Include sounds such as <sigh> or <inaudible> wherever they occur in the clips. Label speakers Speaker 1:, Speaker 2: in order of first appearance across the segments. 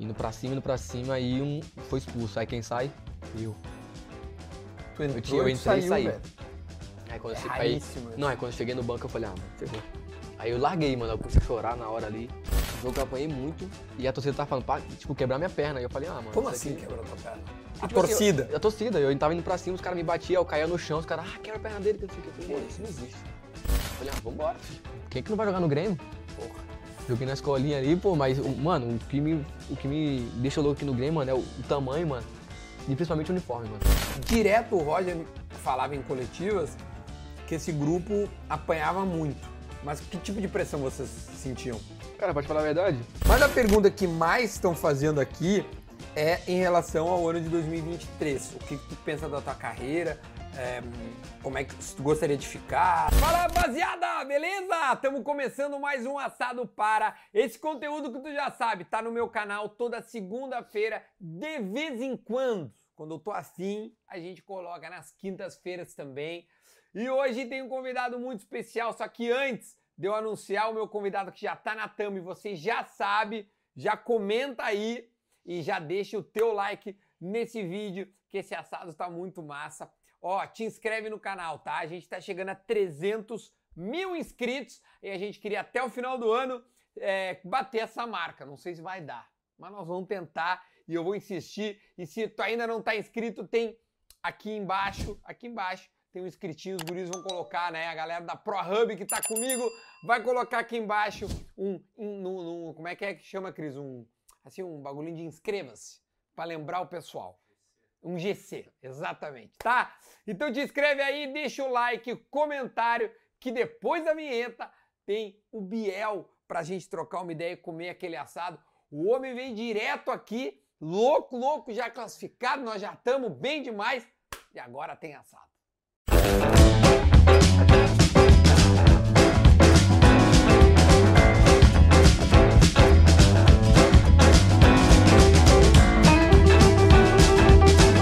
Speaker 1: Indo pra cima, indo pra cima, aí um foi expulso. Aí quem sai? Eu.
Speaker 2: Tu entrou,
Speaker 1: Eu, tinha- eu
Speaker 2: e tu
Speaker 1: entrei e
Speaker 2: saiu,
Speaker 1: saí.
Speaker 2: velho.
Speaker 1: Aí quando,
Speaker 2: É
Speaker 1: eu che- aí,
Speaker 2: raríssimo isso.
Speaker 1: não, aí quando eu cheguei no banco, eu falei, ah, mano, ferrou. Aí eu larguei, mano. Eu comecei a chorar na hora ali. O jogo que eu apanhei muito. E a torcida tava falando, pra, tipo, quebrar minha perna. Aí eu falei, ah, mano.
Speaker 2: Como
Speaker 1: isso
Speaker 2: assim
Speaker 1: aqui-
Speaker 2: quebrou tua perna?
Speaker 1: E,
Speaker 2: A
Speaker 1: tipo assim,
Speaker 2: torcida.
Speaker 1: eu- a torcida. Eu tava indo pra cima, os caras me batiam, eu caía no chão, os caras, ah, quebra a perna dele, que não sei o que. Eu falei, mano, isso não existe. Eu falei, ah, vambora, filho. Quem é que não vai jogar no Grêmio?
Speaker 2: Porra.
Speaker 1: Joguei na escolinha ali, pô, mas, o- mano, o que me, o que me deixa louco aqui no Grêmio, mano, é o, o tamanho, mano. E principalmente o uniforme, mano.
Speaker 2: Direto o Roger falava em coletivas que esse grupo apanhava muito. Mas que tipo de pressão vocês sentiam?
Speaker 1: Cara, pode falar a verdade?
Speaker 2: Mas a pergunta que mais estão fazendo aqui é em relação ao ano de 2023. O que, que tu pensa da tua carreira? É, como é que tu gostaria de ficar? Fala rapaziada, beleza? Estamos começando mais um Assado Para. Esse conteúdo que tu já sabe, tá no meu canal toda segunda-feira, de vez em quando. Quando eu tô afim, a gente coloca nas quintas-feiras também. E hoje tem um convidado muito especial, só que antes de eu anunciar o meu convidado que já tá na thumb, você já sabe, já comenta aí e já deixa o teu like nesse vídeo, que esse assado tá muito massa. Ó, te inscreve no canal, tá? A gente tá chegando a 300 mil inscritos e a gente queria até o final do ano é, bater essa marca. Não sei se vai dar, mas nós vamos tentar e eu vou insistir. E se tu ainda não tá inscrito, tem aqui embaixo, aqui embaixo, tem um inscritinho, os guris vão colocar, né? A galera da ProHub que tá comigo vai colocar aqui embaixo um, um- no- no- como é que é que chama, Cris? Um, assim, um bagulhinho de inscreva-se, pra lembrar o pessoal. Um GC, exatamente, tá? Então te inscreve aí, deixa o like, comentário, que depois da vinheta tem o Biel pra gente trocar uma ideia e comer aquele assado. O homem vem direto aqui, louco, louco, já classificado, nós já estamos bem demais e agora tem assado.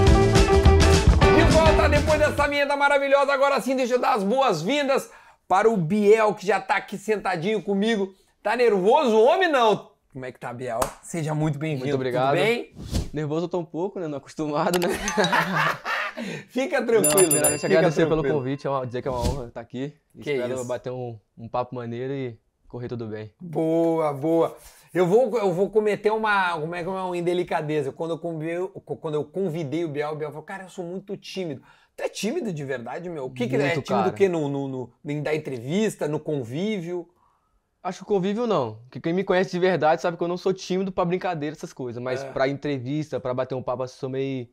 Speaker 2: De volta depois dessa minha maravilhosa, agora sim deixa eu dar as boas-vindas para o Biel que já tá aqui sentadinho comigo. Tá nervoso, homem não? Como é que tá, Biel? Seja muito bem-vindo.
Speaker 1: Muito obrigado.
Speaker 2: Tudo bem?
Speaker 1: Nervoso eu tô um pouco, né? Não acostumado,
Speaker 2: <laughs>
Speaker 1: né?
Speaker 2: Fica
Speaker 1: Não,
Speaker 2: tranquilo. né?
Speaker 1: primeiramente
Speaker 2: Fica
Speaker 1: agradecer pelo
Speaker 2: tranquilo.
Speaker 1: convite, é uma, dizer que é uma honra estar aqui.
Speaker 2: Que
Speaker 1: Espero
Speaker 2: isso.
Speaker 1: bater um, um papo maneiro e correr tudo bem.
Speaker 2: Boa, boa. Eu vou, eu vou cometer uma, como é que é uma indelicadeza. Quando eu convidei, quando eu convidei o Biel, o Biel falou, cara, eu sou muito tímido. Tu é tímido de verdade, meu? O que, que é? É
Speaker 1: Muito,
Speaker 2: tímido
Speaker 1: cara.
Speaker 2: o quê? No, no, no, em dar entrevista, no convívio?
Speaker 1: Acho que convívio não. Que quem me conhece de verdade sabe que eu não sou tímido pra brincadeira, essas coisas. Mas
Speaker 2: É.
Speaker 1: pra entrevista, pra bater um papo, assim, sou meio.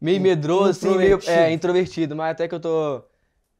Speaker 1: meio medroso, assim, meio.
Speaker 2: introvertido.
Speaker 1: É, introvertido. Mas até que eu tô.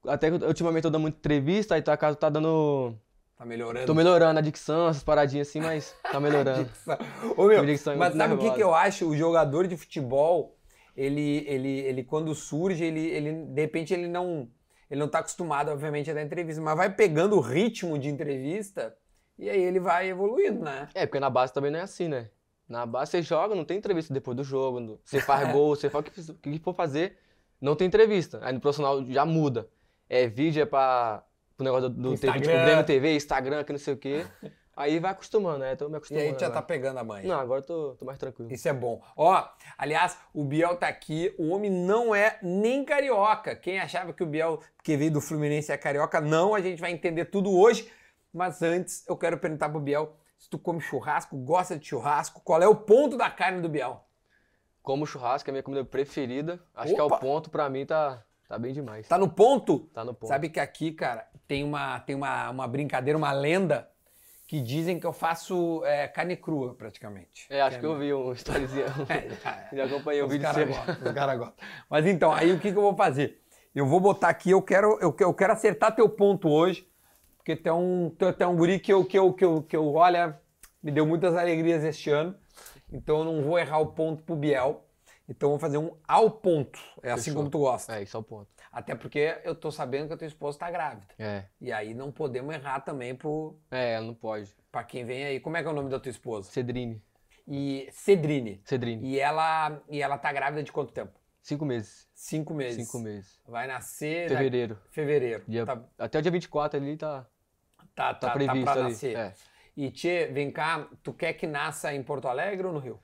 Speaker 1: Até que eu- ultimamente eu tô dando muita entrevista, aí tá, tá dando.
Speaker 2: Tá melhorando. <laughs>
Speaker 1: Tô melhorando a dicção, essas paradinhas assim, mas tá melhorando.
Speaker 2: Dicção. Ô, meu,
Speaker 1: Minha dicção é
Speaker 2: mas
Speaker 1: muito
Speaker 2: sabe o que, que
Speaker 1: nervosa.
Speaker 2: eu acho? O jogador de futebol, ele, ele, ele quando surge, ele, ele de repente ele não ele não tá acostumado, obviamente, a dar entrevista, mas vai pegando o ritmo de entrevista e aí ele vai evoluindo, né?
Speaker 1: É, porque na base também não é assim, né? Na base você joga, não tem entrevista depois do jogo. não- Você
Speaker 2: <laughs> É.
Speaker 1: faz gol, você faz o que, o que for fazer, não tem entrevista. Aí no profissional já muda. É vídeo, é pra. pro negócio do, do TV, tipo,
Speaker 2: Instagram.
Speaker 1: Grêmio TV, Instagram, que não sei o quê. Aí vai acostumando, né? Tô me
Speaker 2: E aí
Speaker 1: acostumando.
Speaker 2: tu já tá
Speaker 1: agora.
Speaker 2: pegando a mãe.
Speaker 1: Não, agora eu tô, tô mais tranquilo.
Speaker 2: Isso é bom. Ó, aliás, o Biel tá aqui. O homem não é nem carioca. Quem achava que o Biel, que veio do Fluminense, é carioca, não. A gente vai entender tudo hoje. Mas antes, eu quero perguntar pro Biel se tu come churrasco, gosta de churrasco, qual é o ponto da carne do Biel?
Speaker 1: Como churrasco é a minha comida preferida. Acho que é
Speaker 2: Opa!
Speaker 1: o ponto, pra mim tá, tá bem demais.
Speaker 2: Tá no ponto?
Speaker 1: Tá no ponto.
Speaker 2: Sabe que aqui, cara, tem uma, tem uma, uma brincadeira, uma lenda, que dizem que eu faço é, carne crua, praticamente.
Speaker 1: É, acho que
Speaker 2: <laughs>
Speaker 1: eu vi um storyzinho. <laughs> Já acompanhei o
Speaker 2: né? É. Os
Speaker 1: vídeo
Speaker 2: cara
Speaker 1: seu.
Speaker 2: gosta, os cara gosta. <laughs> Mas então, aí o que, que eu vou fazer? Eu vou botar aqui, eu quero, eu, que- eu quero acertar teu ponto hoje, porque tu é um, tu é- tu é um guri que eu, que, eu, que, eu, que eu, olha, me deu muitas alegrias este ano, então eu não vou errar o ponto pro Biel, então eu vou fazer um ao ponto, é assim
Speaker 1: Fechou.
Speaker 2: como tu gosta.
Speaker 1: É, isso é o ponto.
Speaker 2: Até porque eu tô sabendo que a tua esposa tá grávida,
Speaker 1: É.
Speaker 2: e aí não podemos errar também pro,
Speaker 1: É, ela não pode.
Speaker 2: pra quem vem aí. Como é que é o nome da tua esposa?
Speaker 1: Cedrine.
Speaker 2: E Cedrine.
Speaker 1: Cedrine.
Speaker 2: E ela, e ela tá grávida de quanto tempo?
Speaker 1: Cinco meses.
Speaker 2: Cinco meses.
Speaker 1: Cinco meses.
Speaker 2: Vai nascer daqui-
Speaker 1: Fevereiro.
Speaker 2: fevereiro.
Speaker 1: Dia-
Speaker 2: Tá,
Speaker 1: Até o dia 24 ali tá,
Speaker 2: tá, tá,
Speaker 1: tá
Speaker 2: tá
Speaker 1: previsto
Speaker 2: pra
Speaker 1: ali.
Speaker 2: nascer.
Speaker 1: É.
Speaker 2: E Tchê, vem cá, tu quer que nasça em Porto Alegre ou no Rio?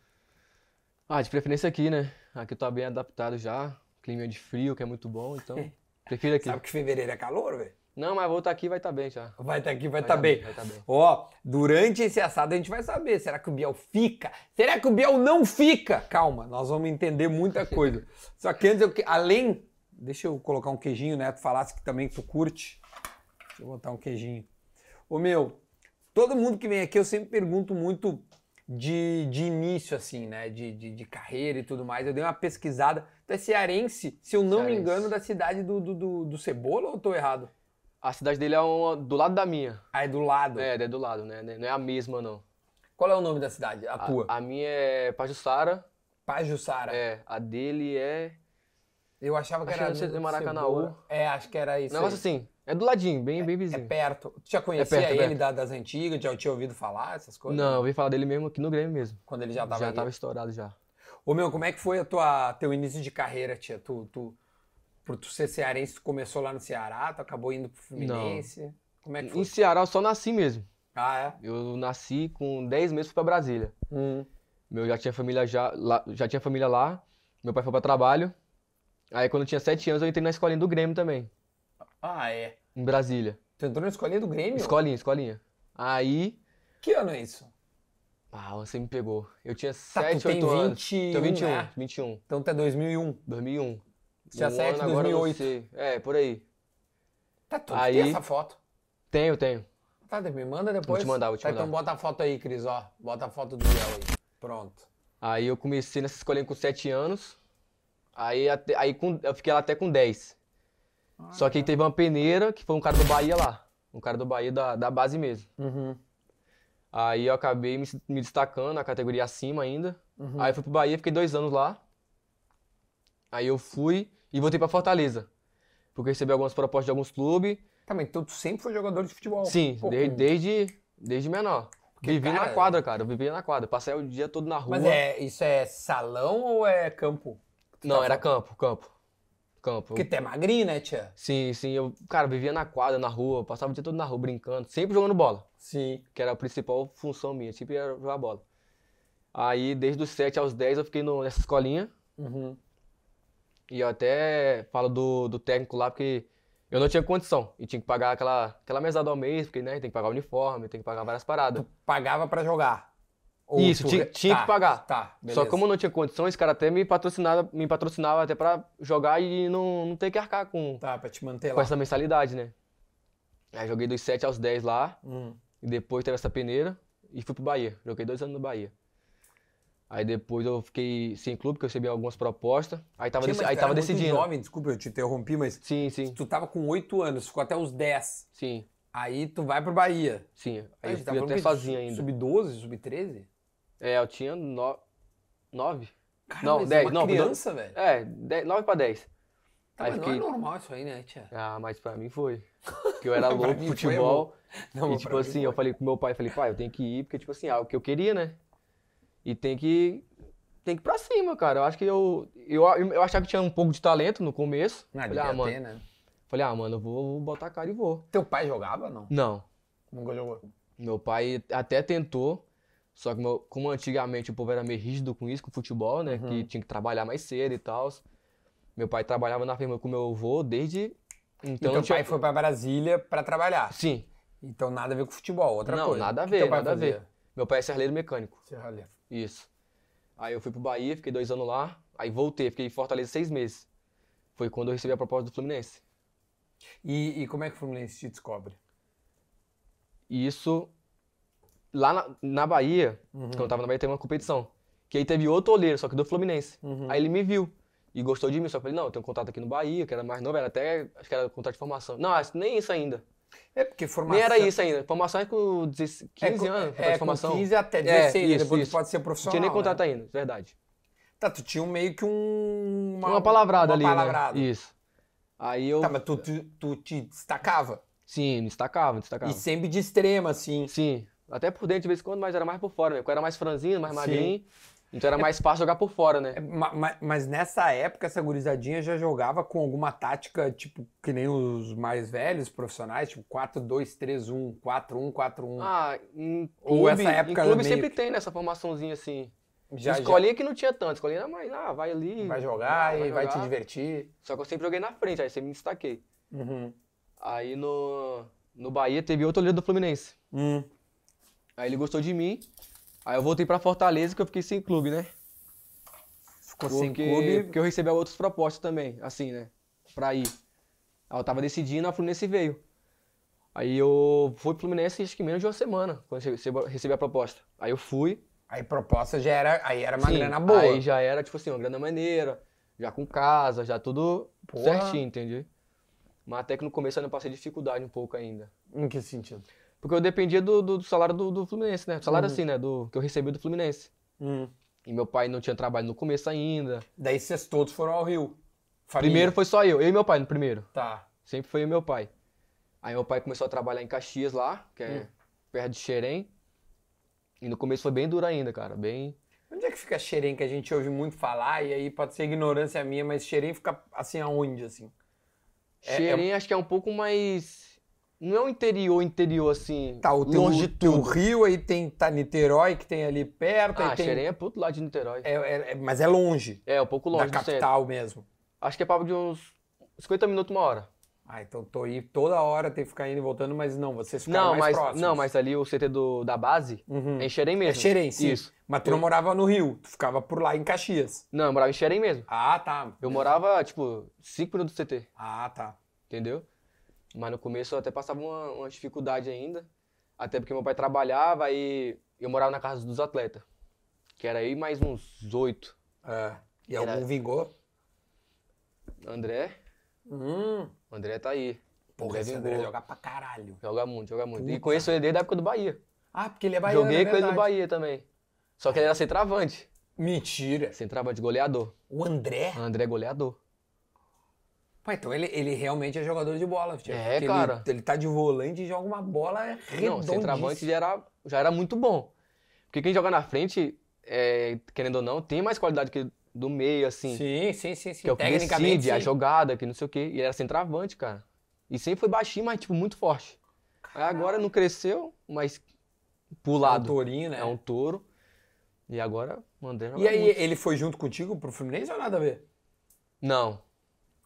Speaker 1: Ah, de preferência aqui, né? Aqui eu tô bem adaptado já. Clima de frio, que é muito bom,
Speaker 2: <laughs>
Speaker 1: então. Prefiro aqui.
Speaker 2: Sabe que fevereiro é calor, velho?
Speaker 1: Não, mas voltar aqui vai estar bem já.
Speaker 2: Vai estar aqui, vai
Speaker 1: Vai
Speaker 2: estar
Speaker 1: tá
Speaker 2: bem.
Speaker 1: bem, vai tá bem.
Speaker 2: Ó, durante esse assado a gente vai saber, será que o Biel fica? Será que o Biel não fica? Calma, nós vamos entender
Speaker 1: <laughs>
Speaker 2: muita coisa. Só que antes, eu, que- além... Deixa eu colocar um queijinho, né? Tu falasse que também tu curte. Deixa eu botar um queijinho. Ô, meu, todo mundo que vem aqui, eu sempre pergunto muito de, de início, assim, né? De, de, de carreira e tudo mais. Eu dei uma pesquisada. Tu é cearense, se eu não me
Speaker 1: Cearense.
Speaker 2: engano, da cidade do, do, do, do Cebola ou eu tô errado?
Speaker 1: A cidade dele é uma- do lado da minha.
Speaker 2: Ah, é do lado.
Speaker 1: É, é do lado, né? Não é a mesma, não.
Speaker 2: Qual é o nome da cidade? A,
Speaker 1: A,
Speaker 2: tua?
Speaker 1: a minha é Pajussara.
Speaker 2: Pajuçara.
Speaker 1: É, a dele é.
Speaker 2: Eu achava que
Speaker 1: Acho
Speaker 2: era.
Speaker 1: que era
Speaker 2: do
Speaker 1: Maracanãú.
Speaker 2: Cebola. É, acho que era isso.
Speaker 1: Negócio
Speaker 2: aí.
Speaker 1: assim, é do ladinho, bem, bem
Speaker 2: É
Speaker 1: vizinho.
Speaker 2: perto. Tu já conhecia
Speaker 1: É perto, é
Speaker 2: ele
Speaker 1: perto.
Speaker 2: da- das antigas? Já tinha ouvido falar essas coisas?
Speaker 1: Não, eu vim falar dele mesmo aqui no Grêmio mesmo.
Speaker 2: Quando ele já tava
Speaker 1: já
Speaker 2: aqui.
Speaker 1: tava estourado já.
Speaker 2: Ô meu, como é que foi a tua, teu início de carreira, tia? Tu, tu, por tu ser cearense, tu começou lá no Ceará, tu acabou indo pro Fluminense. Como é que foi?
Speaker 1: Em Ceará eu só nasci mesmo.
Speaker 2: Ah, é?
Speaker 1: Eu nasci com 10 meses fui pra Brasília.
Speaker 2: Hum.
Speaker 1: Meu, já tinha família já, lá, já tinha família lá. Meu pai foi pra trabalho. Aí quando eu tinha 7 anos eu entrei na escolinha do Grêmio também,
Speaker 2: Ah, é.
Speaker 1: em Brasília.
Speaker 2: Tu entrou na escolinha do Grêmio?
Speaker 1: Escolinha, escolinha. Aí,
Speaker 2: Que ano é isso?
Speaker 1: ah, você me pegou. Eu tinha
Speaker 2: Tá, tu
Speaker 1: 7,
Speaker 2: tem
Speaker 1: 8 anos.
Speaker 2: 21,
Speaker 1: Tenho 21,
Speaker 2: né?
Speaker 1: 21,
Speaker 2: Então tu é 2001.
Speaker 1: 2001.
Speaker 2: Dia
Speaker 1: Um
Speaker 2: 7,
Speaker 1: ano agora eu não
Speaker 2: 2008.
Speaker 1: sei. É, por aí.
Speaker 2: Tá, tu
Speaker 1: Aí-
Speaker 2: tem essa foto?
Speaker 1: Tenho, tenho.
Speaker 2: Tá, me manda depois.
Speaker 1: Vou te mandar, vou te
Speaker 2: Tá,
Speaker 1: mandar.
Speaker 2: Então bota a foto aí, Cris, ó. Bota a foto do Biel aí. Pronto.
Speaker 1: Aí eu comecei nessa escolinha com 7 anos. Aí, até- aí com- eu fiquei lá até com 10. Só que aí teve uma peneira que foi um cara do Bahia lá. Um cara do Bahia da, da base mesmo.
Speaker 2: Uhum.
Speaker 1: Aí eu acabei me, me destacando na categoria acima ainda.
Speaker 2: Uhum.
Speaker 1: Aí eu fui pro Bahia, fiquei dois anos lá. Aí eu fui e voltei pra Fortaleza. Porque eu recebi algumas propostas de alguns clubes.
Speaker 2: Tá, mas então tu sempre foi jogador de futebol.
Speaker 1: Sim,
Speaker 2: Pô,
Speaker 1: de-
Speaker 2: com-
Speaker 1: desde, desde menor. Vivi na
Speaker 2: cara-
Speaker 1: quadra, cara. Eu vivia na quadra. Passei o dia todo na rua.
Speaker 2: Mas é, isso é salão ou é campo? Tu
Speaker 1: Não,
Speaker 2: tá
Speaker 1: era
Speaker 2: falando-
Speaker 1: campo, campo. Campo.
Speaker 2: Porque tu é magrinho, né, tia?
Speaker 1: Sim, sim, eu, cara, vivia na quadra, na rua, passava o dia todo na rua brincando, sempre jogando bola,
Speaker 2: Sim.
Speaker 1: que era a principal função minha, sempre era jogar bola. Aí, desde os 7 aos 10, eu fiquei no- nessa escolinha,
Speaker 2: Uhum.
Speaker 1: e eu até falo do, do técnico lá, porque eu não tinha condição, e tinha que pagar aquela, aquela mesada ao mês, porque, né, tem que pagar o uniforme, tem que pagar várias paradas.
Speaker 2: Tu pagava pra jogar. Ou
Speaker 1: Isso,
Speaker 2: tu-
Speaker 1: tinha- tinha
Speaker 2: Tá,
Speaker 1: que pagar.
Speaker 2: Tá, beleza.
Speaker 1: Só que como eu não tinha condição, esse cara até me patrocinava, me patrocinava até pra jogar e não, não ter que arcar com,
Speaker 2: Tá, pra te manter
Speaker 1: com
Speaker 2: lá.
Speaker 1: essa mensalidade, né. Aí joguei dos 7 aos 10 lá,
Speaker 2: Hum.
Speaker 1: E depois teve essa peneira e fui pro Bahia. Joguei dois anos no Bahia. Aí depois eu fiquei sem clube, que eu recebi algumas propostas. Aí tava,
Speaker 2: Tia,
Speaker 1: dec-
Speaker 2: mas
Speaker 1: aí
Speaker 2: tu
Speaker 1: tava
Speaker 2: era muito
Speaker 1: decidindo.
Speaker 2: jovem, desculpa, eu te interrompi, mas
Speaker 1: Sim, sim,
Speaker 2: tu tava com 8 anos, ficou até os 10.
Speaker 1: sim,
Speaker 2: Aí tu vai pro Bahia.
Speaker 1: sim.
Speaker 2: Aí
Speaker 1: Aí eu
Speaker 2: tu
Speaker 1: fui
Speaker 2: tá falando
Speaker 1: até
Speaker 2: que
Speaker 1: sozinho
Speaker 2: sub-
Speaker 1: ainda.
Speaker 2: Sub-12, sub-13?
Speaker 1: É, eu tinha no... nove?
Speaker 2: Cara,
Speaker 1: Não,
Speaker 2: mas é
Speaker 1: dez,
Speaker 2: uma
Speaker 1: não, não.
Speaker 2: criança, velho.
Speaker 1: É, de... nove pra dez.
Speaker 2: Tá,
Speaker 1: Aí
Speaker 2: mas
Speaker 1: fiquei-
Speaker 2: não é normal isso aí, né, tia?
Speaker 1: Ah, mas pra mim foi. Porque eu era
Speaker 2: <laughs> Pra
Speaker 1: louco,
Speaker 2: mim foi,
Speaker 1: futebol.
Speaker 2: <laughs> Não,
Speaker 1: e
Speaker 2: mas
Speaker 1: tipo
Speaker 2: pra mim
Speaker 1: assim, eu
Speaker 2: foi.
Speaker 1: falei pro meu pai, falei, pai, eu tenho que ir, porque tipo assim, é o que eu queria, né? E tem que... Tem que ir pra cima, cara. Eu acho que eu... Eu, eu achava que tinha um pouco de talento no começo.
Speaker 2: Não,
Speaker 1: falei,
Speaker 2: devia
Speaker 1: ah, mano,
Speaker 2: ter, né?
Speaker 1: Falei, ah, mano, eu vou, vou botar a cara e vou.
Speaker 2: Teu pai jogava, não?
Speaker 1: Não.
Speaker 2: Nunca jogou.
Speaker 1: Meu pai até tentou, só que meu- como antigamente o povo era meio rígido com isso, com o futebol, né?
Speaker 2: Uhum.
Speaker 1: Que tinha que trabalhar mais cedo e tal. Meu pai trabalhava na firma com meu avô desde. Então,
Speaker 2: Então, teu
Speaker 1: não tinha-
Speaker 2: pai foi pra Brasília pra trabalhar.
Speaker 1: Sim.
Speaker 2: Então nada a ver com futebol, outra
Speaker 1: não,
Speaker 2: coisa.
Speaker 1: nada a
Speaker 2: O que
Speaker 1: ver,
Speaker 2: teu pai
Speaker 1: nada a ver.
Speaker 2: fazia?
Speaker 1: Meu pai é serralheiro mecânico.
Speaker 2: Serralheiro.
Speaker 1: Isso. Aí eu fui pro Bahia, fiquei dois anos lá, aí voltei, fiquei em Fortaleza seis meses. Foi quando eu recebi a proposta do Fluminense.
Speaker 2: E, e como é que o Fluminense te descobre?
Speaker 1: E isso, lá na, na Bahia,
Speaker 2: Uhum.
Speaker 1: quando eu tava na Bahia, teve uma competição. Que aí teve outro oleiro, só que do Fluminense.
Speaker 2: Uhum.
Speaker 1: Aí ele me viu e gostou de mim. Só que eu falei, não, eu tenho um contrato aqui no Bahia, que era mais novo, era até, acho que era contrato de formação. Não, acho que nem isso ainda.
Speaker 2: É porque formação...
Speaker 1: Nem era isso ainda. Formação é com 15
Speaker 2: É com-
Speaker 1: anos, contrato
Speaker 2: é,
Speaker 1: de formação.
Speaker 2: Com 15 até
Speaker 1: É,
Speaker 2: 16, né?
Speaker 1: isso,
Speaker 2: depois tu
Speaker 1: isso.
Speaker 2: pode ser
Speaker 1: Não tinha
Speaker 2: profissional.
Speaker 1: nem contrato
Speaker 2: né?
Speaker 1: ainda, verdade.
Speaker 2: Tá, tu tinha um meio que um...
Speaker 1: Uma, palavrada
Speaker 2: uma
Speaker 1: ali,
Speaker 2: palavrada.
Speaker 1: né? Isso. Aí eu,
Speaker 2: Tá, mas tu, tu, tu te destacava.
Speaker 1: sim, me destacava, me destacava.
Speaker 2: E sempre de extrema, assim.
Speaker 1: né? Sim, até por dentro de vez em quando, mas era mais por fora mesmo. Eu era mais franzino, mais
Speaker 2: Sim.
Speaker 1: magrinho. Então era mais fácil jogar por fora, né?
Speaker 2: É, ma- ma- mas nessa época, essa gurizadinha já jogava com alguma tática, tipo, que nem os mais velhos profissionais, tipo 4-2-3-1, 4-1-4-1.
Speaker 1: Ah, em
Speaker 2: Ou
Speaker 1: clube,
Speaker 2: essa época
Speaker 1: em clube
Speaker 2: meio
Speaker 1: sempre tem, né? Essa formaçãozinha assim.
Speaker 2: já, já
Speaker 1: escolinha que não tinha tanto. Escolinha era mais, ah, vai ali.
Speaker 2: vai jogar
Speaker 1: ah,
Speaker 2: e vai te
Speaker 1: jogar.
Speaker 2: divertir.
Speaker 1: Só que eu sempre joguei na frente, aí sempre me destaquei.
Speaker 2: Uhum.
Speaker 1: Aí no, no Bahia teve outro líder do Fluminense.
Speaker 2: Hum.
Speaker 1: Aí ele gostou de mim. Aí eu voltei pra Fortaleza que eu fiquei sem clube, né?
Speaker 2: Ficou
Speaker 1: porque,
Speaker 2: sem clube.
Speaker 1: Porque eu recebia outras propostas também, assim, né? Pra ir. Aí eu tava decidindo, a Fluminense veio. Aí eu fui pro Fluminense acho que menos de uma semana, quando eu recebi- recebi a proposta. Aí eu fui.
Speaker 2: Aí proposta já era, aí era É uma
Speaker 1: Sim,
Speaker 2: grana boa.
Speaker 1: Aí já era, tipo assim, uma grana maneira, já com casa, já tudo
Speaker 2: Porra.
Speaker 1: certinho, entendeu? Mas até que no começo eu ainda passei dificuldade um pouco ainda.
Speaker 2: Em que sentido?
Speaker 1: Porque eu dependia do, do- do salário do, do Fluminense, né? Do
Speaker 2: Uhum.
Speaker 1: salário assim, né? Do, que eu recebi do Fluminense.
Speaker 2: Hum.
Speaker 1: E meu pai não tinha trabalho no começo ainda.
Speaker 2: Daí vocês todos foram ao Rio. Família.
Speaker 1: Primeiro foi só eu, eu e meu pai no primeiro.
Speaker 2: Tá.
Speaker 1: Sempre foi eu e meu pai. Aí meu pai começou a trabalhar em Caxias lá, que é
Speaker 2: Hum.
Speaker 1: perto de Xerém. E no começo foi bem duro ainda, cara. Bem.
Speaker 2: Onde é que fica Xerém, que a gente ouve muito falar, e aí pode ser ignorância minha, mas Xerém fica assim aonde, assim? É-
Speaker 1: Xerém acho que é um pouco mais. Não é um interior, interior assim.
Speaker 2: Tá, o teu,
Speaker 1: longe de
Speaker 2: teu
Speaker 1: tudo.
Speaker 2: Rio, aí tem tá Niterói, que tem ali perto,
Speaker 1: Ah,
Speaker 2: aí tem...
Speaker 1: Xerém é pro outro lado de Niterói.
Speaker 2: É, é- é- mas é longe,
Speaker 1: É, um pouco longe
Speaker 2: da
Speaker 1: do centro.
Speaker 2: capital mesmo.
Speaker 1: Acho que é papo de uns 50 minutos, uma hora.
Speaker 2: Ah, então tô aí toda hora, tem que ficar indo e voltando, mas não, vocês ficaram
Speaker 1: Não,
Speaker 2: mais
Speaker 1: mas,
Speaker 2: próximos.
Speaker 1: não, mas ali o CT do, da base
Speaker 2: Uhum.
Speaker 1: é em Xerém
Speaker 2: É
Speaker 1: mesmo.
Speaker 2: Xerém, sim.
Speaker 1: Isso.
Speaker 2: Mas tu não morava no Rio, tu ficava por lá em Caxias.
Speaker 1: Não, eu morava em Xerém mesmo.
Speaker 2: Ah, tá.
Speaker 1: Eu morava, tipo, 5 minutos do CT,
Speaker 2: Ah, tá.
Speaker 1: entendeu? Mas no começo eu até passava uma, uma dificuldade ainda. Até porque meu pai trabalhava e eu morava na casa dos atletas. Que era aí mais uns oito.
Speaker 2: É. E
Speaker 1: Era-
Speaker 2: algum vingou?
Speaker 1: André,
Speaker 2: Hum.
Speaker 1: André tá aí.
Speaker 2: Porra,
Speaker 1: André
Speaker 2: esse
Speaker 1: vingou.
Speaker 2: André joga pra caralho.
Speaker 1: Joga muito, joga muito. E
Speaker 2: Puta.
Speaker 1: conheço ele desde a época do Bahia.
Speaker 2: Ah, porque ele é baiano,
Speaker 1: Joguei
Speaker 2: é
Speaker 1: com ele no
Speaker 2: verdade.
Speaker 1: Bahia também. Só que ele era centroavante.
Speaker 2: Mentira.
Speaker 1: Centroavante, goleador.
Speaker 2: O André?
Speaker 1: André goleador.
Speaker 2: Pô, então ele, ele realmente é jogador de bola, tio.
Speaker 1: É,
Speaker 2: Porque
Speaker 1: cara.
Speaker 2: Ele, ele tá de volante e joga uma bola
Speaker 1: Não,
Speaker 2: redondíssima.
Speaker 1: centroavante já era, já era muito bom. Porque quem joga na frente, é, querendo ou não, tem mais qualidade que do meio, assim.
Speaker 2: Sim, sim, sim, sim.
Speaker 1: que é o que
Speaker 2: Tecnicamente,
Speaker 1: decide a
Speaker 2: sim.
Speaker 1: jogada, que não sei o quê. E era centroavante, cara. E sempre foi baixinho, mas, tipo, muito forte. Aí agora não cresceu, mas
Speaker 2: É um
Speaker 1: pulado.
Speaker 2: tourinho, né?
Speaker 1: É um touro. E agora o André joga
Speaker 2: é. E aí,
Speaker 1: muito.
Speaker 2: ele foi junto contigo pro Fluminense ou nada a ver?
Speaker 1: Não.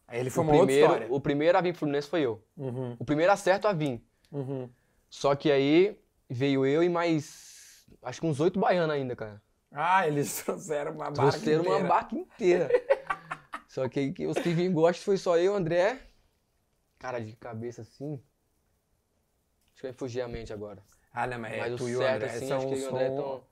Speaker 2: Aí ele foi
Speaker 1: o
Speaker 2: uma
Speaker 1: primeiro,
Speaker 2: outra história.
Speaker 1: O primeiro a vir pro Fluminense foi eu.
Speaker 2: Uhum,
Speaker 1: O primeiro acerto a vir.
Speaker 2: uhum.
Speaker 1: Só que aí veio eu e mais. Acho que uns oito baianos ainda, cara.
Speaker 2: Ah, eles <laughs> trouxeram uma barra
Speaker 1: Trouxeram uma barca inteira. <laughs> só que, aí que os que vim gosto foi só eu, André. Cara, de cabeça assim. Acho que vai fugir a mente agora.
Speaker 2: Ah, não, mas,
Speaker 1: Mas
Speaker 2: tu
Speaker 1: o
Speaker 2: e o
Speaker 1: certo,
Speaker 2: André
Speaker 1: assim,
Speaker 2: são... um-
Speaker 1: acho que eu e o André
Speaker 2: são-
Speaker 1: tão-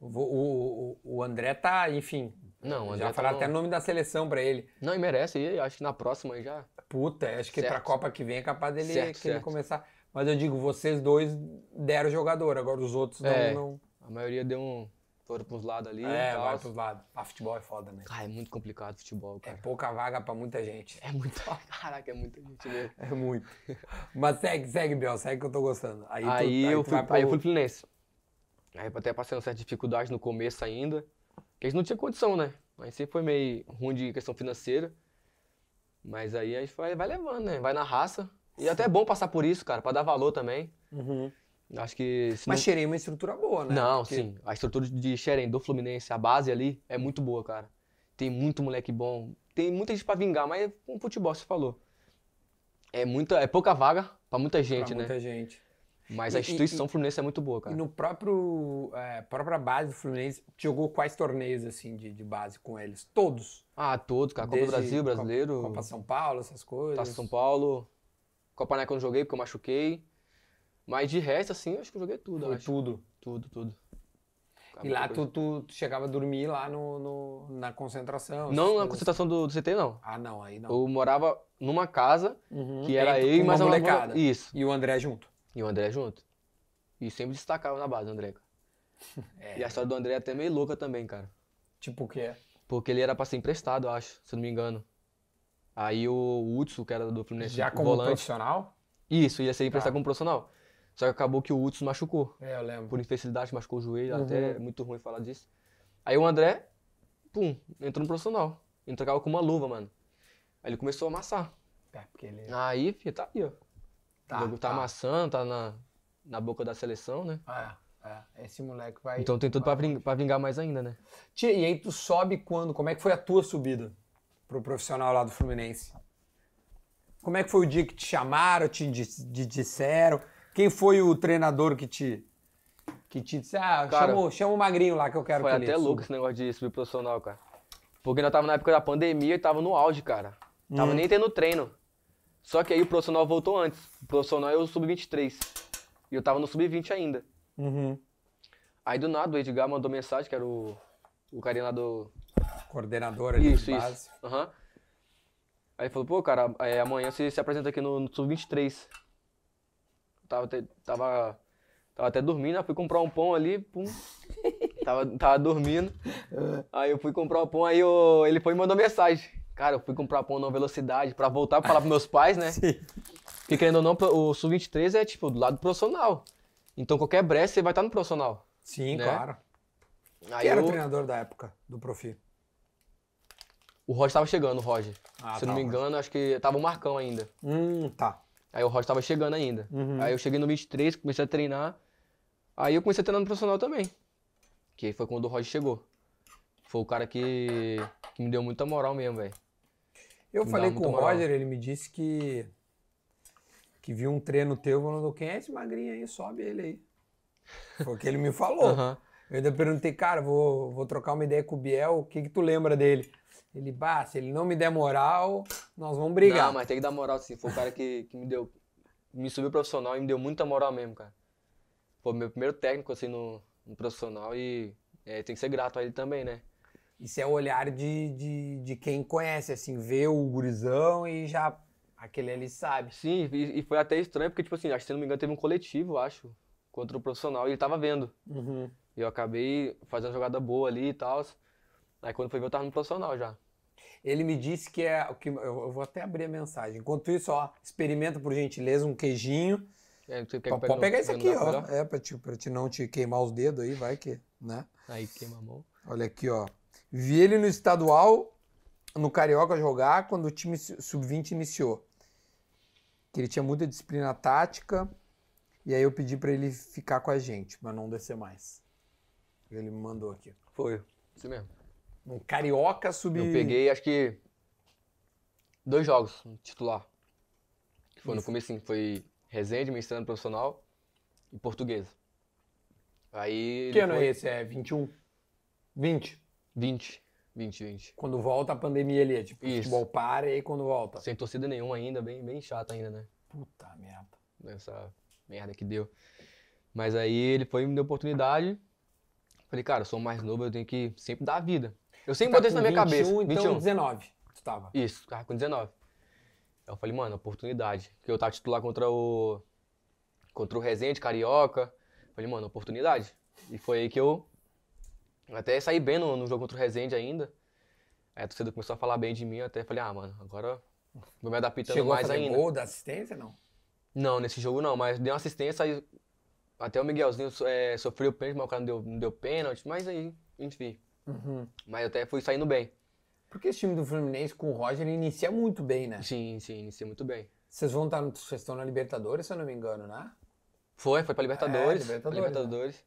Speaker 2: O, o, o- o André tá, enfim...
Speaker 1: Não, o André.
Speaker 2: já
Speaker 1: tá
Speaker 2: falaram
Speaker 1: no-
Speaker 2: até o nome da seleção pra ele.
Speaker 1: Não, e merece aí. Acho que na próxima aí já.
Speaker 2: Puta, acho que
Speaker 1: Certo.
Speaker 2: pra Copa que vem é capaz dele
Speaker 1: Certo,
Speaker 2: que ele
Speaker 1: certo.
Speaker 2: começar. Mas eu digo, vocês dois deram jogador, agora os outros não.
Speaker 1: É.
Speaker 2: não...
Speaker 1: A maioria deu um. Foram pros lados ali. e
Speaker 2: é
Speaker 1: tal.
Speaker 2: vai pros lados. Ah, futebol é foda, né?
Speaker 1: Cara, é muito complicado o futebol,
Speaker 2: É
Speaker 1: cara.
Speaker 2: pouca vaga pra muita gente.
Speaker 1: É, muito. <laughs> Caraca, é muita gente mesmo.
Speaker 2: É muito. <laughs> Mas segue, segue, Biel, segue que eu tô gostando.
Speaker 1: Aí,
Speaker 2: Aí, tu- aí
Speaker 1: eu
Speaker 2: tu
Speaker 1: fui,
Speaker 2: vai pro-
Speaker 1: aí eu fui pro Fluminense. Aí até passei uma certa dificuldade no começo ainda. Porque eles não tinham condição, né? Aí sempre foi meio ruim de questão financeira. Mas aí a gente vai, vai levando, né? Vai na raça. E até é bom passar por isso, cara, pra dar valor também.
Speaker 2: Uhum.
Speaker 1: Acho que. se
Speaker 2: Mas cheirei uma estrutura boa, né?
Speaker 1: não, não
Speaker 2: Porque-
Speaker 1: sim. A estrutura de Xerém do Fluminense, a base ali, é muito boa, cara. Tem muito moleque bom. Tem muita gente pra vingar, mas é um futebol, você falou. É, muita, é pouca vaga pra muita
Speaker 2: pra
Speaker 1: gente, né?
Speaker 2: muita gente.
Speaker 1: Mas
Speaker 2: E-
Speaker 1: a
Speaker 2: e-
Speaker 1: instituição Fluminense é muito boa,
Speaker 2: E
Speaker 1: cara.
Speaker 2: no próprio, é, própria base do Fluminense, tu jogou quais torneios, assim, de, de base com eles? Todos?
Speaker 1: Ah, todos, cara. Copa do
Speaker 2: Desde
Speaker 1: Brasil,
Speaker 2: Copa-
Speaker 1: brasileiro,
Speaker 2: Copa São Paulo, essas coisas?
Speaker 1: Taça São Paulo. Copa Neca eu não joguei porque eu machuquei. Mas de resto, assim, eu acho que eu joguei tudo, eu
Speaker 2: Foi
Speaker 1: acho.
Speaker 2: tudo.
Speaker 1: Tudo, tudo. Cara,
Speaker 2: E lá
Speaker 1: muita
Speaker 2: tu, tu, tu chegava a dormir lá no, no- na concentração.
Speaker 1: coisa. Não na
Speaker 2: essas coisas.
Speaker 1: concentração do, do CT, não.
Speaker 2: Ah, não, aí não.
Speaker 1: Eu morava numa casa
Speaker 2: Uhum.
Speaker 1: que era
Speaker 2: Aí tu-
Speaker 1: eu e
Speaker 2: uma
Speaker 1: mais uma
Speaker 2: molecada.
Speaker 1: Isso.
Speaker 2: E o André junto.
Speaker 1: E o André junto. E sempre destacava na base, o André.
Speaker 2: <laughs>
Speaker 1: cara. E a história do André é até meio louca também, cara.
Speaker 2: Tipo o quê?
Speaker 1: Porque ele era pra ser emprestado, eu acho, se eu não me engano. Aí o Hudson, que era do Fluminense,
Speaker 2: Já
Speaker 1: o
Speaker 2: como
Speaker 1: volante.
Speaker 2: profissional?
Speaker 1: Isso, ia ser
Speaker 2: Tá.
Speaker 1: emprestado como profissional. Só que acabou que o Hudson machucou.
Speaker 2: É, eu lembro.
Speaker 1: Por infelicidade, machucou o joelho.
Speaker 2: Uhum.
Speaker 1: Até é muito ruim falar disso. Aí o André, pum, entrou no profissional. Entregava com uma luva, mano. Aí ele começou a amassar.
Speaker 2: É, porque ele
Speaker 1: Aí, filho, tá aí, ó.
Speaker 2: Tá,
Speaker 1: o jogo tá,
Speaker 2: tá.
Speaker 1: amassando, tá na, na boca da seleção, né?
Speaker 2: É, é, esse moleque vai.
Speaker 1: Então tem tudo pra ving- pra vingar mais ainda, né?
Speaker 2: Tia, e aí tu sobe quando? Como é que foi a tua subida pro profissional lá do Fluminense? Como é que foi o dia que te chamaram, te, dis- te disseram? Quem foi o treinador que te que te disse, ah,
Speaker 1: Cara,
Speaker 2: chama, o- chama o magrinho lá que eu quero
Speaker 1: Foi
Speaker 2: que ele
Speaker 1: até
Speaker 2: suba"?
Speaker 1: louco esse negócio de subir profissional, cara. Porque nós tava na época da pandemia e tava no auge, cara. Tava nem tendo treino. Só que aí o profissional voltou antes. O profissional é o sub-23. E eu tava no sub-20 ainda.
Speaker 2: Uhum.
Speaker 1: Aí do nada o Edgar mandou mensagem, que era o, o carinha lá do.
Speaker 2: Coordenador ali
Speaker 1: Isso,
Speaker 2: de base.
Speaker 1: isso. Aham. Aí ele falou, pô, cara, é, amanhã você se apresenta aqui no, no sub-23. Eu Tava, até- tava, tava até dormindo, aí fui comprar um pão ali,
Speaker 2: <laughs>
Speaker 1: pum. Tava, tava dormindo.
Speaker 2: É.
Speaker 1: Aí eu fui comprar o pão, aí eu- ele foi e mandou mensagem. Cara, eu fui comprar pão na velocidade pra voltar pra falar pros meus pais,
Speaker 2: <laughs>
Speaker 1: né?
Speaker 2: Sim.
Speaker 1: Porque querendo ou não, o sub-23 é tipo do lado profissional. Então qualquer brecha você vai estar no profissional.
Speaker 2: Sim,
Speaker 1: Né?
Speaker 2: claro.
Speaker 1: Aí
Speaker 2: Quem era
Speaker 1: eu-
Speaker 2: o treinador da época do Profi?
Speaker 1: o Roger tava chegando, o Roger.
Speaker 2: Ah,
Speaker 1: Se eu não
Speaker 2: tá,
Speaker 1: me
Speaker 2: o Roger.
Speaker 1: engano, acho que tava o Marcão ainda.
Speaker 2: Hum, tá.
Speaker 1: Aí o Roger tava chegando ainda.
Speaker 2: Uhum.
Speaker 1: Aí eu cheguei no 23, comecei a treinar. Aí eu comecei a treinar no profissional também. Que aí foi quando o Roger chegou. Foi o cara que, que me deu muita moral mesmo, velho.
Speaker 2: Eu
Speaker 1: Dá
Speaker 2: falei com
Speaker 1: muita
Speaker 2: o
Speaker 1: moral.
Speaker 2: Roger, ele me disse que que viu um treino teu falando, quem é esse magrinho aí? Sobe ele aí. Foi o que ele me falou.
Speaker 1: Aham.
Speaker 2: Eu ainda perguntei, cara, vou, vou trocar uma ideia com o Biel, o que que tu lembra dele? Ele, bah, se ele não me der moral, nós vamos brigar.
Speaker 1: Não, mas tem que dar moral sim. Foi o cara que, que me deu. Me subiu profissional e me deu muita moral mesmo, cara. Foi meu primeiro técnico, assim, no, no profissional e é, tem que ser grato a ele também, né?
Speaker 2: Isso é o olhar de, de, de quem conhece, assim, vê o gurizão e já, aquele ali sabe.
Speaker 1: Sim, e, e foi até estranho, porque, tipo assim, acho que se não me engano, teve um coletivo, acho, contra o profissional e ele tava vendo.
Speaker 2: Uhum.
Speaker 1: E eu acabei fazendo jogada boa ali e tal. Aí quando foi ver, eu tava no profissional já.
Speaker 2: Ele me disse que é, o que eu, eu vou até abrir a mensagem. Enquanto isso, ó, experimenta por gentileza um queijinho.
Speaker 1: É, você quer que eu pegue
Speaker 2: Pode, pode
Speaker 1: no-
Speaker 2: pegar isso
Speaker 1: no
Speaker 2: aqui,
Speaker 1: dado
Speaker 2: ó.
Speaker 1: melhor?
Speaker 2: É, pra, te, pra te não te queimar os dedos aí, vai que, né?
Speaker 1: Aí queima a mão.
Speaker 2: Olha aqui, ó. Vi ele no estadual, no Carioca jogar, quando o time su- sub-20 iniciou. Que ele tinha muita disciplina tática, e aí eu pedi pra ele ficar com a gente, mas não descer mais. Ele me mandou aqui.
Speaker 1: Foi. Isso mesmo.
Speaker 2: Um Carioca sub...
Speaker 1: Eu peguei, acho que. Dois jogos no titular. Que foi no comecinho. Foi Resende, mestrando profissional e portuguesa. Aí. ele
Speaker 2: Que ano
Speaker 1: foi-
Speaker 2: é esse? É 21? 20?
Speaker 1: 20. 20, 20.
Speaker 2: Quando volta a pandemia ali, é tipo, o
Speaker 1: Isso.
Speaker 2: futebol para e aí quando volta.
Speaker 1: Sem torcida nenhuma ainda, bem, bem chato ainda, né?
Speaker 2: Puta merda.
Speaker 1: Nessa merda que deu. Mas aí ele foi e me deu oportunidade. Falei, cara, eu sou mais novo, eu tenho que sempre dar a vida. Eu
Speaker 2: tá
Speaker 1: sempre botei isso na minha cabeça. um.
Speaker 2: Então 19, tu tava.
Speaker 1: Isso, tava com 19. Aí eu falei, mano, oportunidade. Porque eu tava titular contra o. Contra o Resende, Carioca. Falei, mano, oportunidade. E foi aí que eu. Até saí bem no, no jogo contra o Resende ainda. Aí a torcida começou a falar bem de mim. eu Até falei, ah, mano, agora vou me adaptando
Speaker 2: Chegou
Speaker 1: Então, mais
Speaker 2: a fazer
Speaker 1: ainda.
Speaker 2: gol da assistência, não?
Speaker 1: Não, nesse jogo não, mas deu uma assistência aí. Até o Miguelzinho é, sofreu o pênalti, mas o cara não deu, não deu pênalti. Mas aí, enfim.
Speaker 2: Uhum.
Speaker 1: Mas eu até fui saindo bem.
Speaker 2: Porque esse time do Fluminense com o Roger ele inicia muito bem, né?
Speaker 1: Sim, sim, iniciei muito bem.
Speaker 2: Vocês vão estar no, vocês estão na Libertadores, se eu não me engano, né?
Speaker 1: Foi, foi pra Libertadores.
Speaker 2: É,
Speaker 1: pra
Speaker 2: Libertadores, né?
Speaker 1: Libertadores.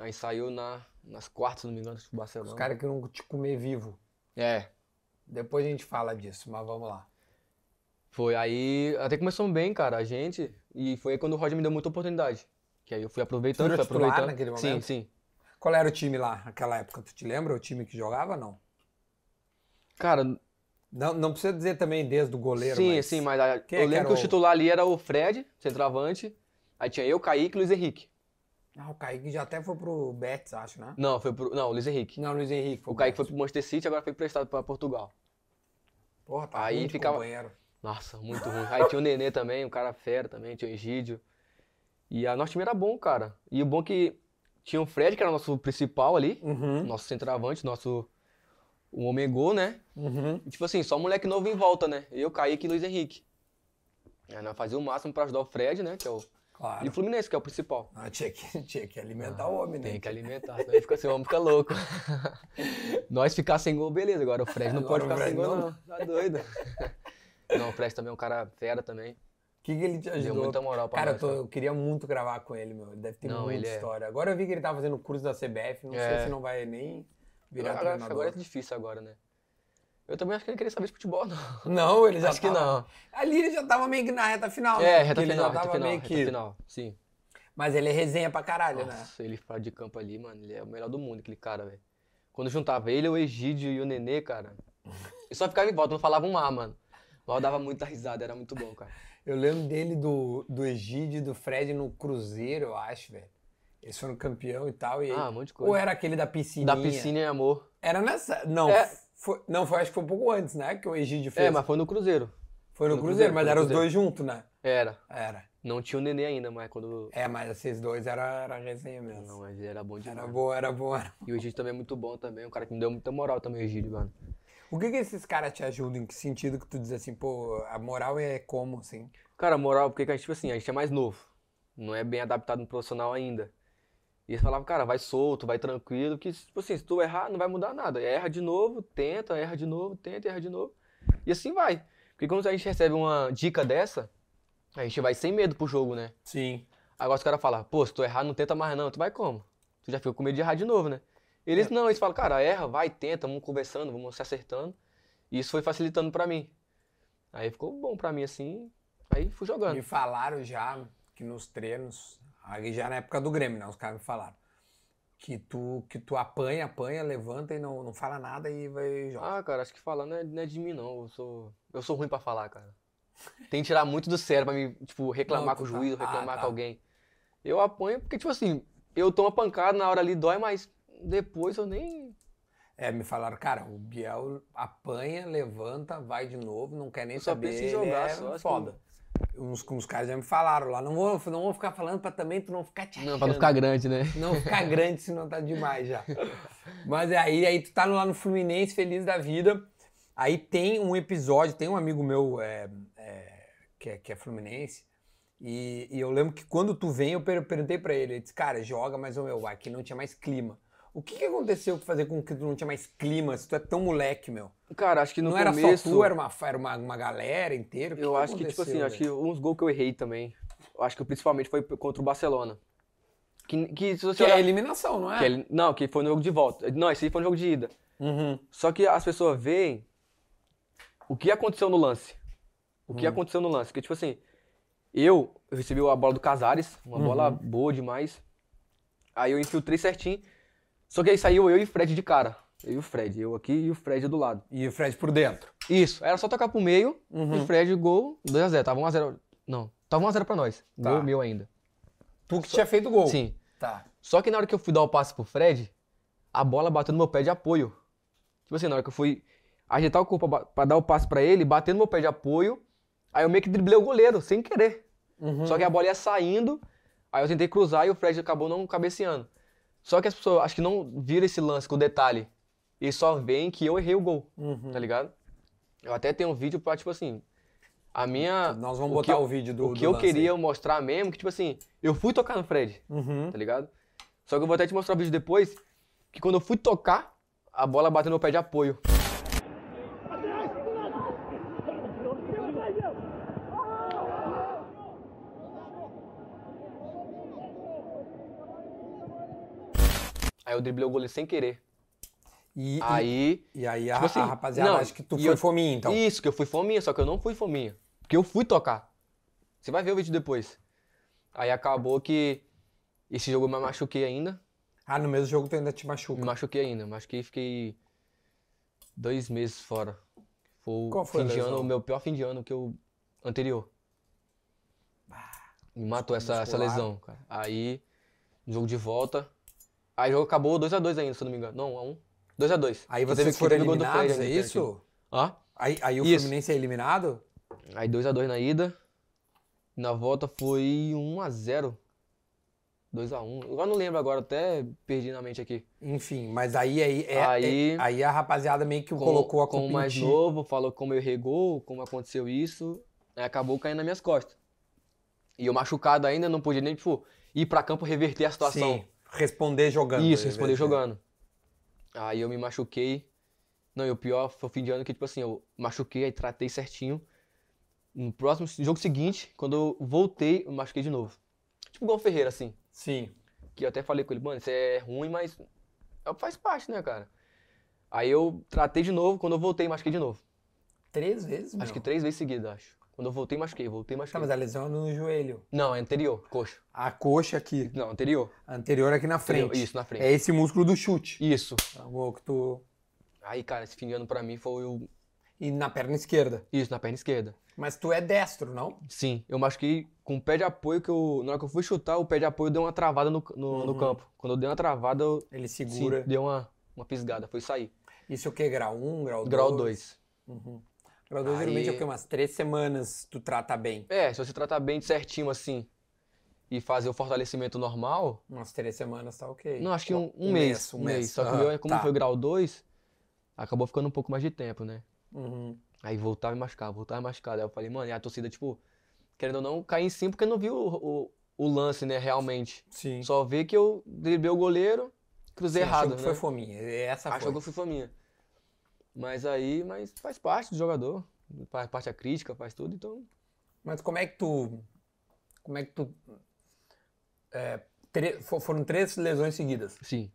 Speaker 1: Aí saiu na, nas quartas, se não me engano, acho que o Barcelona.
Speaker 2: Os caras que não te comer vivo.
Speaker 1: É,
Speaker 2: Depois a gente fala disso, mas vamos lá.
Speaker 1: foi. Aí até começou bem, cara, a gente. E foi aí quando o Roger me deu muita oportunidade. Que aí eu fui aproveitando,
Speaker 2: Tu era
Speaker 1: fui
Speaker 2: titular
Speaker 1: aproveitando.
Speaker 2: naquele
Speaker 1: Sim,
Speaker 2: momento?
Speaker 1: sim.
Speaker 2: Qual era o time lá naquela época? Tu te lembra o time que jogava, não?
Speaker 1: Cara,
Speaker 2: Não, não precisa dizer também desde o goleiro,
Speaker 1: sim,
Speaker 2: mas...
Speaker 1: sim, mas a-
Speaker 2: Quem é
Speaker 1: eu
Speaker 2: que era
Speaker 1: lembro que o
Speaker 2: o-
Speaker 1: titular ali era o Fred, centroavante. Aí tinha eu, Kaique e Luiz Henrique.
Speaker 2: Ah, o Kaique já até foi pro Betis, acho, né?
Speaker 1: Não, foi pro. Não, o Luiz Henrique.
Speaker 2: Não, Luiz Henrique.
Speaker 1: O
Speaker 2: pro
Speaker 1: Kaique foi
Speaker 2: Betis.
Speaker 1: pro Manchester City, agora foi emprestado pra Portugal.
Speaker 2: Porra, tá
Speaker 1: Aí
Speaker 2: ruim de
Speaker 1: ficava-
Speaker 2: companheiro.
Speaker 1: Nossa, muito ruim. Aí tinha o Nenê também, um cara fera também, tinha o Egídio. E a nosso time era bom, cara. E o bom é que tinha o Fred, que era o nosso principal ali,
Speaker 2: Uhum,
Speaker 1: nosso centroavante, nosso o homem gol, né?
Speaker 2: uhum.
Speaker 1: E, tipo assim, só moleque novo em volta, né? Eu, Kaique e Luiz Henrique. Aí nós fazia o máximo pra ajudar o Fred, né? Que é o
Speaker 2: Claro.
Speaker 1: E o Fluminense, que é o principal.
Speaker 2: Ah, tinha, que, <laughs> tinha que alimentar o homem, né?
Speaker 1: Ah, Tem que alimentar, senão ele fica assim, o homem fica louco. <laughs> Nós ficar sem gol, beleza. Agora o Fred não
Speaker 2: Agora
Speaker 1: pode
Speaker 2: o
Speaker 1: ficar sem
Speaker 2: Fred
Speaker 1: gol,
Speaker 2: não.
Speaker 1: não. Tá doido. <laughs> Não, o Fred também é um cara fera também.
Speaker 2: O que, que ele te
Speaker 1: Deu
Speaker 2: ajudou?
Speaker 1: muita moral pra
Speaker 2: Cara, eu,
Speaker 1: nós.
Speaker 2: tô- eu queria muito gravar com ele, meu. Ele deve ter
Speaker 1: Não,
Speaker 2: muita
Speaker 1: ele é-
Speaker 2: história. Agora eu vi que ele tá fazendo curso da CBF, não sei
Speaker 1: É.
Speaker 2: se não vai nem virar
Speaker 1: Agora, agora,
Speaker 2: treinador.
Speaker 1: agora é
Speaker 2: <laughs>
Speaker 1: difícil agora, né? Eu também acho que ele queria saber de futebol, não.
Speaker 2: Não, ele já
Speaker 1: acho que
Speaker 2: tava-
Speaker 1: não.
Speaker 2: Ali ele já tava meio que na reta final, né?
Speaker 1: É, reta
Speaker 2: Porque ele
Speaker 1: final,
Speaker 2: já
Speaker 1: reta
Speaker 2: tava
Speaker 1: final,
Speaker 2: meio
Speaker 1: reta
Speaker 2: que...
Speaker 1: final. Sim.
Speaker 2: Mas ele é resenha pra caralho, né?
Speaker 1: Nossa, ele fora de campo ali, mano, ele é o melhor do mundo, aquele cara, velho. Quando juntava ele, o Egídio e o Nenê, cara,
Speaker 2: <laughs>
Speaker 1: eu só ficava em volta, não falava um A, mano. Mas eu dava muita risada, era muito bom, cara.
Speaker 2: Eu lembro dele do, do Egídio e do Fred no Cruzeiro, eu acho, velho. Eles foram campeão e tal. E
Speaker 1: Ah,
Speaker 2: aí...
Speaker 1: um monte de
Speaker 2: Ou
Speaker 1: coisa.
Speaker 2: era aquele da piscininha?
Speaker 1: Da piscina e amor.
Speaker 2: Era nessa. Não,
Speaker 1: É.
Speaker 2: foi, não foi, acho que foi um pouco antes, né? Que o Egídio fez.
Speaker 1: É, mas foi no Cruzeiro.
Speaker 2: Foi no,
Speaker 1: no
Speaker 2: Cruzeiro,
Speaker 1: Cruzeiro,
Speaker 2: mas
Speaker 1: foi no
Speaker 2: eram os
Speaker 1: Cruzeiro.
Speaker 2: dois juntos, né?
Speaker 1: Era.
Speaker 2: Era.
Speaker 1: Não tinha o Nenê ainda, mas quando...
Speaker 2: É, mas esses dois era, era resenha mesmo.
Speaker 1: Não, mas ele era bom
Speaker 2: Era
Speaker 1: demais.
Speaker 2: bom, era bom. Era...
Speaker 1: E o Egídio também é muito bom também, um cara que me deu muita moral também, o Egídio, mano.
Speaker 2: O que que esses caras te ajudam? Em que sentido que tu diz assim, pô, a moral é como, assim?
Speaker 1: Cara, a moral, porque que a gente, tipo assim, a gente é mais novo. Não é bem adaptado no profissional ainda. E eles falavam, cara, vai solto, vai tranquilo, que, tipo assim, se tu errar, não vai mudar nada. Erra de novo, tenta, erra de novo, tenta, erra de novo. E assim vai. Porque quando a gente recebe uma dica dessa, a gente vai sem medo pro jogo, né?
Speaker 2: Sim.
Speaker 1: Agora os caras falam, pô, se tu errar, não tenta mais não. Tu vai como? Tu já ficou com medo de errar de novo, né?
Speaker 2: É.
Speaker 1: Eles não, eles falam, cara, erra, vai, tenta, vamos conversando, vamos se acertando. E isso foi facilitando pra mim. Aí ficou bom pra mim, assim. Aí fui jogando.
Speaker 2: Me falaram já que nos treinos, aí já na época do Grêmio, né? Os caras me falaram. Que tu, que tu apanha, apanha, levanta e não, não fala nada e vai e joga.
Speaker 1: Ah, cara, acho que falar não é, não é de mim, não. Eu sou, eu sou ruim pra falar, cara. Tem que tirar muito do sério pra me, tipo, reclamar
Speaker 2: Não,
Speaker 1: com o
Speaker 2: tu tá-
Speaker 1: juiz, ou
Speaker 2: ah,
Speaker 1: reclamar
Speaker 2: tá.
Speaker 1: com alguém. Eu apanho porque, tipo assim, eu tomo a pancada na hora ali, dói, mas depois eu nem.
Speaker 2: É, me falaram, cara, o Biel apanha, levanta, vai de novo, não quer nem
Speaker 1: Eu só
Speaker 2: saber.
Speaker 1: penso em
Speaker 2: ele
Speaker 1: jogar,
Speaker 2: é
Speaker 1: só, acho que-
Speaker 2: foda. Uns, uns caras já me falaram lá, não vou, não vou ficar falando pra também tu não ficar te
Speaker 1: Não, pra não
Speaker 2: achando.
Speaker 1: ficar grande, né?
Speaker 2: Não ficar grande se não tá
Speaker 1: <laughs>
Speaker 2: demais já. Mas aí, aí tu tá lá no Fluminense, feliz da vida. Aí tem um episódio, tem um amigo meu é, é, que, é, que é Fluminense. E, e eu lembro que quando tu vem, eu per- perguntei pra ele, ele disse, cara, joga, mas ô meu, aqui não tinha mais clima. O que, que aconteceu que fazer com que tu não tinha mais clima, se tu é tão moleque, meu?
Speaker 1: Cara, acho que no
Speaker 2: não era
Speaker 1: começo.
Speaker 2: só tu, era uma, era uma, uma galera inteira? O que
Speaker 1: Eu
Speaker 2: que
Speaker 1: acho que, tipo assim,
Speaker 2: aconteceu,
Speaker 1: acho que uns gols que eu errei também. Eu acho que principalmente foi contra o Barcelona. Que, que se
Speaker 2: velho?
Speaker 1: você
Speaker 2: Que é
Speaker 1: olhar.
Speaker 2: eliminação, não é?
Speaker 1: que ele- não, que foi no jogo de volta. Não, esse aí foi no jogo de ida.
Speaker 2: Uhum.
Speaker 1: Só que as pessoas veem o que aconteceu no lance. O
Speaker 2: Hum.
Speaker 1: que aconteceu no lance. Porque, tipo assim, eu recebi a bola do Casares,
Speaker 2: Uhum.
Speaker 1: uma bola boa demais. Aí eu infiltrei certinho. Só que aí saiu eu e o Fred de cara. Eu e o Fred, eu aqui e o Fred do lado.
Speaker 2: E o Fred por dentro.
Speaker 1: Isso, era só tocar pro meio,
Speaker 2: Uhum.
Speaker 1: o Fred, gol, 2x0. Tava 1x0. Não, tava 1x0 pra nós.
Speaker 2: Tá.
Speaker 1: Gol meu ainda.
Speaker 2: Tu que tinha feito gol.
Speaker 1: Sim.
Speaker 2: Tá.
Speaker 1: Só que na hora que eu fui dar o passe pro Fred, a bola bateu no meu pé de apoio. Tipo assim, na hora que eu fui ajeitar o corpo pra ba- pra dar o passe pra ele, bateu no meu pé de apoio. Aí eu meio que driblei o goleiro, sem querer.
Speaker 2: Uhum.
Speaker 1: Só que a bola ia saindo, aí eu tentei cruzar e o Fred acabou não cabeceando. Só que as pessoas acho que não viram esse lance com detalhe. E só veem que eu errei o gol,
Speaker 2: Uhum.
Speaker 1: tá ligado? Eu até tenho um vídeo pra, tipo assim, a minha.
Speaker 2: Nós vamos
Speaker 1: o que
Speaker 2: botar
Speaker 1: eu-
Speaker 2: o vídeo do
Speaker 1: O
Speaker 2: do
Speaker 1: que eu
Speaker 2: lance aí.
Speaker 1: queria mostrar mesmo, que, tipo assim, eu fui tocar no Fred
Speaker 2: Uhum.
Speaker 1: tá ligado? Só que eu vou até te mostrar o vídeo depois, que quando eu fui tocar, a bola bateu no pé de apoio. Aí eu driblei o goleiro sem querer.
Speaker 2: E, e-
Speaker 1: Aí.
Speaker 2: e aí a,
Speaker 1: tipo assim,
Speaker 2: a rapaziada,
Speaker 1: não,
Speaker 2: acho que tu
Speaker 1: e
Speaker 2: foi
Speaker 1: eu-
Speaker 2: fominha, então.
Speaker 1: Isso, que eu fui fominha, só que eu não fui fominha. Porque eu fui tocar. Você vai ver o vídeo depois. Aí acabou que. Esse jogo eu me machuquei ainda.
Speaker 2: Ah, no mesmo jogo tu ainda te machuca.
Speaker 1: Me machuquei ainda, machuquei e fiquei dois meses fora. Foi o
Speaker 2: Qual foi a
Speaker 1: fim de ano,
Speaker 2: lesão?
Speaker 1: o meu pior fim de ano que eu. anterior. Me matou essa, essa
Speaker 2: muscular.
Speaker 1: lesão, cara. Aí, jogo de volta. Aí o jogo acabou 2x2 ainda, se eu não me engano. Não, 1x1. 2x2.
Speaker 2: Aí
Speaker 1: Que
Speaker 2: vocês
Speaker 1: que
Speaker 2: foram
Speaker 1: teve gol do
Speaker 2: eliminados,
Speaker 1: Fred
Speaker 2: é
Speaker 1: ainda, que
Speaker 2: isso?
Speaker 1: Hã?
Speaker 2: Aí, aí o
Speaker 1: Isso.
Speaker 2: Fluminense é eliminado?
Speaker 1: Aí 2x2 na ida. Na volta foi 1x0. 2x1. Eu não lembro agora, até perdi na mente aqui.
Speaker 2: Enfim, mas aí, aí, é,
Speaker 1: Aí-
Speaker 2: é- aí a rapaziada meio que
Speaker 1: com-
Speaker 2: colocou a
Speaker 1: com
Speaker 2: culpa
Speaker 1: o
Speaker 2: em
Speaker 1: mais
Speaker 2: ti.
Speaker 1: novo, falou como eu errei gol, como aconteceu isso, aí acabou caindo nas minhas costas. E eu machucado ainda, não podia nem, tipo, ir pra campo reverter a situação.
Speaker 2: Sim, responder jogando.
Speaker 1: Isso,
Speaker 2: né,
Speaker 1: responder
Speaker 2: velho?
Speaker 1: jogando. Aí eu me machuquei. Não, e o pior foi o fim de ano que, tipo assim, eu machuquei, aí tratei certinho. No próximo jogo seguinte, quando eu voltei, eu machuquei de novo. Tipo igual o Ferreira, assim.
Speaker 2: Sim.
Speaker 1: Que eu até falei com ele, mano, isso é ruim, mas é- faz parte, né, cara? Aí eu tratei de novo, quando eu voltei, machuquei de novo.
Speaker 2: Três vezes, meu.
Speaker 1: Acho que três vezes seguidas, acho. Quando eu voltei, machuquei, voltei,
Speaker 2: Tá,
Speaker 1: machuquei.
Speaker 2: mas a lesão é no joelho.
Speaker 1: Não, é anterior, coxa.
Speaker 2: A coxa aqui,
Speaker 1: Não, anterior.
Speaker 2: a anterior aqui na
Speaker 1: Anterior,
Speaker 2: frente.
Speaker 1: Isso, na frente.
Speaker 2: É esse músculo do chute.
Speaker 1: Isso.
Speaker 2: O que tu...
Speaker 1: Aí, cara, esse fim de ano pra mim foi o...
Speaker 2: E na perna esquerda.
Speaker 1: Isso, na perna esquerda.
Speaker 2: Mas tu é destro, não?
Speaker 1: Sim, eu machuquei com o pé de apoio que eu. Na hora que eu fui chutar, o pé de apoio deu uma travada no, no, no campo. Quando eu dei uma travada, eu
Speaker 2: Ele
Speaker 1: sim,
Speaker 2: Uhum. segura.
Speaker 1: deu uma, uma pisgada, foi sair.
Speaker 2: Isso é o quê? Grau 1, um, grau 2?
Speaker 1: Grau 2.
Speaker 2: Grau 2
Speaker 1: Aí-
Speaker 2: geralmente é o quê? Umas três semanas tu trata bem.
Speaker 1: É, se você tratar bem certinho assim e fazer o fortalecimento normal,
Speaker 2: Umas três semanas tá ok.
Speaker 1: não, acho que um, um mês.
Speaker 2: Um mês.
Speaker 1: Só que o
Speaker 2: Aham,
Speaker 1: meu, é como
Speaker 2: tá.
Speaker 1: foi grau 2, acabou ficando um pouco mais de tempo, né?
Speaker 2: Uhum.
Speaker 1: Aí voltava e machucava, voltava e machucava. Aí eu falei, mano, e a torcida, tipo, querendo ou não, cair em cima porque não viu o, o, o lance, né, realmente.
Speaker 2: Sim.
Speaker 1: Só vê que eu driblei o goleiro, cruzei
Speaker 2: Sim, achou
Speaker 1: errado, né?
Speaker 2: que foi tá fominha. Essa
Speaker 1: Achou
Speaker 2: foi.
Speaker 1: que eu fui faminha. Mas aí, mas faz parte do jogador. Faz parte a crítica, faz tudo, então.
Speaker 2: Mas como é que tu. Como é que tu. é, tre- fo- foram três lesões seguidas.
Speaker 1: Sim.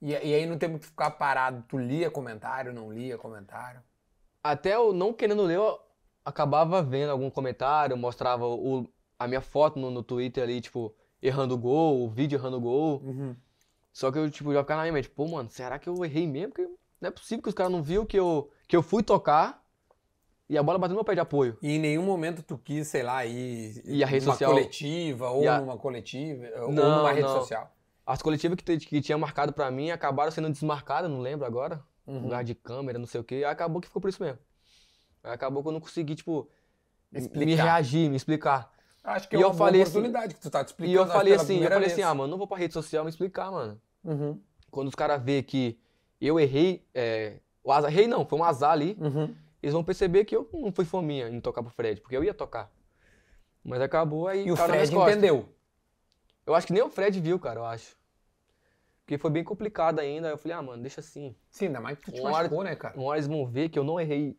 Speaker 2: E, e aí não teve que ficar parado. Tu lia comentário, não lia comentário.
Speaker 1: Até eu não querendo ler, eu acabava vendo algum comentário, mostrava o, a minha foto no, no Twitter ali, tipo, errando o gol, o vídeo errando o gol. Só que eu, tipo, já ficava na minha mente, pô, mano, será que eu errei mesmo? Porque não é possível que os caras não viram que eu, que eu fui tocar e a bola bateu no meu pé de apoio.
Speaker 2: E em nenhum momento tu quis, sei lá, ir
Speaker 1: E a rede
Speaker 2: numa
Speaker 1: social?
Speaker 2: coletiva, ou
Speaker 1: E a-
Speaker 2: numa coletiva, eh, ou
Speaker 1: Não,
Speaker 2: numa rede
Speaker 1: não.
Speaker 2: social.
Speaker 1: As coletivas que, te- que tinha marcado pra mim acabaram sendo desmarcadas, não lembro agora.
Speaker 2: Uhum.
Speaker 1: Lugar de câmera, não sei o quê. Acabou que ficou por isso mesmo. Aí Acabou que eu não consegui, tipo, m- me
Speaker 2: Explicar.
Speaker 1: reagir, me explicar.
Speaker 2: Acho
Speaker 1: E
Speaker 2: que é
Speaker 1: eu
Speaker 2: uma boa
Speaker 1: falei assim-
Speaker 2: oportunidade que tu tá te explicando.
Speaker 1: e eu
Speaker 2: acho,
Speaker 1: falei
Speaker 2: pela
Speaker 1: assim, eu
Speaker 2: primeira
Speaker 1: falei assim,
Speaker 2: vez.
Speaker 1: ah, mano, não vou pra rede social me explicar, mano.
Speaker 2: Uhum,
Speaker 1: Quando os caras vê que eu errei, é, o azar, errei não, foi um azar ali,
Speaker 2: uhum.
Speaker 1: eles vão perceber que eu não fui fominha em tocar pro Fred, porque eu ia tocar. Mas acabou aí.
Speaker 2: E o
Speaker 1: caiu nas minhas
Speaker 2: Fred
Speaker 1: costas.
Speaker 2: entendeu.
Speaker 1: Eu acho que nem o Fred viu, cara, eu acho. Porque foi bem complicado ainda. Aí eu falei, ah, mano, deixa assim.
Speaker 2: Sim, ainda mais que tu te
Speaker 1: Uma hora-
Speaker 2: machucou, né, cara?
Speaker 1: Uma hora eles vão ver que eu não errei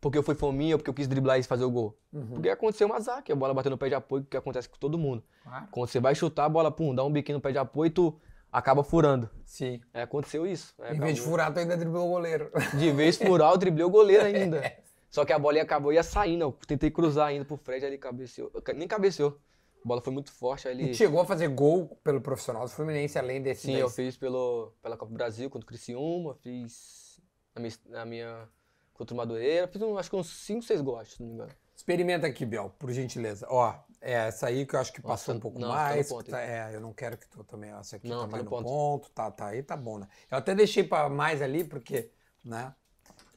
Speaker 1: porque eu fui fominha ou porque eu quis driblar e fazer o gol.
Speaker 2: Uhum.
Speaker 1: Porque aconteceu um azar, que a bola bateu no pé de apoio, que acontece com todo mundo.
Speaker 2: Claro.
Speaker 1: Quando você vai chutar, a bola, pum, dá um biquinho no pé de apoio e tu acaba furando.
Speaker 2: Sim.
Speaker 1: Aí aconteceu isso. Aí
Speaker 2: Em vez de
Speaker 1: É, acabou.
Speaker 2: furar, tu ainda driblou o goleiro. <laughs>
Speaker 1: De vez furar, eu driblei o goleiro ainda. Só que a bola ia- acabou ia saindo. Eu tentei cruzar ainda pro Fred, aí ele cabeceou. Eu ca- Nem cabeceou. A bola foi muito forte, aí ele.
Speaker 2: Tu chegou a fazer gol pelo profissional do Fluminense, além desse.
Speaker 1: Sim,
Speaker 2: daí.
Speaker 1: eu fiz pelo, pela Copa do Brasil contra o Criciúma, fiz na minha, na minha contra o Madureira, fiz um- acho que uns 5, 6 gols, se não me engano.
Speaker 2: Experimenta aqui, Biel, por gentileza. Ó, é essa aí que eu acho que passou
Speaker 1: tá-
Speaker 2: um pouco
Speaker 1: não, tá no
Speaker 2: mais.
Speaker 1: ponto,
Speaker 2: tá- é, eu não quero que tu também. Essa aqui
Speaker 1: Não,
Speaker 2: tá
Speaker 1: tá
Speaker 2: mais
Speaker 1: no
Speaker 2: no
Speaker 1: ponto.
Speaker 2: ponto. Tá, tá aí, tá bom, né? Eu até deixei pra mais ali, porque, né?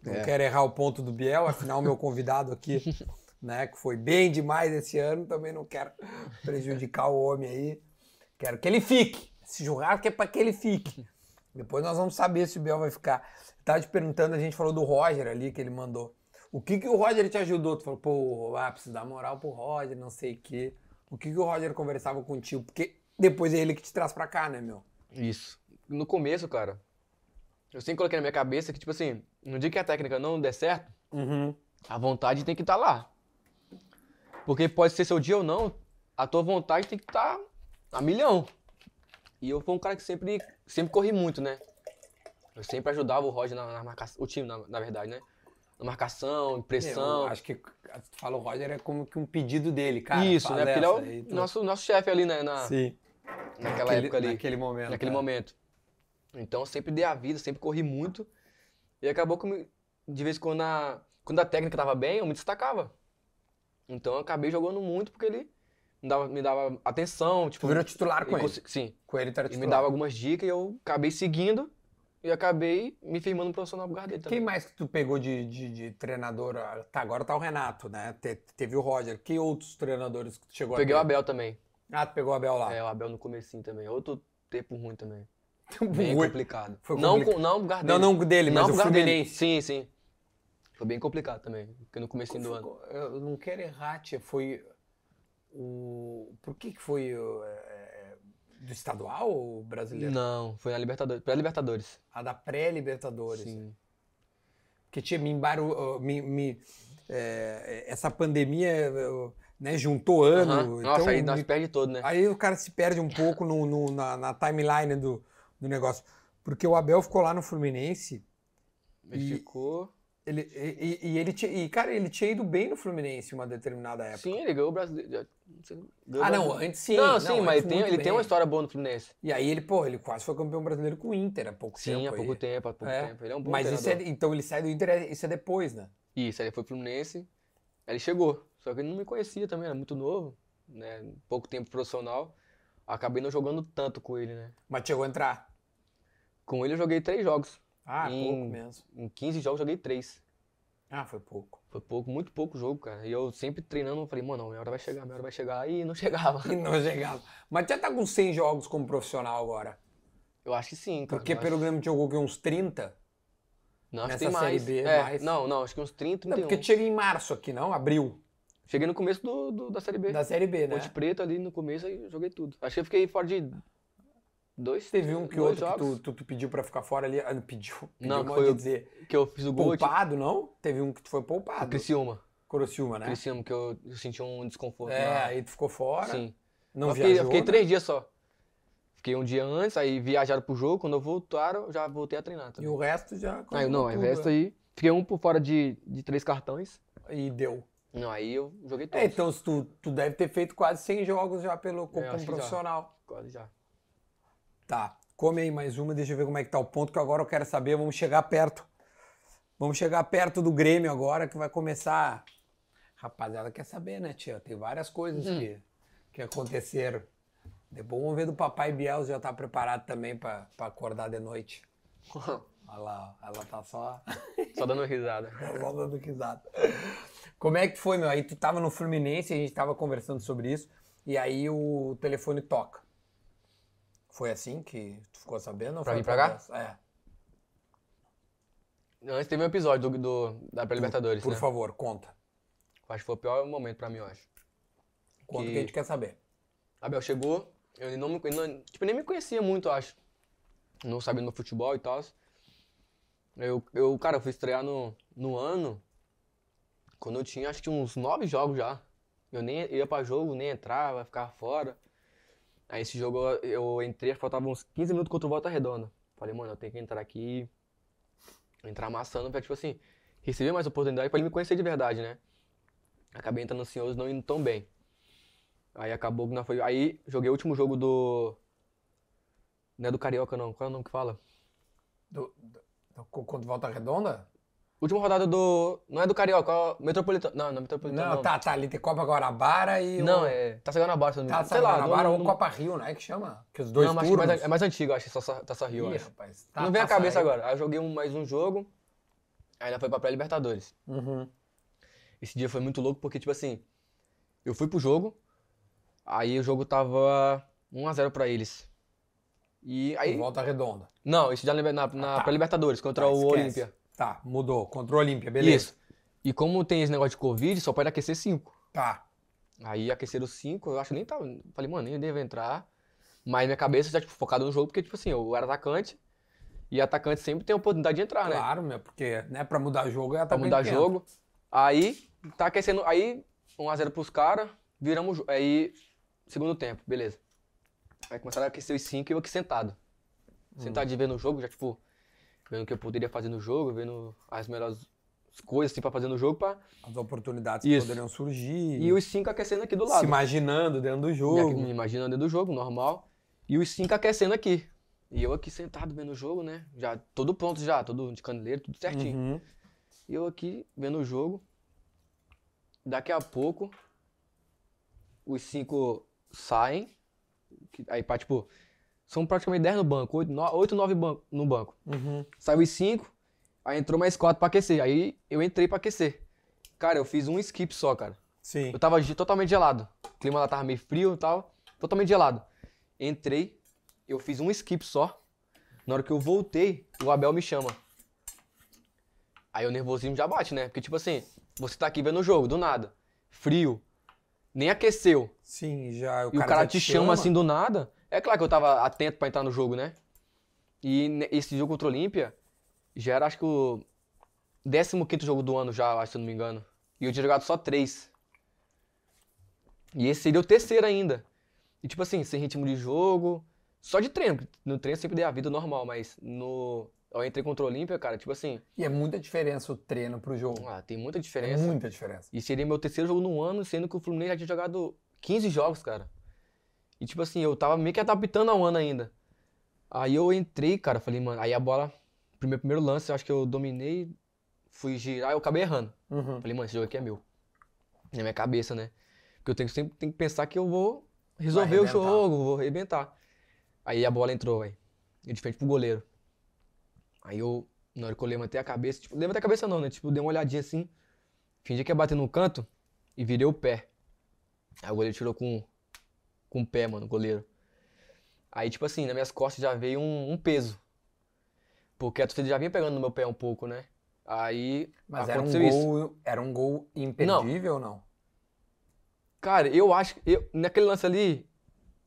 Speaker 2: Não quero errar o ponto do Biel, afinal, meu convidado
Speaker 1: <laughs>
Speaker 2: aqui, né, que foi bem demais esse ano, também não quero prejudicar o homem aí. Quero que ele fique. Esse churrasco é pra que ele fique. Depois nós vamos saber se o Biel vai ficar. Eu tava te perguntando, a gente falou do Roger ali que ele mandou. O que que o Roger te ajudou? Tu falou, pô, ah, preciso dar moral pro Roger, não sei o quê. O que que o Roger conversava contigo? Porque depois é ele que te traz pra cá, né, meu?
Speaker 1: Isso. No começo, cara, eu sempre coloquei na minha cabeça que, tipo assim, no dia que a técnica não der certo,
Speaker 2: Uhum.
Speaker 1: a vontade tem que estar lá. Porque pode ser seu dia ou não, a tua vontade tem que estar a milhão. E eu fui um cara que sempre, sempre corri muito, né? Eu sempre ajudava o Roger na, marcação, o time, na, na verdade, né? Na marcação, pressão.
Speaker 2: acho que tu fala o Roger é como que um pedido dele, cara.
Speaker 1: Isso,
Speaker 2: fala
Speaker 1: né? Porque ele é
Speaker 2: essa aí,
Speaker 1: o
Speaker 2: tu-
Speaker 1: nosso, nosso chefe ali, né? Na,
Speaker 2: Sim.
Speaker 1: naquela época ali.
Speaker 2: Naquele momento.
Speaker 1: naquele
Speaker 2: é.
Speaker 1: momento. Então eu sempre dei a vida, sempre corri muito. E acabou que eu me- de vez em quando a, quando a técnica tava bem, eu me destacava. Então eu acabei jogando muito porque ele me dava, me dava atenção, tipo,
Speaker 2: Tu virou titular
Speaker 1: e
Speaker 2: com ele.
Speaker 1: consi- sim,
Speaker 2: Com ele tu era
Speaker 1: ele me
Speaker 2: titular.
Speaker 1: dava algumas dicas e eu acabei seguindo e acabei me firmando profissional por causa dele também.
Speaker 2: Quem mais que tu pegou de, de, de treinador? Ah, Tá, agora tá o Renato, né? Te- teve o Roger. Que outros treinadores que tu chegou
Speaker 1: Peguei o
Speaker 2: a ter?
Speaker 1: Abel também.
Speaker 2: Ah, tu pegou o Abel lá. <laughs>
Speaker 1: É, o Abel no comecinho também. Outro tempo ruim também.
Speaker 2: Muito
Speaker 1: Bem
Speaker 2: ruim.
Speaker 1: complicado.
Speaker 2: Foi
Speaker 1: não,
Speaker 2: complicado.
Speaker 1: com, não, por causa
Speaker 2: Não,
Speaker 1: dele.
Speaker 2: não dele, mas
Speaker 1: por
Speaker 2: o
Speaker 1: causa dele.
Speaker 2: Fluminense.
Speaker 1: Sim, sim. Foi bem complicado também, porque no comecinho do ano.
Speaker 2: Eu não quero errar, tia. Foi. o. Por que, que foi o, é, do estadual ou brasileiro?
Speaker 1: Não, foi na Libertadores, pré-Libertadores.
Speaker 2: A da pré-Libertadores.
Speaker 1: Sim.
Speaker 2: Porque tinha me embaru... uh, me, me, é, essa pandemia uh, né, juntou ano.
Speaker 1: Aham. Nossa,
Speaker 2: então
Speaker 1: aí nós
Speaker 2: me-
Speaker 1: perde todo, né?
Speaker 2: aí o cara se perde um pouco no- no- na, na timeline do, do negócio. Porque o Abel ficou lá no Fluminense.
Speaker 1: Ele
Speaker 2: e-
Speaker 1: ficou.
Speaker 2: Ele, e, e- e ele tinha, e, cara, ele tinha ido bem no Fluminense em uma determinada época.
Speaker 1: Sim, ele ganhou o brasileiro. já- não sei, ganhou
Speaker 2: Ah,
Speaker 1: o
Speaker 2: não,
Speaker 1: Brasileiro.
Speaker 2: antes sim.
Speaker 1: não, sim, mas
Speaker 2: antes
Speaker 1: tem-
Speaker 2: muito
Speaker 1: ele tem
Speaker 2: bem.
Speaker 1: uma história boa no Fluminense.
Speaker 2: E aí ele, pô, ele quase foi campeão brasileiro com o Inter há pouco tempo.
Speaker 1: Sim, há
Speaker 2: aí.
Speaker 1: pouco tempo, há pouco
Speaker 2: É,
Speaker 1: tempo. Ele é um bom
Speaker 2: Mas isso é,
Speaker 1: treinador.
Speaker 2: então ele sai do Inter, é- isso é depois, né?
Speaker 1: Isso, aí ele foi pro Fluminense, aí ele chegou. Só que ele não me conhecia também, era muito novo, né? Pouco tempo profissional. Acabei não jogando tanto com ele, né?
Speaker 2: Mas chegou a entrar.
Speaker 1: Com ele eu joguei três jogos.
Speaker 2: Ah,
Speaker 1: Em-
Speaker 2: pouco mesmo.
Speaker 1: Em 15 jogos eu joguei três.
Speaker 2: Ah, foi pouco. <laughs>
Speaker 1: Foi pouco, muito pouco jogo, cara. E eu sempre treinando, eu falei, mano, minha hora vai chegar, minha hora vai chegar. E não <laughs> chegava.
Speaker 2: E não chegava. Mas já tá com 100 jogos como profissional agora.
Speaker 1: Eu acho que sim, cara.
Speaker 2: Porque
Speaker 1: Então, eu acho-
Speaker 2: pelo Grêmio jogou que é uns 30.
Speaker 1: Não, acho que tem
Speaker 2: nessa Série
Speaker 1: mais.
Speaker 2: B,
Speaker 1: É,
Speaker 2: mais.
Speaker 1: Não, não, acho que uns 30,
Speaker 2: Não,
Speaker 1: 31.
Speaker 2: porque chega em março aqui, não? Abril.
Speaker 1: Cheguei no começo do, do- da Série B.
Speaker 2: Da Série B, né?
Speaker 1: Ponte Preta ali no começo, aí eu joguei tudo. Acho que eu fiquei fora de dois,
Speaker 2: Teve um que
Speaker 1: dois
Speaker 2: outro que
Speaker 1: jogos.
Speaker 2: tu, tu, tu pediu pra ficar fora ali. Ah, não pediu. pediu
Speaker 1: Não, que
Speaker 2: mal
Speaker 1: foi
Speaker 2: de
Speaker 1: o-
Speaker 2: dizer.
Speaker 1: Que eu fiz o gol. eu tive-
Speaker 2: Poupado, não? Teve um que tu foi
Speaker 1: O
Speaker 2: poupado.
Speaker 1: Criciúma.
Speaker 2: Criciúma, né?
Speaker 1: Criciúma, que eu, eu senti um desconforto.
Speaker 2: É,
Speaker 1: na-
Speaker 2: aí tu ficou fora.
Speaker 1: Sim.
Speaker 2: Não
Speaker 1: eu fiquei, eu
Speaker 2: viajou,
Speaker 1: fiquei
Speaker 2: né?
Speaker 1: três dias só. Fiquei um dia antes, aí viajaram pro jogo. Quando eu voltaram, eu já voltei a treinar.
Speaker 2: E
Speaker 1: Também.
Speaker 2: o resto já. né?
Speaker 1: Aí, Tá. Ah, não, aí o resto aí. Fiquei um por fora de, de três cartões.
Speaker 2: E deu.
Speaker 1: Não, aí eu joguei
Speaker 2: É,
Speaker 1: todos.
Speaker 2: então se tu, tu deve ter feito quase 100 jogos já pelo, como
Speaker 1: É, acho que já.
Speaker 2: profissional.
Speaker 1: Quase já. <laughs>
Speaker 2: Tá, come aí mais uma, deixa eu ver como é que tá o ponto, que agora eu quero saber, vamos chegar perto. Vamos chegar perto do Grêmio agora, que vai começar. Rapaziada quer saber, né, tia? Tem várias coisas
Speaker 1: Hum.
Speaker 2: que, que aconteceram. Depois vamos ver do papai Biel se já tá preparado também pra, pra acordar de noite. Olha lá, ó, ela tá só.
Speaker 1: Só dando risada.
Speaker 2: Só dando risada. Como é que foi, meu? Aí tu tava no Fluminense, a gente tava conversando sobre isso, e aí o telefone toca. Foi assim que tu ficou sabendo? ou
Speaker 1: Pra
Speaker 2: foi
Speaker 1: vir pra cá?
Speaker 2: através? É.
Speaker 1: Antes teve um episódio do, do- da Pré-Libertadores,
Speaker 2: Por
Speaker 1: né?
Speaker 2: favor, conta.
Speaker 1: Acho que foi o pior momento pra mim, eu acho.
Speaker 2: Conta o que...
Speaker 1: Que-
Speaker 2: a gente quer saber.
Speaker 1: Abel chegou, ele não me, ele não, tipo, ele nem me conhecia muito, eu acho. Não sabia no futebol e tal. Eu, eu, cara, eu fui estrear no, no ano, quando eu tinha acho que uns nove jogos já. Eu nem eu ia pra jogo, nem entrava, ficava fora. Aí esse jogo eu, eu entrei, faltava uns 15 minutos contra o Volta Redonda. Falei, mano, eu tenho que entrar aqui, entrar amassando pra, tipo assim, receber mais oportunidade pra ele me conhecer de verdade, né? Acabei entrando ansioso, não indo tão bem. Aí acabou que não foi. Aí joguei o último jogo do. Não é do Carioca, não. Qual é o nome que fala?
Speaker 2: Do, do, do, quando volta redonda?
Speaker 1: Última rodada do. Não é do Carioca, é o Metropolitano. Não, não é Metropolitano.
Speaker 2: Não, tá, tá. Ali tem Copa Guarabara e.
Speaker 1: Não,
Speaker 2: o... Tá
Speaker 1: é. Taça Guanabara, se eu não me
Speaker 2: Taça
Speaker 1: engano. Sei lá,
Speaker 2: Guanabara
Speaker 1: não-
Speaker 2: ou
Speaker 1: não-
Speaker 2: Copa Rio, né? Que chama? Que os dois
Speaker 1: Não, mas acho que
Speaker 2: turnos.
Speaker 1: mais- é mais antigo, acho, essa Taça Rio, eu
Speaker 2: Ih,
Speaker 1: acho.
Speaker 2: rapaz, tá-
Speaker 1: não vem à
Speaker 2: tá
Speaker 1: cabeça
Speaker 2: saindo.
Speaker 1: agora. Aí eu joguei um- mais um jogo. Aí ela foi pra pré-Libertadores.
Speaker 2: Uhum.
Speaker 1: Esse dia foi muito louco porque, tipo assim, eu fui pro jogo, aí o jogo tava 1x0 pra eles. E aí.
Speaker 2: Volta redonda.
Speaker 1: Não, isso já na, na, na
Speaker 2: Ah, tá.
Speaker 1: pré-Libertadores, contra
Speaker 2: Tá,
Speaker 1: o
Speaker 2: esquece.
Speaker 1: Olímpia.
Speaker 2: Tá, mudou. Contra o Olímpia, beleza.
Speaker 1: Isso. E como tem esse negócio de Covid, só pode aquecer 5.
Speaker 2: Tá.
Speaker 1: Aí aqueceram 5, eu acho que nem tava. Falei, mano, nem devo entrar. Mas minha cabeça já, tipo, focada no jogo, porque, tipo assim, eu era atacante. E atacante sempre tem a oportunidade de entrar, né?
Speaker 2: Claro, meu, porque né, pra mudar jogo é
Speaker 1: Pra mudar jogo. Aí, tá aquecendo. Aí, 1x0 pros caras, viramos o jogo. Aí, segundo tempo, beleza. Aí começaram a aquecer os 5 e eu aqui sentado.
Speaker 2: Hum.
Speaker 1: Sentado de vendo o jogo, já, tipo, vendo o que eu poderia fazer no jogo, vendo as melhores coisas, assim, pra fazer no jogo, pra
Speaker 2: As oportunidades que
Speaker 1: Isso.
Speaker 2: poderiam surgir.
Speaker 1: E os cinco aquecendo aqui do
Speaker 2: Hum. se
Speaker 1: lado.
Speaker 2: imaginando dentro do
Speaker 1: Me aqui-
Speaker 2: jogo.
Speaker 1: Me imaginando dentro do jogo, normal. E os cinco aquecendo aqui. E eu aqui sentado vendo o jogo, né? Já todo pronto já, todo de caneleiro, tudo certinho.
Speaker 2: Uhum.
Speaker 1: E eu aqui vendo o jogo. Daqui a pouco, os cinco saem. Que- Aí, pá, tipo, são praticamente 10 no banco, 8, 9 banco, no banco.
Speaker 2: Uhum.
Speaker 1: Saiu os 5, aí entrou mais 4 pra aquecer. Aí eu entrei pra aquecer. Cara, eu fiz um skip só, cara.
Speaker 2: Sim.
Speaker 1: Eu tava ge- totalmente gelado. O clima lá tava meio frio e tal. Totalmente gelado. Entrei, eu fiz um skip só. Na hora que eu voltei, o Abel me chama. Aí o nervosismo já bate, né? Porque, tipo assim, você tá aqui vendo o jogo, do nada. Frio. nem aqueceu.
Speaker 2: Sim, já. O
Speaker 1: E o cara te chama assim do nada. É claro que eu tava atento pra entrar no jogo, né? E ne- esse jogo contra o Olímpia já era, acho que o 15 jogo do ano, já, eu acho, se eu não me engano. E eu tinha jogado só três. E esse seria o terceiro ainda. E tipo assim, sem ritmo de jogo, só de treino. porque No treino eu sempre dei a vida normal, mas no. Eu entrei contra o Olímpia, cara, tipo assim,
Speaker 2: E é muita diferença o treino pro jogo.
Speaker 1: ah, tem muita
Speaker 2: É
Speaker 1: diferença.
Speaker 2: muita diferença.
Speaker 1: E seria meu terceiro jogo no ano, sendo que o Fluminense já tinha jogado 15 jogos, cara. E tipo assim, eu tava meio que adaptando ao ano ainda. Aí eu entrei, cara, falei, mano, aí a bola, primeiro, primeiro lance, eu acho que eu dominei, fui girar, eu acabei errando.
Speaker 2: Uhum.
Speaker 1: Falei, mano, esse jogo aqui é meu. Na minha cabeça, né? Porque eu tenho, sempre tenho que pensar que eu vou resolver o
Speaker 2: arrebentar.
Speaker 1: jogo, vou arrebentar. Aí a bola entrou, velho. E de frente pro goleiro. Aí eu, na hora que eu levantei a cabeça, tipo, levantei a cabeça não, né? Tipo, dei uma olhadinha assim, fingi que ia bater no canto e virei o pé. Aí o goleiro tirou com, com o pé, mano, o goleiro. Aí, tipo assim, nas minhas costas já veio um, um peso. Porque a torcida já vinha pegando no meu pé um pouco, né? Aí
Speaker 2: Mas era um,
Speaker 1: aconteceu isso.
Speaker 2: gol, era um gol imperdível ou não?
Speaker 1: Cara, eu acho que eu- naquele lance ali,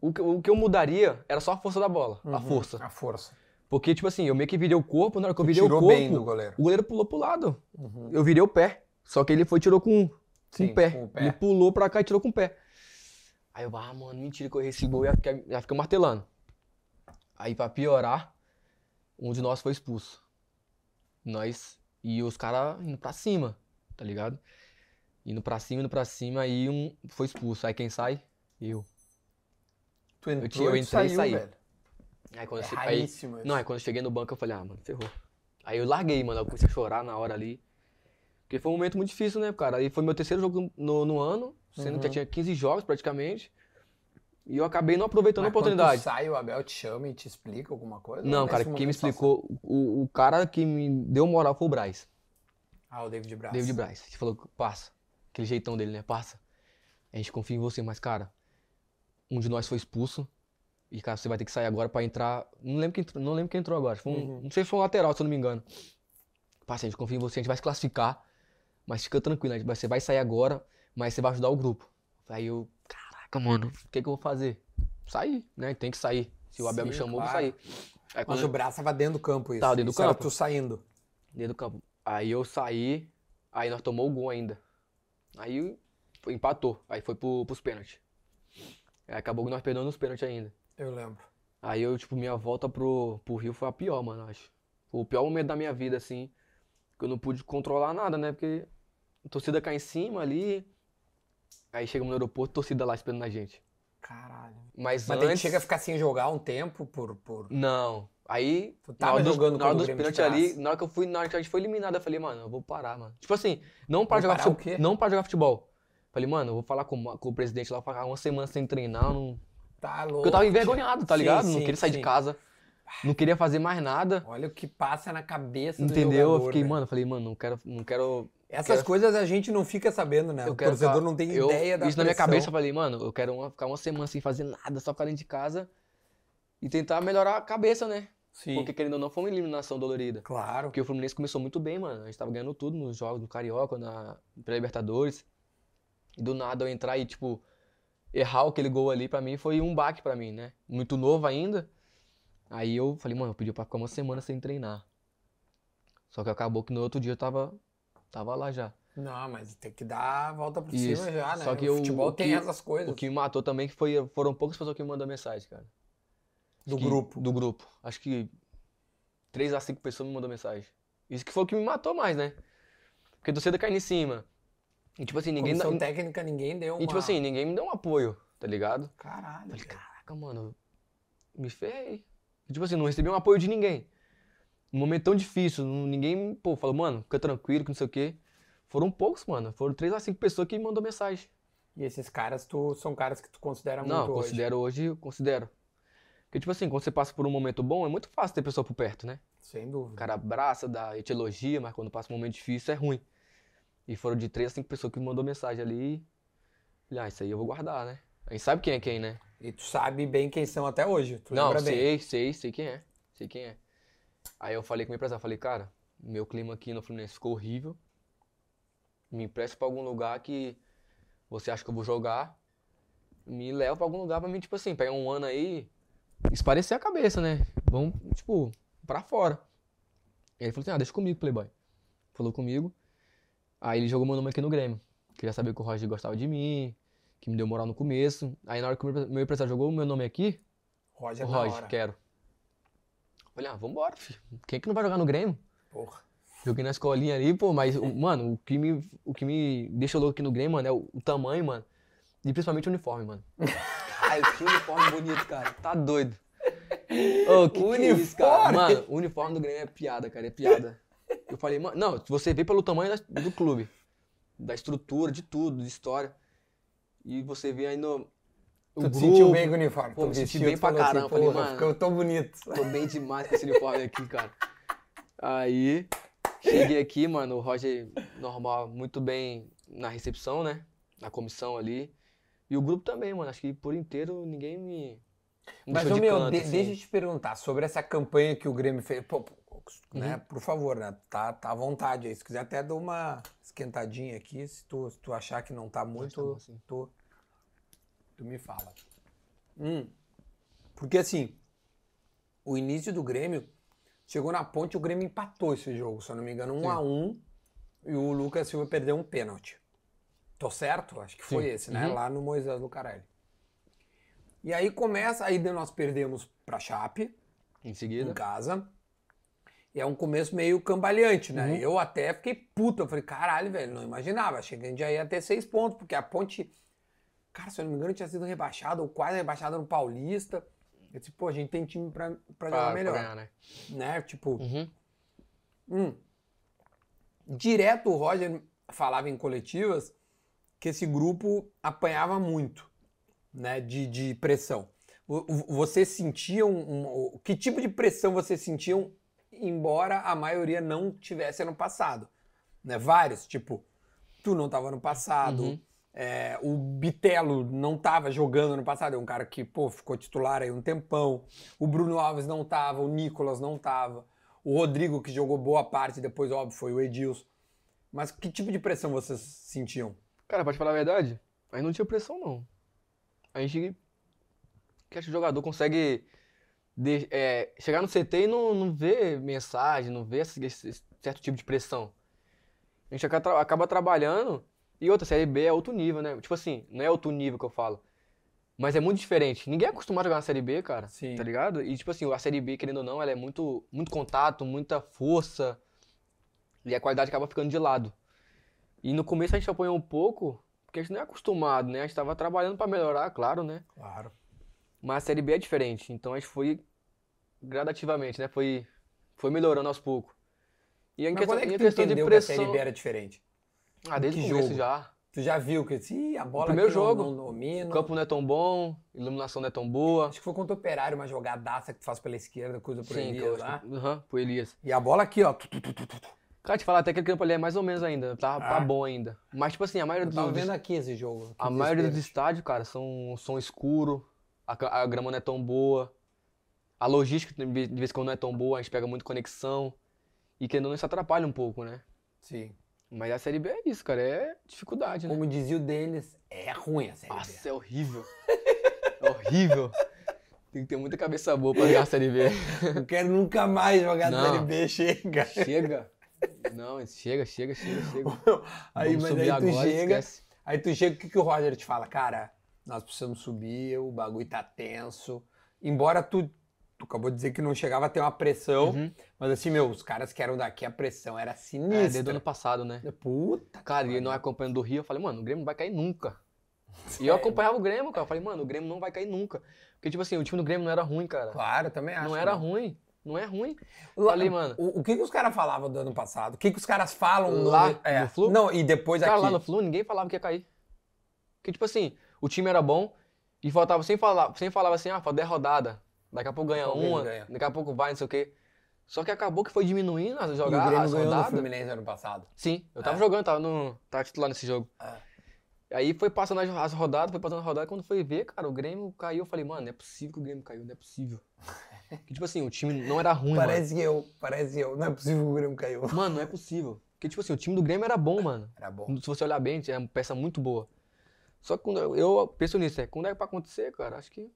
Speaker 1: o que, o que eu mudaria era só a força da bola, a
Speaker 2: Uhum,
Speaker 1: força.
Speaker 2: A força.
Speaker 1: Porque, tipo assim, eu meio que virei o corpo, na hora que eu virei o
Speaker 2: Tirou
Speaker 1: corpo,
Speaker 2: bem do goleiro.
Speaker 1: o goleiro pulou pro lado.
Speaker 2: Uhum.
Speaker 1: Eu virei o pé. Só que ele foi e tirou com, um. com
Speaker 2: Sim,
Speaker 1: o pé.
Speaker 2: com o pé.
Speaker 1: Ele pulou pra cá e tirou com o pé. Aí eu, ah, mano, mentira que eu errei esse gol e já fiquei, já fiquei martelando. Aí, pra piorar, um de nós foi expulso. Nós e os caras indo pra cima, tá ligado? Indo pra cima, indo pra cima, aí um foi expulso. Aí quem sai? Eu.
Speaker 2: Tu entrou,
Speaker 1: tinha- eu
Speaker 2: tu
Speaker 1: entrei e
Speaker 2: saiu,
Speaker 1: saí.
Speaker 2: velho.
Speaker 1: Aí quando,
Speaker 2: É
Speaker 1: eu che- aí-
Speaker 2: raríssimo isso.
Speaker 1: não, aí quando eu cheguei no banco, eu falei, ah, mano, ferrou. Aí eu larguei, mano. Eu comecei a chorar na hora ali. Porque foi um momento muito difícil, né, cara? Aí foi meu terceiro jogo no, no ano, sendo que já
Speaker 2: Uhum.
Speaker 1: tinha 15 jogos praticamente. E eu acabei não aproveitando
Speaker 2: Mas
Speaker 1: a oportunidade.
Speaker 2: Quando tu sai, o Abel te chama e te explica alguma coisa?
Speaker 1: Não,
Speaker 2: Nesse
Speaker 1: cara, quem me
Speaker 2: momento só
Speaker 1: explicou, o, o cara que me deu moral foi o Braz.
Speaker 2: sai. Ah, o David Braz.
Speaker 1: David Braz, que falou, passa. Aquele jeitão dele, né? Passa. A gente confia em você, mas, cara, um de nós foi expulso. E, cara, você vai ter que sair agora pra entrar. Não lembro quem entrou, não lembro quem entrou agora. Foi um-
Speaker 2: Uhum.
Speaker 1: Não sei se foi um lateral, se eu não me engano. Passa, a gente confia em você, a gente vai se classificar. Mas fica tranquilo, a gente vai- você vai sair agora, mas você vai ajudar o grupo. Aí eu, caraca, mano, o que, que eu vou fazer? Sair, né? Tem que sair. Se o Abel me
Speaker 2: Sim,
Speaker 1: chamou, eu vou
Speaker 2: claro.
Speaker 1: sair. Aí,
Speaker 2: Mas
Speaker 1: quando
Speaker 2: o Braz tava dentro do campo, isso.
Speaker 1: Tava dentro do
Speaker 2: Isso era
Speaker 1: campo.
Speaker 2: tu saindo.
Speaker 1: dentro do campo. Aí eu saí, aí nós tomou o gol ainda. Aí foi- empatou, aí foi pro, pros pênaltis. Aí acabou que nós perdemos nos pênaltis ainda.
Speaker 2: Eu lembro.
Speaker 1: Aí eu, tipo, minha volta pro, pro Rio foi a pior, mano, eu acho. Foi o pior momento da minha vida, assim. Que eu não pude controlar nada, né? Porque a torcida cai em cima ali. Aí chegamos no aeroporto, a torcida lá esperando a gente.
Speaker 2: Caralho.
Speaker 1: Mas,
Speaker 2: Mas daí tu
Speaker 1: antes.
Speaker 2: chega a ficar sem jogar um tempo por... por...
Speaker 1: Não. Aí,
Speaker 2: Tu
Speaker 1: na
Speaker 2: tava
Speaker 1: hora dos,
Speaker 2: jogando
Speaker 1: na hora
Speaker 2: quando
Speaker 1: dos
Speaker 2: o Grêmio te
Speaker 1: pênaltis ali,
Speaker 2: traz.
Speaker 1: na hora que eu fui, na hora que a gente foi eliminado, eu falei, mano, eu vou parar, mano. Tipo assim, não para
Speaker 2: Vou
Speaker 1: jogar
Speaker 2: parar o
Speaker 1: futebol,
Speaker 2: quê?
Speaker 1: não para jogar futebol. Falei, mano, eu vou falar com, o ma- com o presidente lá, vou ficar uma semana sem treinar, não...
Speaker 2: Tá louco.
Speaker 1: Porque eu tava envergonhado, tá
Speaker 2: Sim,
Speaker 1: ligado?
Speaker 2: sim,
Speaker 1: não queria sair
Speaker 2: sim.
Speaker 1: de casa, não queria fazer mais nada.
Speaker 2: Olha o que passa na cabeça do né?
Speaker 1: Entendeu? Eu
Speaker 2: jogador,
Speaker 1: fiquei,
Speaker 2: velho.
Speaker 1: mano, falei, mano, não quero, não quero
Speaker 2: Essas
Speaker 1: quero-
Speaker 2: coisas a gente não fica sabendo, né?
Speaker 1: Eu
Speaker 2: o
Speaker 1: quero
Speaker 2: torcedor
Speaker 1: ficar-
Speaker 2: não tem
Speaker 1: eu-
Speaker 2: ideia da
Speaker 1: Isso na minha
Speaker 2: pressão.
Speaker 1: cabeça, eu falei, mano, eu quero uma- ficar uma semana sem fazer nada, só ficar dentro de casa e tentar melhorar a cabeça, né?
Speaker 2: Sim.
Speaker 1: Porque querendo ou não, foi uma eliminação dolorida.
Speaker 2: Claro.
Speaker 1: Porque o Fluminense começou muito bem, mano. A gente tava ganhando tudo nos jogos, no Carioca, na pra Libertadores. E do nada eu entrar e, tipo, errar aquele gol ali pra mim foi um baque pra mim, né? Muito novo ainda. Aí eu falei, mano, eu pedi pra ficar uma semana sem treinar. Só que acabou que no outro dia eu tava, tava lá já.
Speaker 2: Não, mas tem que dar a volta por
Speaker 1: Isso.
Speaker 2: cima já, né?
Speaker 1: Só que
Speaker 2: o
Speaker 1: o-
Speaker 2: futebol
Speaker 1: o
Speaker 2: tem
Speaker 1: que-
Speaker 2: essas coisas
Speaker 1: O que me matou também que foi, foram poucas pessoas que me mandaram mensagem, cara.
Speaker 2: do
Speaker 1: Que-
Speaker 2: grupo.
Speaker 1: Do grupo. Acho que três a cinco pessoas me mandou mensagem. Isso que foi o que me matou mais, né? Porque a torcida caindo em cima. E tipo assim, ninguém. dá-
Speaker 2: Comissão técnica, ninguém deu uma... Tá
Speaker 1: E tipo assim, ninguém me deu um apoio, tá ligado?
Speaker 2: Caralho,
Speaker 1: Falei,
Speaker 2: cara.
Speaker 1: caraca, mano, me ferrei. E, tipo assim, não recebi um apoio de ninguém. Um momento tão difícil, não- ninguém, pô, falou, mano, fica tranquilo, que não sei o quê. Foram poucos, mano. Foram três a cinco pessoas que me mandou mensagem.
Speaker 2: E esses caras, tu são caras que tu considera
Speaker 1: Não,
Speaker 2: Tá muito
Speaker 1: eu
Speaker 2: hoje.
Speaker 1: considero hoje, eu considero. Porque, tipo assim, quando você passa por um momento bom, é muito fácil ter pessoa por perto, né?
Speaker 2: Sem
Speaker 1: O
Speaker 2: dúvida.
Speaker 1: cara abraça, dá, e te elogia, mas quando passa um momento difícil é ruim. E foram de três a cinco pessoas que me mandou mensagem ali. Falei, ah, isso aí eu vou guardar, né? A gente sabe quem é quem, né?
Speaker 2: E tu sabe bem quem são até hoje. Tu
Speaker 1: Não,
Speaker 2: lembra bem.
Speaker 1: sei, sei, sei quem é. Sei quem é. Aí eu falei com o meu empresário, falei, cara, meu clima aqui no Fluminense ficou horrível. Me empresta pra algum lugar que você acha que eu vou jogar, me leva pra algum lugar pra mim, tipo assim, pegar um ano aí, esparecer a cabeça, né? Vamos, tipo, pra fora. E ele falou assim, ah, deixa comigo, Playboy. Falou comigo. Aí ele jogou meu nome aqui no Grêmio. Queria saber que o Roger gostava de mim, que me deu moral no começo. Aí na hora que o meu empresário jogou o meu nome aqui,
Speaker 2: Roger,
Speaker 1: o
Speaker 2: na
Speaker 1: Roger, é-
Speaker 2: hora.
Speaker 1: quero. Falei, ah, vambora, filho. Quem é que não vai jogar no Grêmio?
Speaker 2: Porra.
Speaker 1: Joguei na escolinha ali, pô, mas, o- mano, o que me, o que me deixa louco aqui no Grêmio, mano, é o, o tamanho, mano. E principalmente o uniforme, mano. <laughs> Ai, que uniforme bonito, cara. Tá doido. Ô, que que é isso, cara?
Speaker 2: Uniforme?
Speaker 1: Mano, o uniforme do Grêmio é piada, cara, é piada. Eu falei, mano, não, se você vê pelo tamanho da- do clube, da estrutura, de tudo, de história. E você vê ainda o
Speaker 2: Tu te
Speaker 1: grupo.
Speaker 2: sentiu bem com o uniforme.
Speaker 1: Pô,
Speaker 2: tu
Speaker 1: me senti
Speaker 2: vestiu,
Speaker 1: bem
Speaker 2: tu
Speaker 1: pra
Speaker 2: falou
Speaker 1: caramba, falei,
Speaker 2: Assim, Porra,
Speaker 1: mano.
Speaker 2: ficou tão bonito.
Speaker 1: Tô bem demais com esse uniforme aqui, cara. Aí, cheguei aqui, mano, o Roger normal, muito bem na recepção, né? Na comissão ali. E o grupo também, mano. Acho que por inteiro ninguém me. me
Speaker 2: Mas,
Speaker 1: deixou
Speaker 2: ô,
Speaker 1: de
Speaker 2: meu,
Speaker 1: canto,
Speaker 2: de-
Speaker 1: assim.
Speaker 2: deixa eu te perguntar sobre essa campanha que o Grêmio fez. Pô, pô,
Speaker 1: Uhum.
Speaker 2: né, Por favor, né? Tá, tá à vontade aí. Se quiser até dou uma esquentadinha aqui, se tu, se tu achar que não tá
Speaker 1: Mas tá
Speaker 2: muito,
Speaker 1: bom, assim.
Speaker 2: tu, tu me fala. Hum. Porque assim, o início do Grêmio chegou na ponte, o Grêmio empatou esse jogo, se eu não me engano, um
Speaker 1: Sim.
Speaker 2: a um, e o Lucas Silva perdeu um pênalti. Tô certo? Acho que foi
Speaker 1: Sim.
Speaker 2: esse, né?
Speaker 1: Uhum.
Speaker 2: Lá no Moisés Lucarelli. E aí começa, aí nós perdemos pra Chape,
Speaker 1: Em
Speaker 2: em
Speaker 1: seguida.
Speaker 2: casa. E é um começo meio cambaleante,
Speaker 1: Uhum.
Speaker 2: né? Eu até fiquei puto. Eu falei, caralho, velho, não imaginava. Achei que a gente já ia ter seis pontos, porque a ponte. Cara, se eu não me engano, tinha sido rebaixada ou quase rebaixada no Paulista. Eu disse, pô, a gente tem time pra, pra
Speaker 1: Pra,
Speaker 2: jogar
Speaker 1: pra
Speaker 2: melhor.
Speaker 1: ganhar, né?
Speaker 2: né? Tipo,
Speaker 1: Uhum.
Speaker 2: Hum. Direto o Roger falava em coletivas que esse grupo apanhava muito, né, de, de pressão. O- o- Vocês sentiam um- o- que tipo de pressão vocês sentiam, embora a maioria não tivesse ano passado, né? Vários, tipo, tu não tava ano passado,
Speaker 1: Uhum.
Speaker 2: é, o Bitelo não tava jogando ano passado, é um cara que, pô, ficou titular aí um tempão. O Bruno Alves não tava, o Nicolas não tava. O Rodrigo, que jogou boa parte, depois, óbvio, foi o Edilson. Mas que tipo de pressão vocês sentiam?
Speaker 1: Cara, pra te falar a verdade, aí não tinha pressão, não. A gente. Que acho que o jogador consegue de- é, chegar no CT e não, não ver mensagem, não ver esse, esse- esse certo tipo de pressão. A gente acaba, tra- acaba trabalhando. E outra, Série B é outro nível, né? Tipo assim, não é outro nível que eu falo. Mas é muito diferente. Ninguém é acostumado a jogar na Série B, cara.
Speaker 2: Sim.
Speaker 1: Tá ligado? E tipo assim, a Série B, querendo ou não, ela é muito, muito contato, muita força. E a qualidade acaba ficando de lado. E no começo a gente apanhou um pouco, porque a gente não é acostumado, né? A gente tava trabalhando pra melhorar, claro, né?
Speaker 2: Claro.
Speaker 1: Mas a Série B é diferente, então a gente foi gradativamente, né? Foi, foi melhorando aos poucos. E em
Speaker 2: Mas
Speaker 1: questão,
Speaker 2: quando é
Speaker 1: em
Speaker 2: que tu
Speaker 1: questão de
Speaker 2: entendeu que a
Speaker 1: pressão.
Speaker 2: Série B era diferente?
Speaker 1: Ah, desde o
Speaker 2: que
Speaker 1: começo
Speaker 2: jogo?
Speaker 1: já.
Speaker 2: Tu já viu que, se a bola
Speaker 1: primeiro
Speaker 2: aqui não-
Speaker 1: jogo.
Speaker 2: não, domina...
Speaker 1: O campo não é tão bom, iluminação não é tão boa.
Speaker 2: Acho que foi contra o Operário, uma jogadaça que tu faz pela esquerda, coisa por
Speaker 1: Sim,
Speaker 2: ali,
Speaker 1: que eu
Speaker 2: lá.
Speaker 1: Aham, pro Elias.
Speaker 2: E a bola aqui, ó.
Speaker 1: Cara, te falar, até que aquele campo ali é mais ou menos ainda, tá, tá
Speaker 2: Ah.
Speaker 1: bom ainda. Mas, tipo assim, a maioria
Speaker 2: Eu
Speaker 1: dos,
Speaker 2: tava
Speaker 1: dos-
Speaker 2: vendo aqui esse jogo.
Speaker 1: A
Speaker 2: que
Speaker 1: maioria dos
Speaker 2: desespero.
Speaker 1: estádios, cara, são som escuro, a, ca- a grama não é tão boa, a logística de vez de vez em quando não é tão boa, a gente pega muito conexão e querendo ou não, isso atrapalha um pouco, né?
Speaker 2: Sim.
Speaker 1: Mas a Série B é isso, cara, é dificuldade, né?
Speaker 2: Como dizia o Denis, é ruim a Série B.
Speaker 1: Nossa, é <laughs> horrível. É horrível. Tem que ter muita cabeça boa pra jogar a Série B.
Speaker 2: Não quero nunca mais jogar
Speaker 1: Não.
Speaker 2: Série B, chega.
Speaker 1: Chega. Não, chega, chega, chega, chega.
Speaker 2: Aí,
Speaker 1: Vamos
Speaker 2: mas
Speaker 1: subir
Speaker 2: aí tu
Speaker 1: agora,
Speaker 2: chega,
Speaker 1: esquece.
Speaker 2: aí tu chega, o que, que o Roger te fala? Cara, nós precisamos subir, o bagulho tá tenso. Embora tu, tu acabou de dizer que não chegava a ter uma pressão,
Speaker 1: Uhum.
Speaker 2: mas assim, meu, os caras que eram daqui, a pressão era
Speaker 1: É, desde o ano
Speaker 2: sinistra.
Speaker 1: passado, né?
Speaker 2: Puta,
Speaker 1: Cara, e
Speaker 2: Olha.
Speaker 1: nós acompanhando do Rio, eu falei, mano, o Grêmio não vai cair nunca. E eu acompanhava o Grêmio, cara. Eu falei, mano, o Grêmio não vai cair nunca. Porque, tipo assim, o time do Grêmio não era ruim, cara.
Speaker 2: claro, eu também acho.
Speaker 1: Não era
Speaker 2: né?
Speaker 1: ruim. Não é ruim.
Speaker 2: Lá-
Speaker 1: Falei, mano.
Speaker 2: O, o que, que os caras falavam do ano passado? O que, que os caras falam no-
Speaker 1: Lá
Speaker 2: é,
Speaker 1: no Flu?
Speaker 2: Não, e depois
Speaker 1: Cara,
Speaker 2: aqui.
Speaker 1: lá no Flu, ninguém falava que ia cair. Porque, tipo assim, o time era bom e faltava sem falar, sem falava assim, ah, falta 10 rodadas. Daqui a pouco ganha
Speaker 2: Talvez
Speaker 1: uma,
Speaker 2: ganha.
Speaker 1: daqui a pouco vai, não sei o quê. Só que acabou que foi diminuindo as
Speaker 2: E o
Speaker 1: jogadas,
Speaker 2: Grêmio
Speaker 1: as
Speaker 2: ganhou no
Speaker 1: rodadas.
Speaker 2: Fluminense ano passado.
Speaker 1: Sim, eu tava
Speaker 2: É.
Speaker 1: jogando, tava, no, tava titular nesse jogo.
Speaker 2: É.
Speaker 1: Aí foi passando as, as rodadas, foi passando as rodadas. Quando foi ver, cara, o Grêmio caiu. Eu falei, mano, não é possível que o Grêmio caiu, não é
Speaker 2: <laughs>
Speaker 1: possível. Que, tipo assim, o time não era ruim, mano.
Speaker 2: Parece eu, parece eu. Não é possível que o Grêmio caiu. <laughs>
Speaker 1: Mano, não é possível. Porque, tipo assim, o time do Grêmio era bom, mano.
Speaker 2: Era bom.
Speaker 1: Se você olhar bem, é uma peça muito boa. Só que quando eu, eu penso nisso, é quando é pra acontecer, cara, acho que.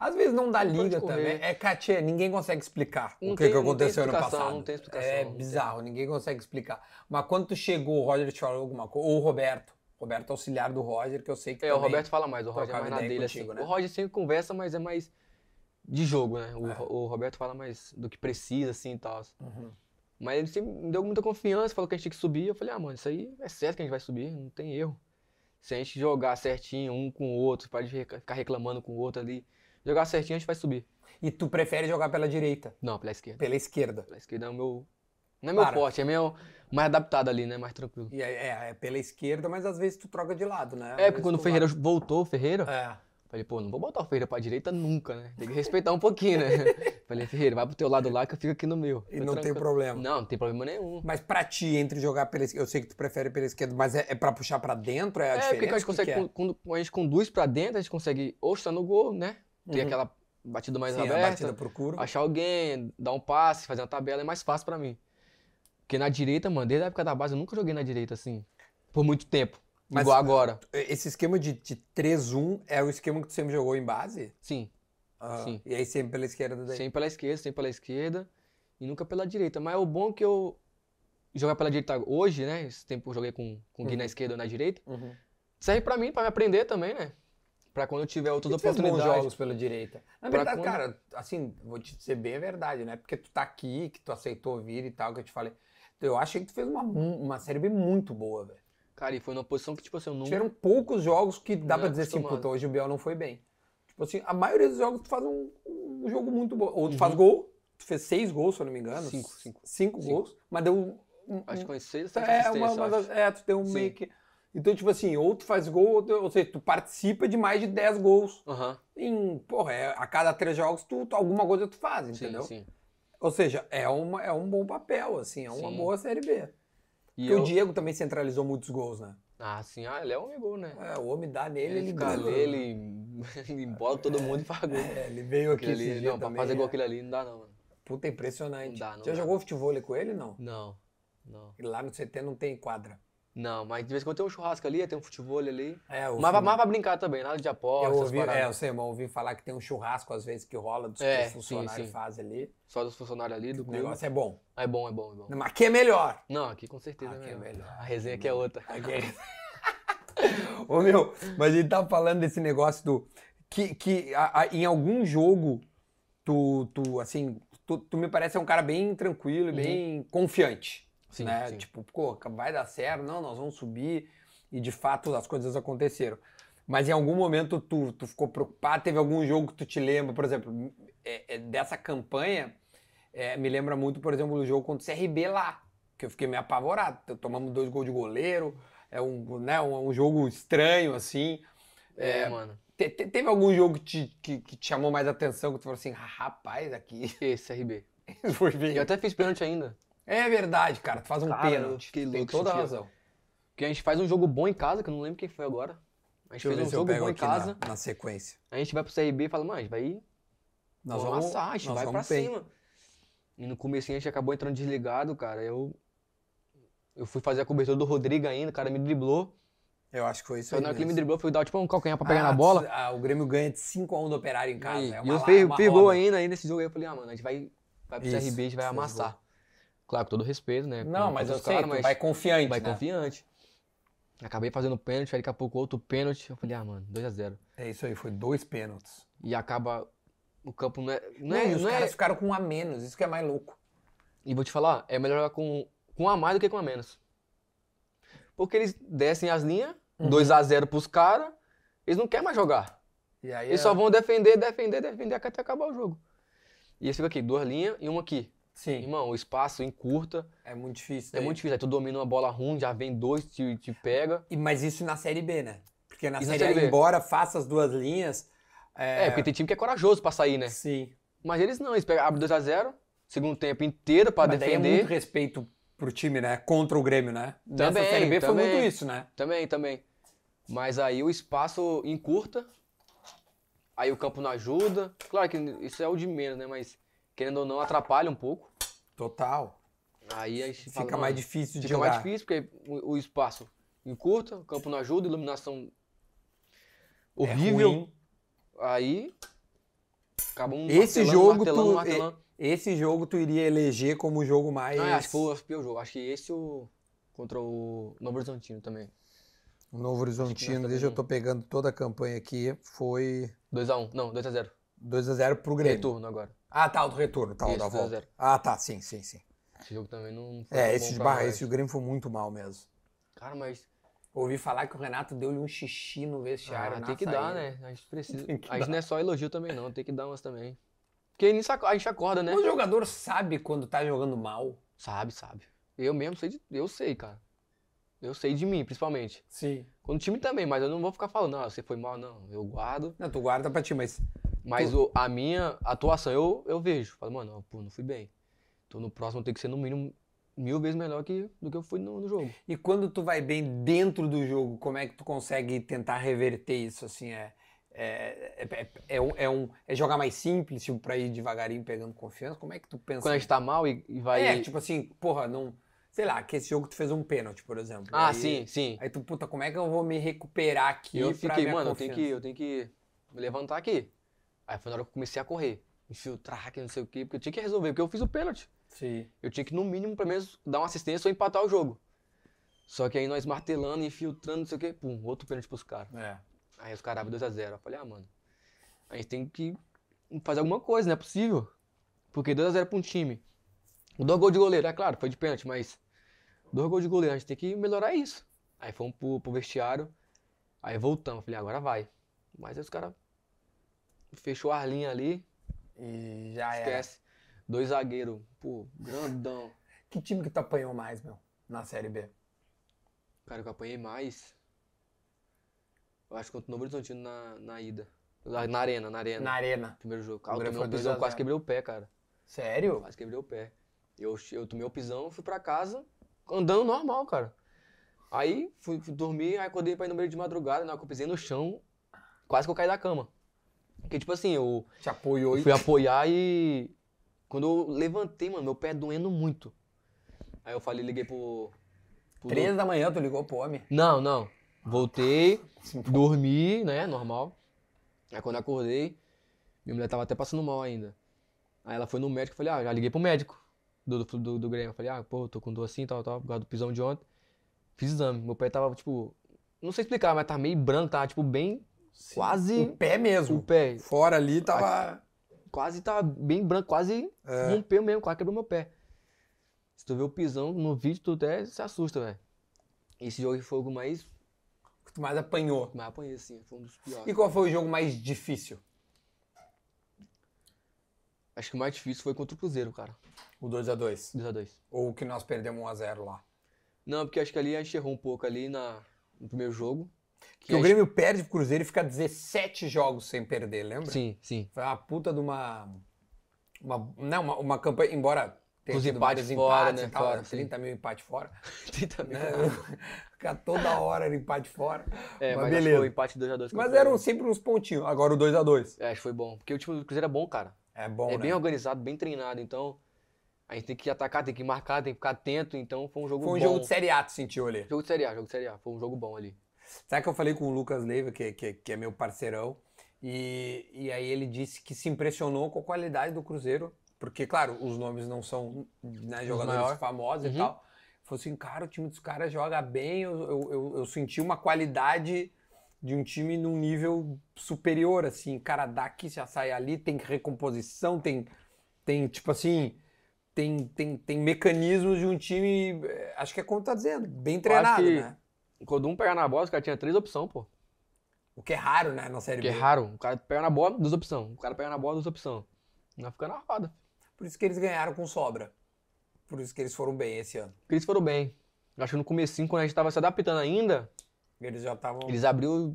Speaker 2: Às vezes não dá
Speaker 1: Não pode
Speaker 2: liga
Speaker 1: correr.
Speaker 2: também. É, Katia, ninguém consegue explicar
Speaker 1: Não
Speaker 2: o que,
Speaker 1: tem-
Speaker 2: que
Speaker 1: não tem
Speaker 2: aconteceu ano
Speaker 1: explicação,
Speaker 2: passado.
Speaker 1: não tem explicação,
Speaker 2: É
Speaker 1: não tem.
Speaker 2: bizarro, ninguém consegue explicar. Mas quando tu chegou, o Roger te falou alguma coisa, ou o Roberto. Roberto é auxiliar do Roger, que eu sei que
Speaker 1: É, o
Speaker 2: também-
Speaker 1: Roberto fala mais, o Roger é
Speaker 2: trocava
Speaker 1: mais na
Speaker 2: ideia
Speaker 1: dele,
Speaker 2: contigo,
Speaker 1: assim.
Speaker 2: né?
Speaker 1: O Roger sempre conversa, mas é mais de jogo, né? O,
Speaker 2: É.
Speaker 1: Ro- o Roberto fala mais do que precisa, assim e tal.
Speaker 2: Uhum.
Speaker 1: Mas ele sempre me deu muita confiança, falou que a gente tinha que subir. Eu falei, ah, mano, isso aí é certo que a gente vai subir, não tem erro. Se a gente jogar certinho um com o outro, para de reca- ficar reclamando com o outro ali, jogar certinho a gente vai subir.
Speaker 2: E tu prefere jogar pela direita,
Speaker 1: Não, pela esquerda.
Speaker 2: pela esquerda.
Speaker 1: Pela esquerda é o meu. Não é meu
Speaker 2: Para.
Speaker 1: forte, é meu mais adaptado ali, né? Mais tranquilo.
Speaker 2: E é, é, é pela esquerda, mas às vezes tu troca de lado, né? Às
Speaker 1: É,
Speaker 2: vezes
Speaker 1: porque quando o
Speaker 2: tu
Speaker 1: Ferreira voltou, o Ferreira,
Speaker 2: vai- É.
Speaker 1: Falei, pô, não vou botar o Ferreira pra direita nunca, né? Tem que respeitar um pouquinho, né? <laughs> Falei, Ferreira, vai pro teu lado lá que eu fico aqui no meu.
Speaker 2: E
Speaker 1: Tá
Speaker 2: não tem
Speaker 1: tranquilo.
Speaker 2: problema.
Speaker 1: Não, não tem problema nenhum.
Speaker 2: Mas pra ti, entre jogar pela esquerda, eu sei que tu prefere pela esquerda, mas é, é pra puxar pra dentro? É a
Speaker 1: É,
Speaker 2: diferença?
Speaker 1: porque a gente
Speaker 2: O que que
Speaker 1: consegue,
Speaker 2: é?
Speaker 1: con- quando a gente conduz pra dentro, a gente consegue ou estar no gol, né? Tem
Speaker 2: Uhum.
Speaker 1: aquela batida mais
Speaker 2: Sim, a
Speaker 1: aberta,
Speaker 2: batida procura.
Speaker 1: achar alguém, dar um passe, fazer uma tabela, é mais fácil pra mim. Porque na direita, mano, desde a época da base eu nunca joguei na direita assim, por muito tempo.
Speaker 2: Mas- é,
Speaker 1: Igual agora.
Speaker 2: Esse esquema de, de 3-1 é o esquema que tu sempre jogou em base?
Speaker 1: Sim,
Speaker 2: Ah,
Speaker 1: Sim.
Speaker 2: E aí sempre pela esquerda daí.
Speaker 1: sempre pela esquerda, sempre pela esquerda e nunca pela direita. Mas o bom é que eu jogar pela direita hoje, né? Esse tempo eu joguei com, com o Gui na
Speaker 2: Uhum.
Speaker 1: esquerda ou na direita.
Speaker 2: Uhum.
Speaker 1: Serve pra mim, pra me aprender também, né? Pra quando eu tiver outras
Speaker 2: Tu fez bons
Speaker 1: oportunidades.
Speaker 2: jogos pela direita. Na
Speaker 1: Pra
Speaker 2: verdade,
Speaker 1: quando-
Speaker 2: cara, assim, vou te dizer bem a verdade, né? Porque tu tá aqui, que tu aceitou vir e tal, que eu te falei. Eu achei que tu fez uma, mu- uma série B muito boa, velho.
Speaker 1: Cara, e foi numa posição que, tipo assim, eu não.
Speaker 2: Tiveram poucos jogos que dá
Speaker 1: Não
Speaker 2: pra
Speaker 1: é
Speaker 2: dizer assim,
Speaker 1: acostumado.
Speaker 2: puta, hoje o Biel não foi bem. Tipo assim, a maioria dos jogos tu faz um, um jogo muito bom. Ou tu
Speaker 1: Uhum.
Speaker 2: faz gol, tu fez seis gols, se eu não me engano.
Speaker 1: Cinco,
Speaker 2: cinco.
Speaker 1: cinco.
Speaker 2: Cinco. gols, mas deu um, um-
Speaker 1: Acho que conhecer essa
Speaker 2: É, uma, uma das- é, tu tem um
Speaker 1: Sim.
Speaker 2: meio que. Então, tipo assim, ou tu faz gol, ou, tu- ou seja, tu participa de mais de 10 gols.
Speaker 1: Aham,
Speaker 2: Em, porra, é, a cada três jogos, tu, tu- alguma coisa tu faz,
Speaker 1: sim,
Speaker 2: entendeu?
Speaker 1: sim.
Speaker 2: Ou seja, é, uma, é um bom papel, assim, é uma
Speaker 1: Sim.
Speaker 2: boa Série B.
Speaker 1: E
Speaker 2: Porque o
Speaker 1: eu...
Speaker 2: Diego também centralizou muitos gols, né?
Speaker 1: Ah, sim, ah, ele é um gol, né?
Speaker 2: É, o homem dá
Speaker 1: Ele,
Speaker 2: nele, ele,
Speaker 1: fica ali,
Speaker 2: ganha.
Speaker 1: ele <laughs> ele embola todo mundo e faz gol.
Speaker 2: É, ele veio aqui
Speaker 1: Aquele
Speaker 2: esse
Speaker 1: ali,
Speaker 2: dia
Speaker 1: não, pra
Speaker 2: também,
Speaker 1: fazer igual
Speaker 2: é.
Speaker 1: aquele ali não dá, não, mano.
Speaker 2: Puta, impressionante.
Speaker 1: Não dá, não
Speaker 2: Já
Speaker 1: dá.
Speaker 2: jogou futebol com ele, não?
Speaker 1: Não, não.
Speaker 2: E lá no CT não tem quadra.
Speaker 1: Não, mas de vez em quando tem um churrasco ali, tem um futebol ali.
Speaker 2: É, o
Speaker 1: Mas, pra- mas pra brincar também, nada de aposta,
Speaker 2: eu
Speaker 1: essas
Speaker 2: ouvi,
Speaker 1: paradas.
Speaker 2: é, eu sei, mas eu ouvi falar que tem um churrasco às vezes que rola dos
Speaker 1: É,
Speaker 2: que os
Speaker 1: sim,
Speaker 2: funcionários
Speaker 1: sim.
Speaker 2: fazem ali.
Speaker 1: Só dos funcionários ali, do
Speaker 2: O
Speaker 1: clube.
Speaker 2: negócio é bom.
Speaker 1: É bom, é bom, é bom.
Speaker 2: Mas aqui é melhor.
Speaker 1: Não, aqui com certeza
Speaker 2: Aqui
Speaker 1: é
Speaker 2: é
Speaker 1: melhor.
Speaker 2: melhor.
Speaker 1: A resenha aqui é outra.
Speaker 2: Aqui é... <laughs> Ô meu, mas ele tava falando desse negócio do. Que, que a- a- em algum jogo, tu, tu assim, tu, tu me parece ser um cara bem tranquilo
Speaker 1: Uhum.
Speaker 2: e bem confiante.
Speaker 1: Sim,
Speaker 2: né?
Speaker 1: sim.
Speaker 2: Tipo, pô, vai dar certo, não, nós vamos subir. E de fato as coisas aconteceram. Mas em algum momento tu, tu ficou preocupado, teve algum jogo que tu te lembra, por exemplo, é- é dessa campanha, é, me lembra muito, por exemplo, o jogo contra o CRB lá, que eu fiquei meio apavorado. T- Tomamos dois gols de goleiro, é um, né, um, um jogo estranho, assim.
Speaker 1: É, mano.
Speaker 2: Te- te- teve algum jogo que te, que, que te chamou mais atenção, que tu falou assim, "Ah, rapaz, aqui <laughs>
Speaker 1: Esse RB.
Speaker 2: foi
Speaker 1: Eu
Speaker 2: bem.
Speaker 1: até fiz pênalti ainda.
Speaker 2: É verdade, cara, tu faz um
Speaker 1: Cara, eu
Speaker 2: pênalti,
Speaker 1: fiquei
Speaker 2: tem
Speaker 1: louco
Speaker 2: toda a
Speaker 1: esse dia.
Speaker 2: razão.
Speaker 1: Porque a gente faz um jogo bom em casa, que eu não lembro quem foi agora. A gente
Speaker 2: Deixa eu ver
Speaker 1: fez um
Speaker 2: se eu
Speaker 1: jogo
Speaker 2: pego
Speaker 1: bom em
Speaker 2: aqui né? na-
Speaker 1: casa,
Speaker 2: Na, sequência.
Speaker 1: a gente vai pro CRB e fala, mano, a gente vai
Speaker 2: Nós
Speaker 1: pô,
Speaker 2: vamos,
Speaker 1: amassar, a gente
Speaker 2: nós
Speaker 1: vai
Speaker 2: vamos
Speaker 1: pra
Speaker 2: bem.
Speaker 1: cima. E no começo a gente acabou entrando desligado, cara. Eu. Eu fui fazer a cobertura do Rodrigo ainda, o cara me driblou.
Speaker 2: Eu acho que foi isso
Speaker 1: Só
Speaker 2: aí
Speaker 1: na hora que ele me
Speaker 2: mesmo.
Speaker 1: driblou, eu fui dar tipo um calcanhar pra pegar
Speaker 2: Ah,
Speaker 1: na bola.
Speaker 2: ah, o Grêmio ganha de 5x1 do Operário em casa.
Speaker 1: E,
Speaker 2: é
Speaker 1: e
Speaker 2: uma
Speaker 1: eu
Speaker 2: la-
Speaker 1: pe-
Speaker 2: uma
Speaker 1: pegou
Speaker 2: roda.
Speaker 1: ainda, ainda esse jogo aí. Eu falei, ah, mano, a gente vai, vai pro
Speaker 2: Isso,
Speaker 1: CRB, a gente vai
Speaker 2: vocês
Speaker 1: amassar. Claro, com todo respeito, né?
Speaker 2: Não,
Speaker 1: com-
Speaker 2: mas
Speaker 1: com
Speaker 2: eu
Speaker 1: os
Speaker 2: sei,
Speaker 1: caras,
Speaker 2: tu
Speaker 1: mas
Speaker 2: vai confiante,
Speaker 1: vai
Speaker 2: né?
Speaker 1: confiante. Acabei fazendo pênalti, aí daqui a pouco outro pênalti. Eu falei, ah, mano, 2x0.
Speaker 2: É isso aí, foi dois pênaltis.
Speaker 1: E acaba. O campo não é. Não,
Speaker 2: Não,
Speaker 1: é,
Speaker 2: e os
Speaker 1: não é-
Speaker 2: caras ficaram com um a menos, isso que é mais louco.
Speaker 1: E vou te falar, é melhor jogar com, com um a mais do que com um a menos. Porque eles descem as linhas,
Speaker 2: Uhum.
Speaker 1: 2x0 pros caras, eles não querem mais jogar.
Speaker 2: E aí
Speaker 1: Eles
Speaker 2: é-
Speaker 1: só vão defender, defender, defender até acabar o jogo. E eles ficam aqui, duas linhas e uma aqui.
Speaker 2: Sim,
Speaker 1: Irmão, o espaço encurta,
Speaker 2: é muito difícil.
Speaker 1: é
Speaker 2: daí.
Speaker 1: muito difícil. Aí tu domina uma bola ruim, já vem dois, te, te pega.
Speaker 2: E- Mas isso na Série B, né? Porque na
Speaker 1: Isso
Speaker 2: série,
Speaker 1: na Série
Speaker 2: A,
Speaker 1: B.
Speaker 2: embora faça as duas linhas...
Speaker 1: É,
Speaker 2: É,
Speaker 1: porque tem time que é corajoso pra sair, né?
Speaker 2: sim.
Speaker 1: Mas eles não, eles pegam, abrem 2x0, segundo tempo inteiro pra
Speaker 2: Mas daí é
Speaker 1: defender.
Speaker 2: muito respeito pro time, né? Contra o Grêmio, né? Nessa
Speaker 1: Também,
Speaker 2: Série B foi
Speaker 1: também.
Speaker 2: muito isso, né?
Speaker 1: Também, também. Mas aí o espaço encurta, aí o campo não ajuda. Claro que isso é o de menos, né? Mas querendo ou não, atrapalha um pouco.
Speaker 2: Total.
Speaker 1: Aí a gente
Speaker 2: Fica
Speaker 1: fala,
Speaker 2: mais
Speaker 1: "Mano,
Speaker 2: difícil de
Speaker 1: Fica
Speaker 2: jogar.
Speaker 1: mais difícil porque o, o espaço encurta, o campo não ajuda, iluminação horrível.
Speaker 2: É ruim.
Speaker 1: Aí. Acabou um
Speaker 2: Esse
Speaker 1: martelando,
Speaker 2: jogo
Speaker 1: martelando,
Speaker 2: tu- é
Speaker 1: martelando.
Speaker 2: Esse jogo tu iria eleger como o jogo mais.
Speaker 1: Não, é, acho que foi o pior jogo. Acho que esse é o. Contra o Novo Horizontino também.
Speaker 3: O um Novo Horizontino,
Speaker 1: também
Speaker 3: desde eu
Speaker 1: não.
Speaker 3: tô pegando toda a campanha aqui, foi
Speaker 1: 2x1. Não, 2x0.
Speaker 3: 2x0 pro Grêmio.
Speaker 1: Retorno agora.
Speaker 2: Ah, tá, o do retorno, tá, o
Speaker 1: Isso,
Speaker 2: da
Speaker 1: 2 a 0.
Speaker 3: volta. Ah, tá, sim, sim, sim.
Speaker 1: Esse jogo também não foi
Speaker 3: É,
Speaker 1: tão
Speaker 3: esse
Speaker 1: bom
Speaker 3: de
Speaker 1: pra
Speaker 3: barra,
Speaker 1: nós.
Speaker 3: esse do Grêmio foi muito mal mesmo.
Speaker 1: Cara, mas
Speaker 2: Ah, Ouvi falar que o Renato deu-lhe um xixi no vestiário. Tá
Speaker 1: ah,
Speaker 2: na
Speaker 1: tem que
Speaker 2: saída.
Speaker 1: dar, né? A gente precisa.
Speaker 2: Tem que
Speaker 1: A gente não é só elogio também, não. Tem que dar umas também. Porque nisso aco- a gente acorda, né?
Speaker 2: O jogador sabe quando tá jogando mal.
Speaker 1: Sabe, sabe. Eu mesmo sei de. Eu sei, cara. Eu sei de mim, principalmente.
Speaker 2: Sim.
Speaker 1: Quando o time também, mas eu não vou ficar falando, não, você foi mal, não. Eu guardo.
Speaker 2: Não, tu guarda pra ti, mas
Speaker 1: Mas o- a minha atuação eu, eu vejo. Falo, mano, eu, pô, não fui bem. Então no próximo tem que ser no mínimo mil vezes melhor que, do que eu fui no, no jogo.
Speaker 2: E quando tu vai bem dentro do jogo, como é que tu consegue tentar reverter isso? Assim, é, é, é, é, é um, é, um- é jogar mais simples, tipo, pra ir devagarinho pegando confiança? Como é que tu pensa?
Speaker 1: Quando a gente tá mal e, e vai.
Speaker 2: É, tipo assim, porra, não. Sei lá, que esse jogo tu fez um pênalti, por exemplo.
Speaker 1: ah,
Speaker 2: Aí-
Speaker 1: sim, sim.
Speaker 2: Aí tu, puta, como é que eu vou me recuperar aqui?
Speaker 1: E eu
Speaker 2: pra
Speaker 1: fiquei,
Speaker 2: minha
Speaker 1: mano, eu tenho, que,
Speaker 2: confiança?
Speaker 1: eu tenho que me levantar aqui. Aí foi na hora que eu comecei a correr. Infiltrar, que não sei o quê, porque eu tinha que resolver, porque eu fiz o pênalti.
Speaker 2: Sim.
Speaker 1: Eu tinha que, no mínimo, pelo menos, dar uma assistência ou empatar o jogo. Só que aí nós martelando, infiltrando, não sei o quê, pum, outro pênalti pros caras.
Speaker 2: É.
Speaker 1: Aí os caras abrem 2x0. Eu falei, ah, mano, a gente tem que fazer alguma coisa, não é possível. Porque 2x0 pra um time. Dois gols de goleiro, é claro, foi de pênalti, mas dois gols de goleiro, a gente tem que melhorar isso. Aí fomos pro, pro vestiário, aí voltamos. Falei, agora vai. Mas aí os caras fechou a linha ali,
Speaker 2: E já era.
Speaker 1: esquece. Dois zagueiros, pô, grandão.
Speaker 2: Que time que tu apanhou mais, meu, na Série B?
Speaker 1: Cara, que eu apanhei mais. Eu acho que contra o Novo Horizontino na, na ida. Na, na arena, na arena.
Speaker 2: Na Arena.
Speaker 1: Primeiro jogo. Ah, eu
Speaker 2: Primeiro
Speaker 1: tomei
Speaker 2: foi
Speaker 1: um pisão,
Speaker 2: 2x0.
Speaker 1: quase quebrei o pé, cara.
Speaker 2: Sério?
Speaker 1: Quase quebrei o pé. Eu, che- eu tomei o pisão, fui pra casa, andando normal, cara. Aí fui, fui dormir, aí acordei pra ir no meio de madrugada, na hora que eu pisei no chão, quase que eu caí da cama. Porque, tipo assim, eu
Speaker 2: Te apoiou e.
Speaker 1: fui apoiar e. Quando eu levantei, mano, meu pé doendo muito. Aí eu falei, liguei pro. pro
Speaker 2: Três da manhã tu ligou pro homem.
Speaker 1: não, não. Voltei, dormi, né? Normal. Aí quando eu acordei, minha mulher tava até passando mal ainda. Aí ela foi no médico e falei, ah, já liguei pro médico do, do, do, do Grêmio. Eu Falei, ah, pô, tô com dor assim, tal, tal, por causa do pisão de ontem. Fiz exame. Meu pé tava, tipo, não sei explicar, mas tava meio branco, tava, tipo, bem. Quase
Speaker 2: O pé mesmo.
Speaker 1: o pé.
Speaker 3: Fora ali tava.
Speaker 1: Quase tava bem branco, quase rompeu mesmo, quase quebrou meu pé. Se tu vê o pisão no vídeo, tu até se assusta, velho. Esse jogo foi o mais
Speaker 2: que tu mais apanhou.
Speaker 1: Mas apanhei assim, foi um dos
Speaker 2: E
Speaker 1: piores.
Speaker 2: qual foi o jogo mais difícil?
Speaker 1: Acho que o mais difícil foi contra o Cruzeiro, cara.
Speaker 2: O 2x2.
Speaker 1: 2x2.
Speaker 2: Ou o que nós perdemos 1x0 lá?
Speaker 1: Não, porque acho que ali a gente errou um pouco ali na, no primeiro jogo.
Speaker 2: Que,
Speaker 1: a
Speaker 2: o
Speaker 1: gente-
Speaker 2: Grêmio perde pro Cruzeiro e fica 17 jogos sem perder, lembra?
Speaker 1: Sim, sim. <laughs>
Speaker 2: Foi uma puta de uma. Uma, não, uma, uma campanha, embora tenha
Speaker 1: Os
Speaker 2: sido
Speaker 1: empates
Speaker 2: vários
Speaker 1: fora,
Speaker 2: empates
Speaker 1: né?
Speaker 2: e tal,
Speaker 1: Fora, sim.
Speaker 2: 30 mil empate fora.
Speaker 1: Tenta
Speaker 2: Né? <laughs>
Speaker 1: ver.
Speaker 2: Ficar toda hora era empate fora.
Speaker 1: É, mas, acho
Speaker 2: mas
Speaker 1: que
Speaker 2: beleza.
Speaker 1: foi o empate 2x2.
Speaker 2: Mas um eram sempre uns pontinhos. Agora o 2x2.
Speaker 1: É, acho que foi bom. Porque o time do Cruzeiro é bom, cara.
Speaker 2: É bom,
Speaker 1: é
Speaker 2: né?
Speaker 1: bem organizado, bem treinado. Então, a gente tem que atacar, tem que marcar, tem que ficar atento. Então, foi um jogo
Speaker 2: Foi um
Speaker 1: bom.
Speaker 2: jogo de Série A, tu sentiu ali.
Speaker 1: Jogo de Série A, jogo de Série A. Foi um jogo bom ali.
Speaker 2: Sabe que eu falei com o Lucas Leiva, que, que, que é meu parceirão, e, e aí ele disse que se impressionou com a qualidade do Cruzeiro, porque, claro, os nomes não são né, jogadores
Speaker 1: maior.
Speaker 2: famosos e
Speaker 1: Uhum.
Speaker 2: tal. Falou assim, cara, o time dos caras joga bem, eu, eu, eu, eu senti uma qualidade de um time num nível superior, assim, cara, daqui já sai ali, tem recomposição, tem, tem tipo assim... Tem, tem, tem mecanismos de um time, eh, acho que é como tu tá dizendo, bem treinado,
Speaker 1: que-
Speaker 2: né?
Speaker 1: Quando um pegar na bola, os caras tinham três opções, pô.
Speaker 2: O que é raro, né, na Série
Speaker 1: Porque é
Speaker 2: B.
Speaker 1: raro. O cara pega na bola, duas opções. O cara pega na bola, duas opções. Não fica na roda.
Speaker 2: Por isso que eles ganharam com sobra. Por isso que eles foram bem esse ano.
Speaker 1: Porque eles foram bem. Eu acho que no comecinho, quando a gente tava se adaptando ainda,
Speaker 2: Eles já estavam.
Speaker 1: eles abriu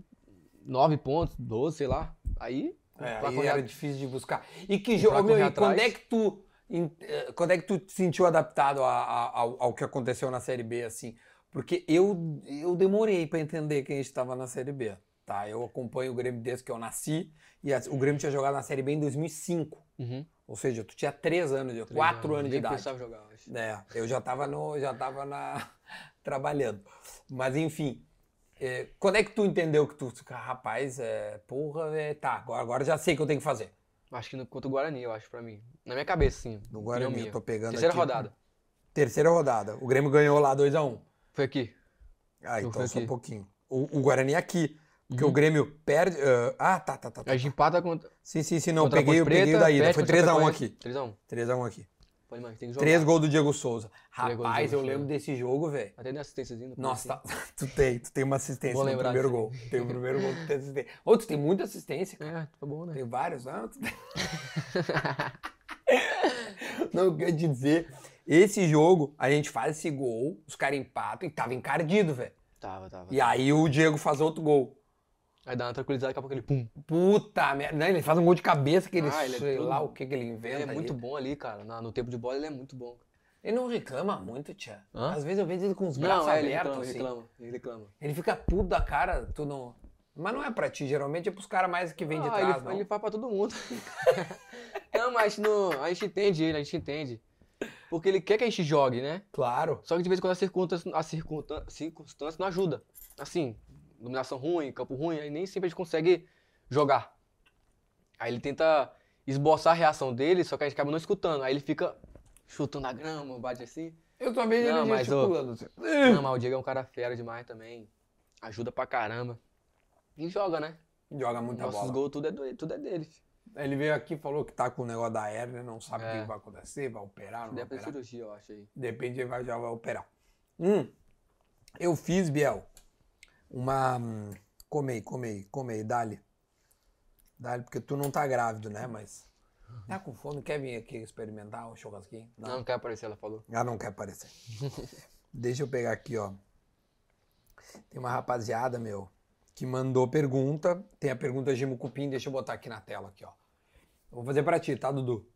Speaker 1: 9 pontos, 12, sei lá. Aí,
Speaker 2: É,
Speaker 1: pra
Speaker 2: aí
Speaker 1: correr
Speaker 2: era
Speaker 1: a-
Speaker 2: difícil de buscar. E que
Speaker 1: pra
Speaker 2: jogo. Meu,
Speaker 1: correr
Speaker 2: e quando é
Speaker 1: atrás.
Speaker 2: que tu. em- eh, Quando é que tu te sentiu adaptado a- a- ao, ao que aconteceu na Série B, assim? Porque eu, eu demorei pra entender que a gente tava na Série B. Tá? Eu acompanho o Grêmio desde que eu nasci. E a- o Grêmio tinha jogado na Série B em 2005.
Speaker 1: uhum,
Speaker 2: Ou seja, tu tinha 3 anos, de-
Speaker 1: três
Speaker 2: quatro anos de
Speaker 1: nem
Speaker 2: idade.
Speaker 1: precisava jogar, eu
Speaker 2: né?
Speaker 1: acho.
Speaker 2: <laughs> É, eu já tava no, já tava na trabalhando. Mas enfim, É, quando é que tu entendeu que tu, tu- rapaz, é, porra, é, tá, agora, agora já sei o que eu tenho que fazer.
Speaker 1: Acho que no, contra o Guarani, eu acho, pra mim. Na minha cabeça, sim.
Speaker 3: No
Speaker 1: opinião
Speaker 3: Guarani,
Speaker 1: minha.
Speaker 3: eu tô pegando
Speaker 1: Terceira
Speaker 3: aqui.
Speaker 1: rodada.
Speaker 3: Terceira rodada. O Grêmio ganhou lá 2x1.
Speaker 1: Foi aqui.
Speaker 3: Ah,
Speaker 1: Eu
Speaker 3: então
Speaker 1: fui
Speaker 3: só um
Speaker 1: aqui. Uhum.
Speaker 3: pouquinho. O, o Guarani é aqui. Porque o Grêmio perde. ah, ah, tá, tá, tá. tá.
Speaker 1: A gente empata contra,
Speaker 3: Sim, sim, sim. Não,
Speaker 1: contra a
Speaker 3: peguei, eu
Speaker 1: Ponte
Speaker 3: peguei o
Speaker 1: Preta,
Speaker 3: da ida.
Speaker 1: perde
Speaker 3: Foi
Speaker 1: contra a
Speaker 3: 3x1
Speaker 1: Chapecoense.
Speaker 3: aqui.
Speaker 1: 3x1.
Speaker 3: 3x1 aqui.
Speaker 1: Pode mais, tem que jogar.
Speaker 3: 3 gols do Diego Souza.
Speaker 1: Pegou o
Speaker 2: Rapaz,
Speaker 1: jogo,
Speaker 2: eu lembro desse jogo, velho.
Speaker 1: Até dei assistênciazinha. no
Speaker 2: Nossa,
Speaker 1: comecinho.
Speaker 2: tá, <laughs>
Speaker 3: Tu tem, tu tem uma assistência
Speaker 1: Vou
Speaker 3: no
Speaker 1: lembrar
Speaker 3: primeiro
Speaker 1: disso
Speaker 3: gol.
Speaker 2: tem o primeiro gol que tem assistência. Ô, tu tem muita assistência, cara.
Speaker 1: É, tá bom, né?
Speaker 2: Tem vários,
Speaker 1: <laughs>
Speaker 2: não? tu tem- Não, o que eu ia dizer, esse jogo, a gente faz esse gol, os caras empatam e tava encardido, velho.
Speaker 1: Tava, tava.
Speaker 2: E aí o Diego faz outro gol.
Speaker 1: Aí dá uma tranquilizada, daqui a pouco ele pum.
Speaker 2: Puta merda. Não, ele faz um gol de cabeça que ele,
Speaker 1: Ah, ele é
Speaker 2: sei
Speaker 1: todo-
Speaker 2: lá o que que ele inventa
Speaker 1: Ele é muito
Speaker 2: ali.
Speaker 1: bom ali, cara. Na- no tempo de bola ele é muito bom.
Speaker 2: Ele não reclama muito, tia.
Speaker 1: Hã?
Speaker 2: Às vezes eu vejo ele com os braços
Speaker 1: Não, é, ele
Speaker 2: abertos,
Speaker 1: reclama,
Speaker 2: assim.
Speaker 1: reclama, ele reclama.
Speaker 2: Ele fica puto da cara, tu não... Mas não é pra ti, geralmente é pros caras mais que vêm de
Speaker 1: Ah,
Speaker 2: trás,
Speaker 1: ele,
Speaker 2: não.
Speaker 1: ele fala pra todo
Speaker 2: <laughs>
Speaker 1: mundo. não, mas a gente, não, a gente entende ele, a gente entende. Porque ele quer que a gente jogue, né?
Speaker 2: Claro.
Speaker 1: Só que de vez em quando a circunstância, a circunta- circunstância não ajuda. Assim, iluminação ruim, campo ruim, aí nem sempre a gente consegue jogar. Aí ele tenta esboçar a reação dele, só que a gente acaba não escutando. Aí ele fica chutando a grama, bate assim.
Speaker 2: Eu também
Speaker 1: Não,
Speaker 2: ele
Speaker 1: mas,
Speaker 2: gesticulando. assim.
Speaker 1: Não, mas o Diego é um cara fera demais também. Ajuda pra caramba. E joga, né?
Speaker 2: Joga muita
Speaker 1: Nossos
Speaker 2: bola.
Speaker 1: gols, tudo é, do- tudo é dele.
Speaker 2: Ele veio aqui e falou que tá com o negócio da hérnia, não sabe o
Speaker 1: É.
Speaker 2: que vai acontecer, vai operar, não vai
Speaker 1: Deve ter
Speaker 2: operar.
Speaker 1: é cirurgia, eu acho aí.
Speaker 2: De repente ele vai, já vai operar.
Speaker 3: Hum, eu fiz, Biel, uma. hum, Comei, comei, comei, dali. Dali, porque tu não tá grávido, né? Mas.
Speaker 2: Tá com fome? Quer vir aqui experimentar o churrasquinho?
Speaker 1: Não, não quer aparecer, ela falou.
Speaker 3: Ah, não quer aparecer. Deixa eu pegar aqui, ó. Tem uma rapaziada, meu, que mandou pergunta.
Speaker 2: Tem a pergunta Gimo Cupim, deixa eu botar aqui na tela, aqui, ó. Eu vou fazer pra ti, tá, Dudu?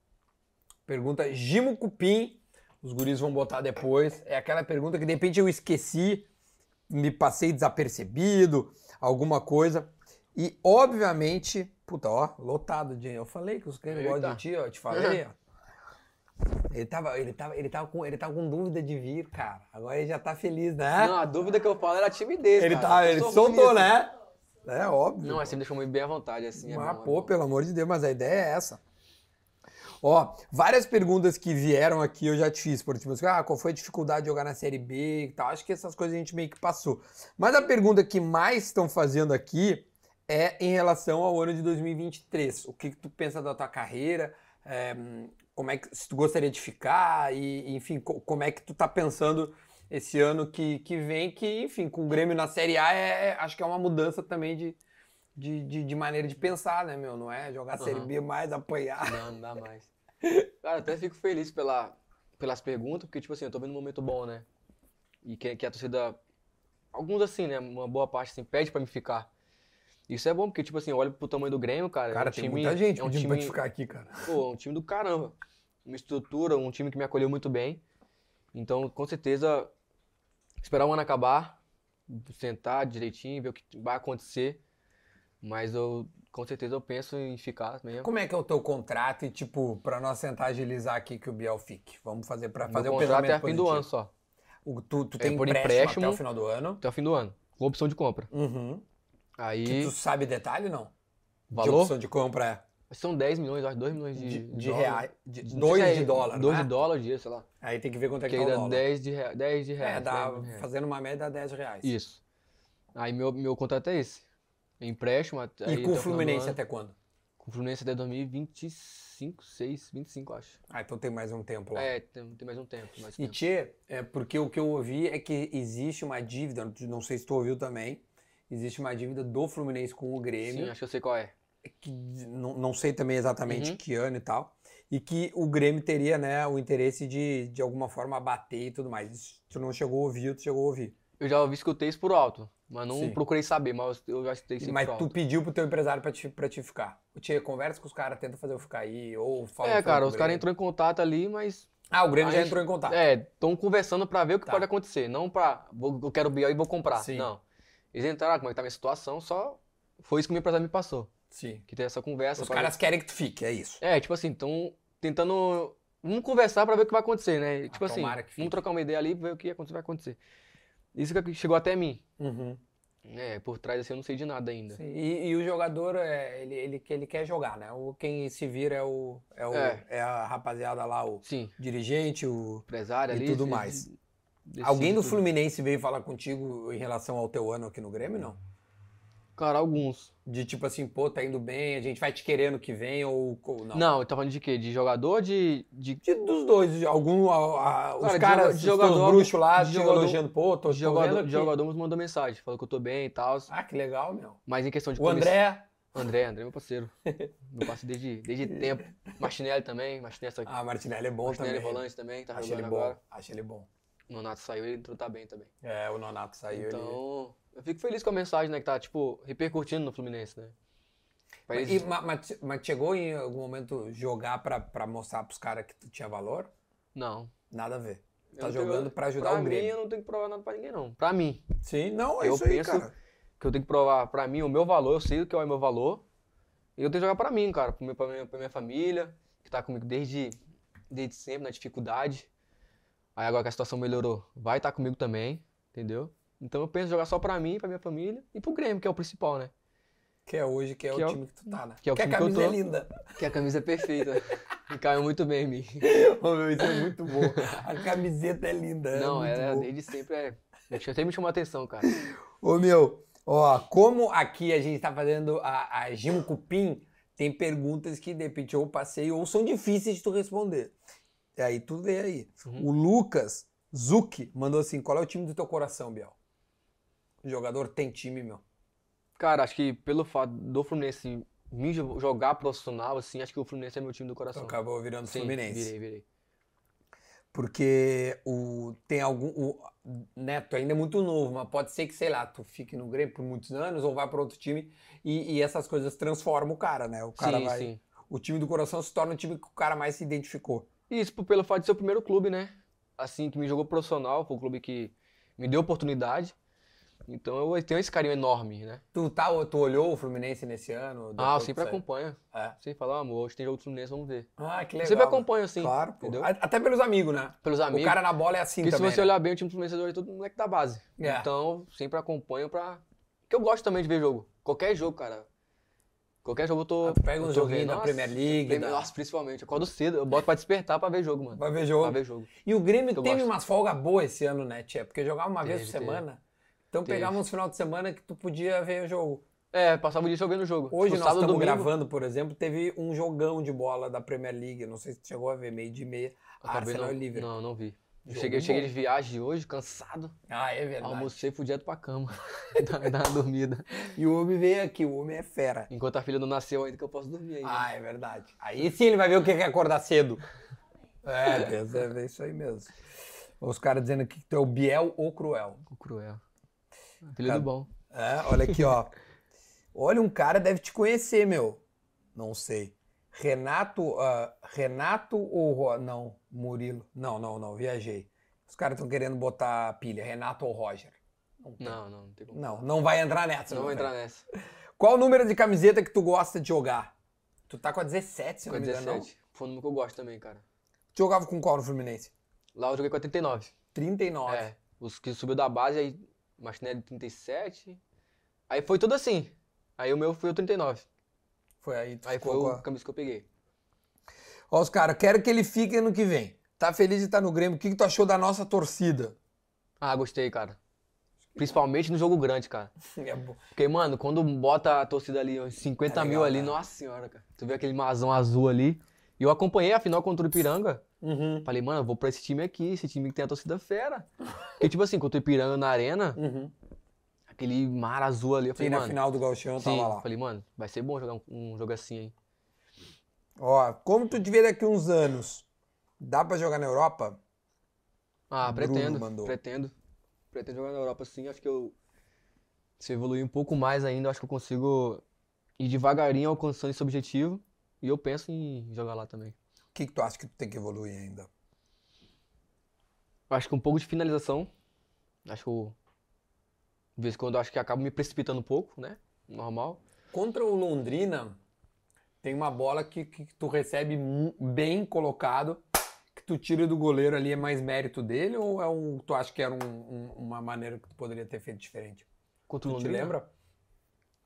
Speaker 2: Pergunta Gimo Cupim, os guris vão botar depois. É aquela pergunta que de repente eu esqueci,
Speaker 3: Me passei desapercebido, alguma coisa. E, obviamente, puta, ó,
Speaker 2: lotado de... Eu falei que os caras
Speaker 1: Eita.
Speaker 2: gostam de ti, ó, eu te falei, ó. Ele tava, ele, tava, ele, tava com, ele tava com dúvida de vir, cara. Agora ele já tá feliz,
Speaker 3: É?
Speaker 2: né?
Speaker 1: Não, a dúvida que eu falo era a timidez,
Speaker 2: ele
Speaker 1: cara.
Speaker 2: tá,
Speaker 1: Eu
Speaker 2: ele
Speaker 1: sou ruim
Speaker 2: soltou,
Speaker 1: nisso.
Speaker 2: né?
Speaker 3: é óbvio.
Speaker 1: Não, mas você me deixou muito bem à vontade, assim. é
Speaker 3: Mas,
Speaker 1: bom, é
Speaker 3: pô,
Speaker 1: bom.
Speaker 3: pelo amor de Deus, mas a ideia é essa. Ó, várias perguntas que vieram aqui eu já te fiz, por tipo, assim, ah, qual foi a dificuldade de jogar na Série B e tal. Acho que essas coisas a gente meio que passou. Mas a pergunta que mais estão fazendo aqui é em relação ao ano de 2023.
Speaker 2: O que, que tu pensa da tua carreira? É, hum, como é que se tu gostaria de ficar? E, enfim, co- como é que tu tá pensando esse ano que, que vem? Que, enfim, com o Grêmio na Série A, é, é- acho que é uma mudança também de, de, de, de maneira de pensar, né, meu? Não é jogar a Série
Speaker 1: Aham.
Speaker 2: B mais, apanhar.
Speaker 1: Não, não dá mais. Cara, até fico feliz pela, pelas perguntas, porque, tipo assim, eu tô vendo um momento bom, né? E que, que a torcida. Alguns, assim, né? Uma boa parte, assim, pede pra me ficar. Isso é bom, porque, tipo assim, olha pro tamanho do Grêmio, cara. é
Speaker 3: Cara,
Speaker 1: um
Speaker 3: tem
Speaker 1: time,
Speaker 3: muita gente
Speaker 1: é um
Speaker 3: pedindo
Speaker 1: time,
Speaker 3: pra te ficar aqui, cara.
Speaker 1: Pô, é um time do caramba. Uma estrutura, um time que me acolheu muito bem. Então, com certeza, esperar o ano acabar, sentar direitinho, ver o que vai acontecer. Mas eu, com certeza, eu penso em ficar mesmo.
Speaker 2: Como é que é o teu contrato? E, tipo, pra nós tentar agilizar aqui que o Biel fique. Vamos fazer pra fazer
Speaker 1: Meu
Speaker 2: o
Speaker 1: contrato
Speaker 2: pensamento
Speaker 1: é a fim do ano
Speaker 2: positivo.
Speaker 1: só.
Speaker 2: O- tu tu
Speaker 1: É
Speaker 2: tem
Speaker 1: por empréstimo.
Speaker 2: empréstimo, até o final do ano.
Speaker 1: até o fim do ano, com opção de compra.
Speaker 2: Uhum. Que
Speaker 1: Aí,
Speaker 2: tu sabe detalhe, não? De
Speaker 1: valor?
Speaker 2: opção de compra, é.
Speaker 1: São 10 milhões, eu acho, 2 milhões
Speaker 2: de,
Speaker 1: Tipo de,
Speaker 2: de
Speaker 1: dólar.
Speaker 2: reais. De,
Speaker 1: Não sei
Speaker 2: dois
Speaker 1: se é
Speaker 2: de dólar,
Speaker 1: dois
Speaker 2: né?
Speaker 1: de dólar ao dia, sei lá.
Speaker 2: Aí tem que ver quanto é que
Speaker 1: Que
Speaker 2: tá
Speaker 1: aí
Speaker 2: o
Speaker 1: dá
Speaker 2: dólar.
Speaker 1: 10 de, rea- 10 de reais.
Speaker 2: é, dá,
Speaker 1: 10 reais.
Speaker 2: fazendo uma média, dá 10 reais.
Speaker 1: Isso. Aí meu, meu contrato é esse. Empréstimo até. aí tá
Speaker 2: E com
Speaker 1: até final
Speaker 2: o
Speaker 1: do
Speaker 2: Fluminense
Speaker 1: ano.
Speaker 2: até quando?
Speaker 1: Com o Fluminense até 2025, 6, 25, eu acho.
Speaker 2: Ah, então tem mais um tempo lá.
Speaker 1: É, tem, tem mais um tempo. Mais
Speaker 2: E
Speaker 1: tempo.
Speaker 2: Tchê, é, porque o que eu ouvi é que existe uma dívida, não sei se tu ouviu também, existe uma dívida do Fluminense com o
Speaker 1: Sim,
Speaker 2: Grêmio,
Speaker 1: acho que eu sei qual é.
Speaker 2: que não, não sei também exatamente
Speaker 1: Uhum.
Speaker 2: que ano e tal, e que o Grêmio teria né, o interesse de, de alguma forma, abater e tudo mais. Isso tu não chegou a ouvir, ou tu chegou a ouvir.
Speaker 1: Eu já ouvi, escutei isso por alto, mas não
Speaker 2: Sim.
Speaker 1: procurei saber, mas eu já escutei isso
Speaker 2: Mas
Speaker 1: por alto.
Speaker 2: tu pediu pro teu empresário pra te, pra te ficar. O Tchê, conversa com os caras, tenta fazer eu ficar aí, ou fala
Speaker 1: É,
Speaker 2: fala com
Speaker 1: cara,
Speaker 2: o
Speaker 1: os caras
Speaker 2: Grêmio.
Speaker 1: entrou em contato ali, mas
Speaker 2: Ah, o Grêmio
Speaker 1: Aí
Speaker 2: já
Speaker 1: a gente-
Speaker 2: entrou em contato.
Speaker 1: É, estão conversando pra ver o que
Speaker 2: Tá.
Speaker 1: pode acontecer, não pra vou- eu quero o Biel e vou comprar.
Speaker 2: Sim.
Speaker 1: Não. Eles entraram, ah, como é que tá a minha situação, só foi isso que o meu empresário me passou,
Speaker 2: Sim.
Speaker 1: que tem essa conversa.
Speaker 2: Os
Speaker 1: pra
Speaker 2: caras querem que tu fique, é isso.
Speaker 1: ver- É, tipo assim, estão tentando vamos conversar pra ver o que vai acontecer, né? Tipo assim,
Speaker 2: Ah, tomara que fique.
Speaker 1: vamos trocar uma ideia ali, ver o que vai acontecer. Isso que chegou até mim. É, por trás assim eu não sei de nada ainda.
Speaker 2: Sim, E, e o jogador, é, ele, ele, ele quer jogar, né? O, quem se vira é, o, é, o,
Speaker 1: É.
Speaker 2: é a rapaziada lá, o
Speaker 1: Sim,
Speaker 2: dirigente, o.
Speaker 1: empresário
Speaker 2: E
Speaker 1: ali.
Speaker 2: tudo
Speaker 1: se-
Speaker 2: mais.
Speaker 1: se- decide
Speaker 2: Alguém do
Speaker 1: tudo.
Speaker 2: Fluminense veio falar contigo em relação ao teu ano aqui no Grêmio, não?
Speaker 1: Cara, alguns.
Speaker 2: De tipo assim, pô, tá indo bem, a gente vai te querer ano que vem, ou, ou não?
Speaker 1: Não, eu tava falando de quê? De jogador ou de, de
Speaker 2: De- dos dois, de algum. a- a- os
Speaker 1: Cara, de joga-
Speaker 2: caras,
Speaker 1: de
Speaker 2: os
Speaker 1: jogador-
Speaker 2: teus bruxos lá,
Speaker 1: de
Speaker 2: te
Speaker 1: jogador-
Speaker 2: elogiando, pô, tô, tô
Speaker 1: de jogador,
Speaker 2: vendo
Speaker 1: de
Speaker 2: que-
Speaker 1: jogador nos mandou mensagem, falou que eu tô bem e tal.
Speaker 2: Ah, que legal, meu.
Speaker 1: Mas em questão de
Speaker 2: O André.
Speaker 1: André, André é meu
Speaker 2: <laughs>
Speaker 1: parceiro. meu parceiro desde, desde tempo. Martinelli também, Martinelli só aqui.
Speaker 2: Ah, Martinelli é bom
Speaker 1: Martinelli
Speaker 2: também.
Speaker 1: volante também, tá
Speaker 2: Acho
Speaker 1: jogando
Speaker 2: ele bom.
Speaker 1: agora.
Speaker 2: Acho ele bom.
Speaker 1: O Nonato saiu, ele entrou tá bem também.
Speaker 2: É, o Nonato saiu ele-
Speaker 1: então, eu fico feliz com a mensagem, né, que tá, tipo, repercutindo no Fluminense, né? Pra
Speaker 2: Mas,
Speaker 1: eles-
Speaker 2: e- ma- mas, mas chegou em algum momento jogar pra, pra mostrar pros caras que tu tinha valor?
Speaker 1: Não.
Speaker 2: Nada a ver.
Speaker 1: Eu
Speaker 2: Tá
Speaker 1: não tenho-
Speaker 2: jogando pra ajudar
Speaker 1: pra
Speaker 2: o
Speaker 1: mim,
Speaker 2: Grêmio.
Speaker 1: eu não tenho que provar nada pra ninguém, não. Pra mim.
Speaker 2: Sim, não, é
Speaker 1: Eu
Speaker 2: isso aí,
Speaker 1: penso-
Speaker 2: cara.
Speaker 1: Que eu tenho que provar pra mim o meu valor, eu sei o que é o meu valor. E eu tenho que jogar pra mim, cara. Pro meu, pra, minha, pra minha família, que tá comigo desde, desde sempre, na dificuldade. Aí agora que a situação melhorou, vai estar comigo também, entendeu? Então eu penso em jogar só pra mim, pra minha família e pro Grêmio, que é o principal, né?
Speaker 2: Que é hoje, que é
Speaker 1: Que
Speaker 2: o
Speaker 1: é o-
Speaker 2: time que tu tá, né?
Speaker 1: que é o
Speaker 2: a
Speaker 1: time que eu
Speaker 2: camisa
Speaker 1: tô.
Speaker 2: é linda.
Speaker 1: <laughs> Que a camisa é perfeita. <laughs> e caiu muito bem em mim.
Speaker 2: Ô, meu, isso é muito bom. A camiseta é linda.
Speaker 1: Não,
Speaker 2: é muito
Speaker 1: ela
Speaker 2: bom.
Speaker 1: desde sempre é. Até me chamou a atenção, cara.
Speaker 2: Ô meu, ó, como aqui a gente tá fazendo a, a Gimo Cupim, tem perguntas que de repente eu passei ou são difíceis de tu responder. E aí tu vê aí.
Speaker 1: Uhum.
Speaker 2: O Lucas Zucchi mandou assim: qual é o time do teu coração, Biel? O jogador tem time, meu.
Speaker 1: Cara, acho que pelo fato do Fluminense me jo- jogar profissional, assim, acho que o Fluminense é meu time do
Speaker 2: Tu
Speaker 1: coração.
Speaker 2: Então, acabou virando
Speaker 1: Sim,
Speaker 2: Fluminense.
Speaker 1: virei, virei.
Speaker 2: Porque o, tem algum. O, né, tu ainda é muito novo, mas pode ser que, sei lá, tu fique no Grêmio por muitos anos ou vá para outro time e, e essas coisas transformam o cara, né? O cara
Speaker 1: Sim,
Speaker 2: vai.
Speaker 1: sim.
Speaker 2: O time do coração se torna o time que o cara mais se identificou.
Speaker 1: E Isso p- pelo fato de ser o primeiro clube, né? Assim, que me jogou profissional, foi o clube que me deu oportunidade. Então eu tenho esse carinho enorme, né?
Speaker 2: Tu, tá, tu olhou o Fluminense nesse
Speaker 1: Ah,
Speaker 2: ano?
Speaker 1: eu
Speaker 2: depois que
Speaker 1: sempre
Speaker 2: saiu?
Speaker 1: acompanho.
Speaker 2: É.
Speaker 1: Sempre falo, ah, amor, hoje tem jogo do Fluminense, vamos ver.
Speaker 2: Ah, que
Speaker 1: Eu
Speaker 2: legal.
Speaker 1: sempre
Speaker 2: mano.
Speaker 1: acompanho, assim,
Speaker 2: Claro, pô.
Speaker 1: entendeu?
Speaker 2: A- Até pelos amigos, né?
Speaker 1: Pelos
Speaker 2: O
Speaker 1: amigos.
Speaker 2: cara na bola é assim
Speaker 1: Porque se
Speaker 2: também.
Speaker 1: você
Speaker 2: né?
Speaker 1: olhar bem, o time do Fluminense hoje é todo moleque da base.
Speaker 2: É.
Speaker 1: Então, sempre acompanho pra. Porque eu gosto também de ver jogo. Qualquer jogo, cara. Qualquer jogo eu tô.
Speaker 2: Ah, tu pega
Speaker 1: eu
Speaker 2: um
Speaker 1: tô
Speaker 2: joguinho
Speaker 1: vendo.
Speaker 2: da
Speaker 1: Nossa,
Speaker 2: Premier League,
Speaker 1: Premier-
Speaker 2: da-
Speaker 1: Nossa, principalmente. Eu acordo cedo, eu boto pra despertar pra ver jogo, mano.
Speaker 2: Vai ver jogo.
Speaker 1: Pra ver jogo.
Speaker 2: E o Grêmio
Speaker 1: Eu
Speaker 2: teve
Speaker 1: gosto.
Speaker 2: umas folgas boas esse ano, né, Tchê? Porque jogava uma vez por
Speaker 1: Teve, teve.
Speaker 2: semana. Então
Speaker 1: Teve.
Speaker 2: pegava uns final de semana que tu podia ver o jogo.
Speaker 1: É, passava o dia jogando jogo.
Speaker 2: Hoje
Speaker 1: Tipo,
Speaker 2: nós
Speaker 1: sábado,
Speaker 2: estamos
Speaker 1: domingo.
Speaker 2: gravando, por exemplo, teve um jogão de bola da Premier League. Não sei se tu chegou a ver, meio de meia.
Speaker 1: Acabei
Speaker 2: Arsenal
Speaker 1: não,
Speaker 2: e é Liverpool.
Speaker 1: não, não vi. Eu
Speaker 2: Jogo
Speaker 1: cheguei, eu cheguei
Speaker 2: bom.
Speaker 1: de viagem hoje, cansado.
Speaker 2: Ah, é verdade.
Speaker 1: Almocei, fui direto pra cama. <laughs> dar dar uma dormida.
Speaker 2: E o homem veio aqui, o homem é fera.
Speaker 1: Enquanto a filha não nasceu ainda, que eu posso dormir ainda.
Speaker 2: Ah, é verdade. Aí sim ele vai ver o que é
Speaker 1: <laughs>
Speaker 2: acordar cedo. É, Deus, é isso aí mesmo. Os caras dizendo aqui que tu é o Biel ou Cruel.
Speaker 1: O cruel. Filho
Speaker 2: Cara,
Speaker 1: do bom.
Speaker 2: É, olha
Speaker 1: <laughs>
Speaker 2: aqui, ó. Olha, um cara deve te conhecer, meu. Não sei. Renato, ah, Renato ou Ro... não, Murilo. Não, não, não, viajei. Os caras estão querendo botar a pilha, Renato ou Roger.
Speaker 1: Não, não, não tem como.
Speaker 2: Não, não vai entrar nessa.
Speaker 1: Não
Speaker 2: meu
Speaker 1: vou entrar
Speaker 2: velho.
Speaker 1: nessa.
Speaker 2: Qual o número de camiseta que tu gosta de jogar? Tu tá com a 17, se eu
Speaker 1: Com
Speaker 2: não me engano. é não?
Speaker 1: 17. Foi um número que eu gosto também, cara.
Speaker 2: Tu jogava com qual no Fluminense?
Speaker 1: Lá eu joguei com 89.
Speaker 2: 39.
Speaker 1: É. Os que subiu da base, aí Martinelli 37. Aí foi tudo assim. Aí o meu foi o 39.
Speaker 2: Foi aí tu
Speaker 1: Aí foi
Speaker 2: ficou com
Speaker 1: o
Speaker 2: a...
Speaker 1: camisa que eu peguei.
Speaker 2: Ó, os caras, quero que ele fique ano que vem. Tá feliz de estar no Grêmio. O que, que tu achou da nossa torcida?
Speaker 1: Ah, gostei, cara. Principalmente no jogo grande, cara.
Speaker 2: <laughs> É bom.
Speaker 1: Porque, mano, quando bota a torcida ali, uns 50
Speaker 2: É legal,
Speaker 1: mil ali,
Speaker 2: né?
Speaker 1: nossa senhora, cara. Tu vê aquele mazão azul ali. E eu acompanhei a final contra o Ipiranga.
Speaker 2: Uhum,
Speaker 1: Falei, mano, eu vou pra esse time aqui, esse time que tem a torcida fera. Porque, tipo assim, contra o Ipiranga na arena,
Speaker 2: uhum.
Speaker 1: aquele mar azul ali, eu
Speaker 2: Sim,
Speaker 1: falei,
Speaker 2: na
Speaker 1: mano.
Speaker 2: final do Gauchão
Speaker 1: Sim,
Speaker 2: Então tava lá.
Speaker 1: falei, mano, vai ser bom jogar um, um jogo assim, hein?
Speaker 2: Ó, como tu te vê daqui uns anos? Dá pra jogar na Europa?
Speaker 1: Ah,
Speaker 2: Bruno
Speaker 1: pretendo,
Speaker 2: mandou.
Speaker 1: pretendo. Pretendo jogar na Europa sim, acho que eu se eu evoluir um pouco mais ainda, acho que eu consigo ir devagarinho alcançando esse objetivo. E eu penso em jogar lá também.
Speaker 2: O que, que tu acha que tu tem que evoluir ainda?
Speaker 1: Acho que um pouco de finalização. Acho que eu, de vez em quando eu acho que acabo me precipitando um pouco, né? Normal.
Speaker 2: Contra o Londrina, tem uma bola que, que tu recebe mu- bem colocado, que tu tira do goleiro ali, é mais mérito dele ou é um, tu acha que era um- um- uma maneira que tu poderia ter feito diferente?
Speaker 1: Contra o
Speaker 2: Tu te
Speaker 1: Londrina?
Speaker 2: lembra?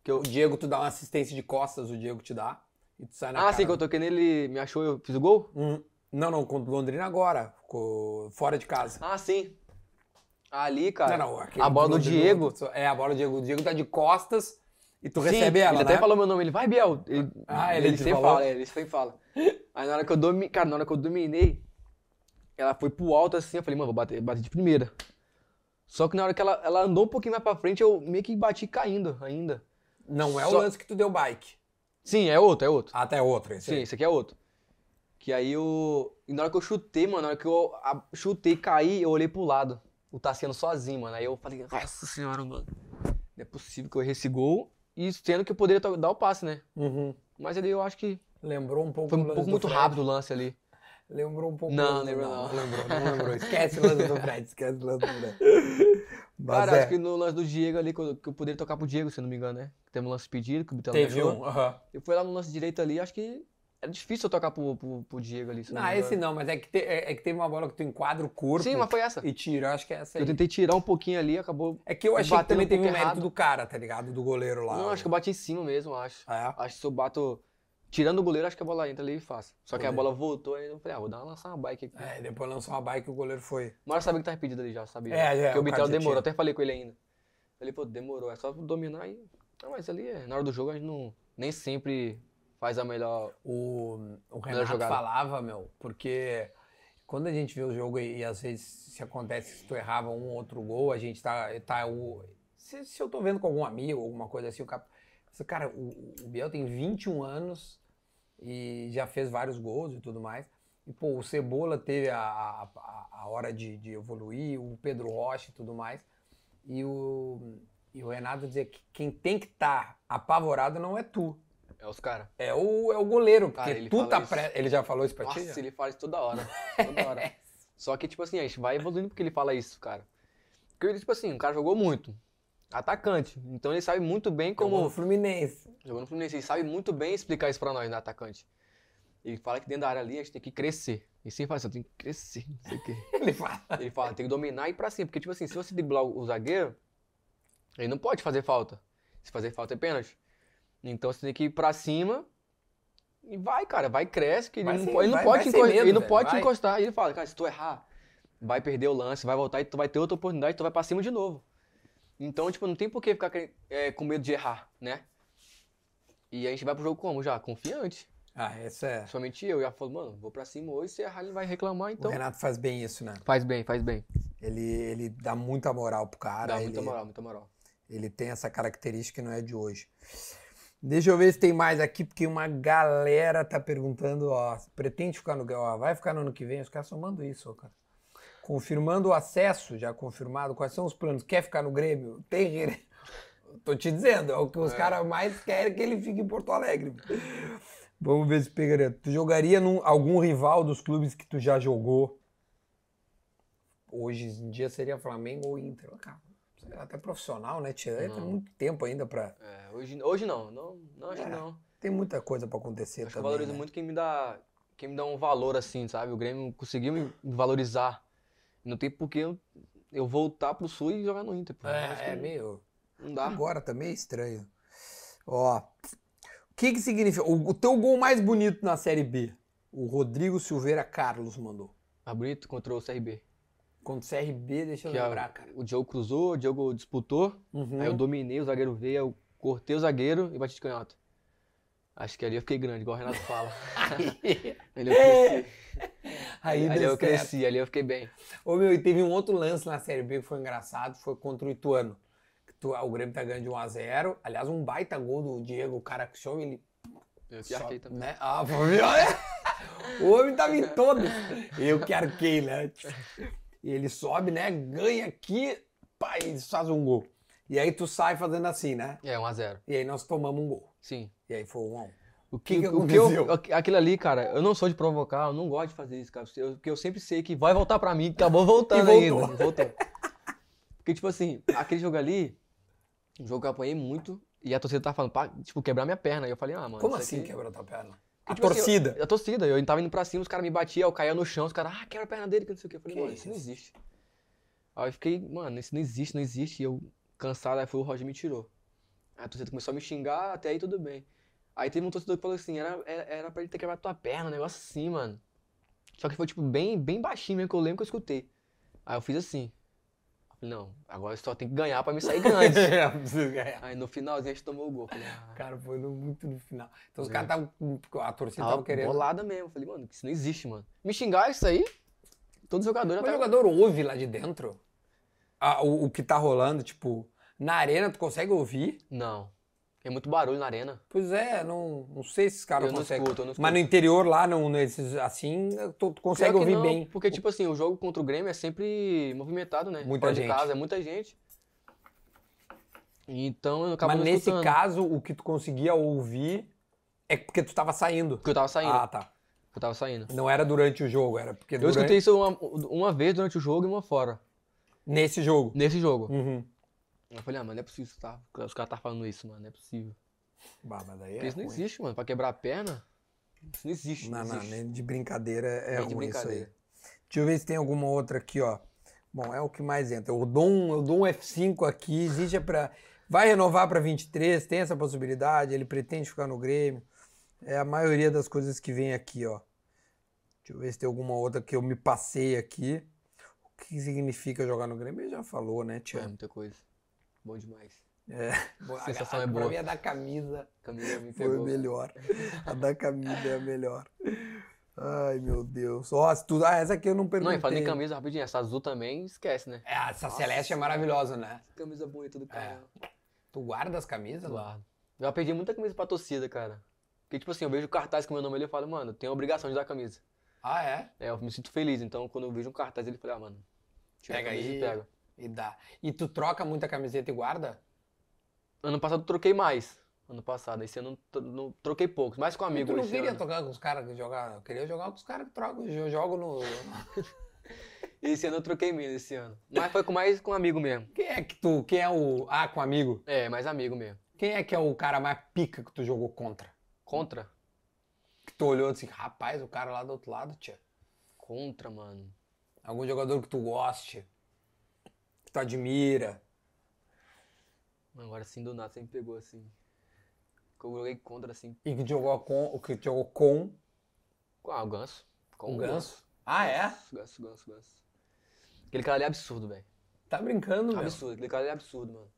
Speaker 1: Que eu-
Speaker 2: O Diego, tu dá uma assistência de costas, o Diego te dá. E tu sai na
Speaker 1: Ah, sim, que
Speaker 2: cara.
Speaker 1: eu toquei nele, me achou, eu fiz o gol?
Speaker 2: Hum, Não, não, contra o Londrina agora. Ficou fora de casa.
Speaker 1: Ah, sim. Ali, cara.
Speaker 2: Não, não, aquele
Speaker 1: a bola do
Speaker 2: Londrina-
Speaker 1: Diego.
Speaker 2: É, a bola do Diego. O Diego tá de costas e tu
Speaker 1: Sim,
Speaker 2: recebe ela,
Speaker 1: Ele
Speaker 2: né?
Speaker 1: até falou meu nome, ele vai, Biel. Ele,
Speaker 2: Ah, ele te
Speaker 1: sempre
Speaker 2: falou?
Speaker 1: fala, é, ele sempre fala. Aí na hora que eu dominei, cara, na hora que eu dominei, ela foi pro alto assim, eu falei, mano, vou bater, bater de primeira. Só que na hora que ela, ela andou um pouquinho mais pra frente, eu meio que bati caindo ainda.
Speaker 2: Não é o
Speaker 1: Só-
Speaker 2: lance que tu deu bike.
Speaker 1: Sim, é outro, é outro.
Speaker 2: Ah, tá, é outro. Esse
Speaker 1: Sim,
Speaker 2: aí.
Speaker 1: esse aqui é outro. Que aí eu. E na hora que eu chutei, mano, na hora que eu a- chutei, caí, eu olhei pro lado. O Tassiano sozinho, mano. Aí eu falei, nossa senhora, mano. Não é possível que eu errei esse gol. E sendo que eu poderia to- dar o passe, né?
Speaker 2: Uhum.
Speaker 1: Mas ali eu acho que
Speaker 2: Lembrou um pouco
Speaker 1: foi
Speaker 2: o
Speaker 1: um
Speaker 2: lance
Speaker 1: pouco
Speaker 2: do
Speaker 1: muito
Speaker 2: Fred.
Speaker 1: rápido o lance ali.
Speaker 2: Lembrou um pouco.
Speaker 1: Não,
Speaker 2: o lance-
Speaker 1: lembrou não.
Speaker 2: Lembrou, não lembrou. Esquece o lance do Fred, esquece o lance do Fred.
Speaker 1: <laughs>
Speaker 2: Mas
Speaker 1: Cara,
Speaker 2: é,
Speaker 1: acho que no lance do Diego ali, que eu, que eu poderia tocar pro Diego, se eu não me engano, né? Que teve um lance pedido, que o Bitelo
Speaker 2: teve
Speaker 1: deixou.
Speaker 2: um. aham.
Speaker 1: Eu fui lá no lance direito ali, acho que era difícil eu tocar pro, pro, pro Diego ali, se eu não
Speaker 2: Não,
Speaker 1: me
Speaker 2: esse
Speaker 1: engano.
Speaker 2: não, mas é que, te- é, é que teve uma bola que tu enquadra o corpo
Speaker 1: Né? Sim, mas foi essa.
Speaker 2: e tira, acho que é essa aí.
Speaker 1: Eu tentei tirar um pouquinho ali, acabou.
Speaker 2: É que eu achei que
Speaker 1: Bateu
Speaker 2: também
Speaker 1: um
Speaker 2: teve o
Speaker 1: pouco
Speaker 2: mérito
Speaker 1: errado.
Speaker 2: do cara, tá ligado? Do goleiro lá.
Speaker 1: Não, acho que eu bati em cima mesmo, acho.
Speaker 2: É?
Speaker 1: Acho que se eu bato. Tirando o goleiro, acho que a bola entra ali e faço. Só que a
Speaker 2: Goleiro.
Speaker 1: bola voltou aí eu falei, ah, vou dar uma lançar uma bike aqui.
Speaker 2: É, depois lançou uma bike e o goleiro foi.
Speaker 1: Mas eu sabia que tava pedido ali já, sabia?
Speaker 2: É, é,
Speaker 1: Porque
Speaker 2: o
Speaker 1: o
Speaker 2: cara
Speaker 1: Bitel
Speaker 2: já
Speaker 1: demorou,
Speaker 2: tinha.
Speaker 1: até falei com ele ainda. Falei, pô, demorou, é só dominar e. Ah, mas ali é. Na hora do jogo a gente não. Nem sempre faz a melhor.
Speaker 2: O, o Renato
Speaker 1: jogada.
Speaker 2: falava, meu, porque quando a gente vê o jogo e, e às vezes se acontece que tu errava um ou outro gol, a gente tá. tá o, se, se eu tô vendo com algum amigo, alguma coisa assim, o cara. esse Cara, o, o Biel tem 21 anos e já fez vários gols e tudo mais. E, pô, o Cebola teve a, a, a- a hora de, de evoluir, o Pedro Rocha e tudo mais. E o, e o Renato dizia que quem tem que estar apavorado não é tu.
Speaker 1: É os caras.
Speaker 2: É o, é o goleiro, porque
Speaker 1: Cara, ele
Speaker 2: tu
Speaker 1: fala
Speaker 2: tá
Speaker 1: isso.
Speaker 2: pre... Ele já falou isso pra ti? é.
Speaker 1: Nossa, ele fala isso toda
Speaker 2: <laughs>
Speaker 1: hora. Toda hora. Só que, tipo assim, a gente vai evoluindo porque ele fala isso, cara. Porque, tipo assim, o cara jogou muito. Atacante. Então ele sabe muito bem como.
Speaker 2: Como É o Fluminense. <laughs>
Speaker 1: Jogou no Fluminense, ele sabe muito bem explicar isso pra nós, né, atacante. Ele fala que dentro da área ali a gente tem que crescer. Ele sempre fala assim, eu tenho que crescer, não sei o quê.
Speaker 2: Ele fala.
Speaker 1: Ele fala, tem que dominar e ir pra cima. Porque, tipo assim, se você driblar o o zagueiro, ele não pode fazer falta. Se fazer falta é pênalti. Então você tem que ir pra cima e vai, cara, vai, cresce, que ele
Speaker 2: Vai
Speaker 1: não,
Speaker 2: sim,
Speaker 1: po- ele não
Speaker 2: vai-
Speaker 1: pode,
Speaker 2: vai
Speaker 1: te
Speaker 2: sem
Speaker 1: encos-
Speaker 2: medo,
Speaker 1: ele não
Speaker 2: velho,
Speaker 1: pode te
Speaker 2: vai.
Speaker 1: encostar. E ele fala, cara, se tu errar, vai perder o lance, vai voltar e tu vai ter outra oportunidade, tu vai pra cima de novo. Então, tipo, não tem por que ficar cre- eh, com medo de errar, né? E a gente vai pro jogo como? Já? Confiante.
Speaker 2: Ah, esse é.
Speaker 1: Somente eu. Já falo, mano, vou pra cima hoje, se errar ele vai reclamar, então.
Speaker 2: O Renato faz bem isso, né?
Speaker 1: Faz bem, faz bem.
Speaker 2: Ele, ele dá muita moral pro cara.
Speaker 1: Dá
Speaker 2: ele,
Speaker 1: muita moral, muita moral.
Speaker 2: ele tem essa característica que não é de hoje. Deixa eu ver se tem mais aqui, porque uma galera tá perguntando, ó, pretende ficar no ó, vai ficar no ano que vem? Os caras somando isso, ó, cara. Confirmando o acesso, já confirmado, quais são os planos? Quer ficar no Grêmio? Tem Grêmio. <laughs> Tô te dizendo, é o que os caras mais querem é que ele fique em Porto Alegre. Vamos ver se pegaria. Tu jogaria num algum rival dos clubes que tu já jogou? Hoje em dia seria Flamengo ou Inter. Cara, sei lá, até profissional, né? Tia? Tem
Speaker 1: Não.
Speaker 2: muito tempo ainda pra.
Speaker 1: É, hoje, hoje não, não, não acho
Speaker 2: É,
Speaker 1: que não.
Speaker 2: Tem muita coisa pra acontecer
Speaker 1: Acho que eu
Speaker 2: também.
Speaker 1: valorizo
Speaker 2: né?
Speaker 1: muito quem me dá, quem me dá um valor assim, sabe? O Grêmio conseguiu me me valorizar. Não tem por que eu, eu voltar pro Sul e jogar no Inter, pô. Acho
Speaker 2: É,
Speaker 1: que
Speaker 2: é meio.
Speaker 1: não dá.
Speaker 2: Agora também é estranho. Ó. O que que significa? O, o teu gol mais bonito na Série B? O Rodrigo Silveira Carlos mandou.
Speaker 1: Tá bonito contra o CRB.
Speaker 2: Contra o CRB, deixa eu
Speaker 1: Que a-
Speaker 2: lembrar, cara.
Speaker 1: o Diogo cruzou, o Diogo disputou,
Speaker 2: Uhum.
Speaker 1: aí eu dominei, o zagueiro veio, eu cortei o zagueiro e bati de canhota. Acho que ali eu fiquei grande, igual o Renato
Speaker 2: <laughs>
Speaker 1: fala. <laughs> ali eu cresci.
Speaker 2: Aí,
Speaker 1: ali
Speaker 2: deu
Speaker 1: eu
Speaker 2: certo.
Speaker 1: cresci, ali eu fiquei bem.
Speaker 2: Ô, meu, e teve um outro lance na Série B que foi engraçado, foi contra o Ituano. Que tu- o Grêmio tá ganhando de 1x0. Aliás, um baita gol do Diego, o cara que show, ele...
Speaker 1: Eu que
Speaker 2: só-
Speaker 1: arquei é também.
Speaker 2: Né? Ah, pô, viu? o homem tava em todas. Eu que arquei, né? E ele sobe, né? Ganha aqui, pá, e faz um gol. E aí tu sai fazendo assim, né?
Speaker 1: É, 1x0.
Speaker 2: E aí nós tomamos um gol.
Speaker 1: Sim.
Speaker 2: E aí foi um a um.
Speaker 1: O
Speaker 2: que
Speaker 1: que,
Speaker 2: que
Speaker 1: o que eu-
Speaker 2: aconteceu?
Speaker 1: aqu- Aquilo ali, cara, eu não sou de provocar, eu não gosto de fazer isso, cara. Eu, porque eu sempre sei que vai voltar pra mim, que acabou voltando
Speaker 2: <laughs> E voltou.
Speaker 1: ainda. <laughs> Voltou. Porque, tipo assim, aquele jogo ali, um jogo que eu apanhei muito, e a torcida tava falando, pra, tipo, quebrar minha perna. E eu falei, ah, mano.
Speaker 2: Como
Speaker 1: isso
Speaker 2: assim
Speaker 1: aqui-
Speaker 2: quebrou tua perna?
Speaker 1: Porque,
Speaker 2: A
Speaker 1: tipo assim, eu-
Speaker 2: torcida.
Speaker 1: a torcida. Eu tava indo pra cima, os caras me batiam, eu caía no chão, os caras, ah, quebra a perna dele, que não sei o quê. Eu falei,
Speaker 2: Que
Speaker 1: mano, isso não existe. Aí eu fiquei, mano, isso não existe, não existe. E eu cansado, aí foi o Roger e me tirou. Aí a torcida começou a me xingar, até aí tudo bem. Aí teve um torcedor que falou assim, era, era, era pra ele ter quebrado tua perna, um negócio assim, mano. Só que foi, tipo, bem, bem baixinho mesmo, que eu lembro que eu escutei. Aí eu fiz assim. Eu falei, não, agora eu só tem que ganhar pra me sair grande.
Speaker 2: <laughs> É, preciso ganhar.
Speaker 1: aí no finalzinho a gente tomou o gol. Eu Falei, ah,
Speaker 2: Cara, foi no- muito no final. Então os
Speaker 1: É.
Speaker 2: caras estavam. A torcida
Speaker 1: tava
Speaker 2: tava querendo.
Speaker 1: bolada mesmo. Eu Falei, mano, isso não existe, mano. Me xingar isso aí, todo jogador já
Speaker 2: Mas O
Speaker 1: tá...
Speaker 2: jogador ouve lá de dentro Ah, o, o que tá rolando, tipo, na arena tu consegue ouvir?
Speaker 1: Não, é muito barulho na arena.
Speaker 2: Pois é, não, não sei se esses caras
Speaker 1: Eu não
Speaker 2: conseguem.
Speaker 1: escuto, eu não escuto.
Speaker 2: Mas no interior lá, não, nesses, assim, tu, tu
Speaker 1: Pior
Speaker 2: consegue
Speaker 1: que
Speaker 2: ouvir
Speaker 1: não,
Speaker 2: bem.
Speaker 1: Porque, tipo assim, o jogo contra o Grêmio é sempre movimentado, né?
Speaker 2: Muita
Speaker 1: Fora de
Speaker 2: gente.
Speaker 1: casa, é muita gente. Então eu acabo
Speaker 2: Mas
Speaker 1: não
Speaker 2: nesse
Speaker 1: escutando,
Speaker 2: caso, o que tu conseguia ouvir é porque tu tava saindo.
Speaker 1: Porque eu tava saindo.
Speaker 2: Ah, tá.
Speaker 1: Eu tava saindo.
Speaker 2: Não era durante o jogo, era porque
Speaker 1: Eu
Speaker 2: durante...
Speaker 1: escutei isso uma, uma vez durante o jogo e uma fora.
Speaker 2: nesse jogo.
Speaker 1: Nesse jogo.
Speaker 2: Uhum.
Speaker 1: Eu falei, ah, mano, não é possível que tá, os caras tá falando isso, mano. Não é possível.
Speaker 2: Bah, mas daí
Speaker 1: Porque
Speaker 2: é
Speaker 1: isso não
Speaker 2: ruim.
Speaker 1: existe, mano. Pra quebrar a perna, isso não existe.
Speaker 3: Não, não,
Speaker 1: existe.
Speaker 3: nem de brincadeira é
Speaker 1: Nem de
Speaker 3: ruim isso aí.
Speaker 1: brincadeira.
Speaker 3: Deixa eu ver se tem alguma outra aqui, ó.
Speaker 2: Bom, é o que mais entra. Eu dou um, eu dou um F5 aqui, exige para vai renovar para 23, tem essa possibilidade, ele pretende ficar no Grêmio. É a maioria das coisas que vem aqui, ó. Deixa eu ver se tem alguma outra que eu me passei aqui. O que significa jogar no Grêmio? Ele já falou, né,
Speaker 1: Não é
Speaker 2: Tiago?
Speaker 1: muita coisa. Bom demais. <laughs>
Speaker 2: Boa,
Speaker 1: a sensação
Speaker 2: a-
Speaker 1: é
Speaker 2: pra
Speaker 1: boa. É
Speaker 2: mim, a da camisa
Speaker 1: Camila me
Speaker 3: Foi
Speaker 1: pegou.
Speaker 3: o
Speaker 1: cara.
Speaker 3: melhor. A da camisa é a
Speaker 1: <laughs>
Speaker 3: melhor. Ai, meu Deus. Ó, se tu... Ah, essa aqui eu não
Speaker 1: Não,
Speaker 3: perguntei.
Speaker 1: e falando em camisa rapidinho, essa azul também, esquece, né?
Speaker 2: É, essa Celeste é maravilhosa, né?
Speaker 1: Camisa bonita do cara.
Speaker 2: Tu guarda as camisas? lá?
Speaker 1: Eduardo. Eu já perdi muita camisa pra torcida, cara. Porque, tipo assim, eu vejo cartaz com meu nome ali, eu falo, mano, eu tenho a obrigação de dar a camisa.
Speaker 2: Ah, é?
Speaker 1: É, eu me sinto feliz, então quando eu vejo um cartaz, ele fala, ah, mano, tira
Speaker 2: Pega
Speaker 1: a camisa
Speaker 2: aí.
Speaker 1: e pega.
Speaker 2: E dá. E tu troca muita camiseta e guarda?
Speaker 1: Ano passado eu troquei mais. Ano passado, esse ano eu t- não troquei poucos, mais com um
Speaker 2: Eu
Speaker 1: amigo
Speaker 2: não
Speaker 1: esse
Speaker 2: queria
Speaker 1: ano.
Speaker 2: tocar com os caras que jogaram. Eu queria jogar com os caras que trocam. Eu jogo no.
Speaker 1: Esse ano eu troquei menos esse ano. Mas foi com mais com um amigo mesmo.
Speaker 2: Quem é que tu. Quem é o. Ah, com amigo?
Speaker 1: É, mais amigo mesmo.
Speaker 2: Quem é que é o cara mais pica que tu jogou contra?
Speaker 1: Contra?
Speaker 2: Que tu olhou assim, rapaz, o cara lá do outro lado, tia.
Speaker 1: Contra, mano.
Speaker 2: Algum jogador que tu goste, que tu admira.
Speaker 1: Agora assim do nada, você me pegou assim. Que eu joguei contra assim.
Speaker 2: E que jogou com. O que jogou com
Speaker 1: Ah, o Ganso. Com
Speaker 2: o ganso. Ah, é?
Speaker 1: Ganso, ganso, ganso, ganso. Aquele cara ali é absurdo, velho.
Speaker 2: Tá brincando, meu.
Speaker 1: Absurdo, aquele cara é absurdo, mano.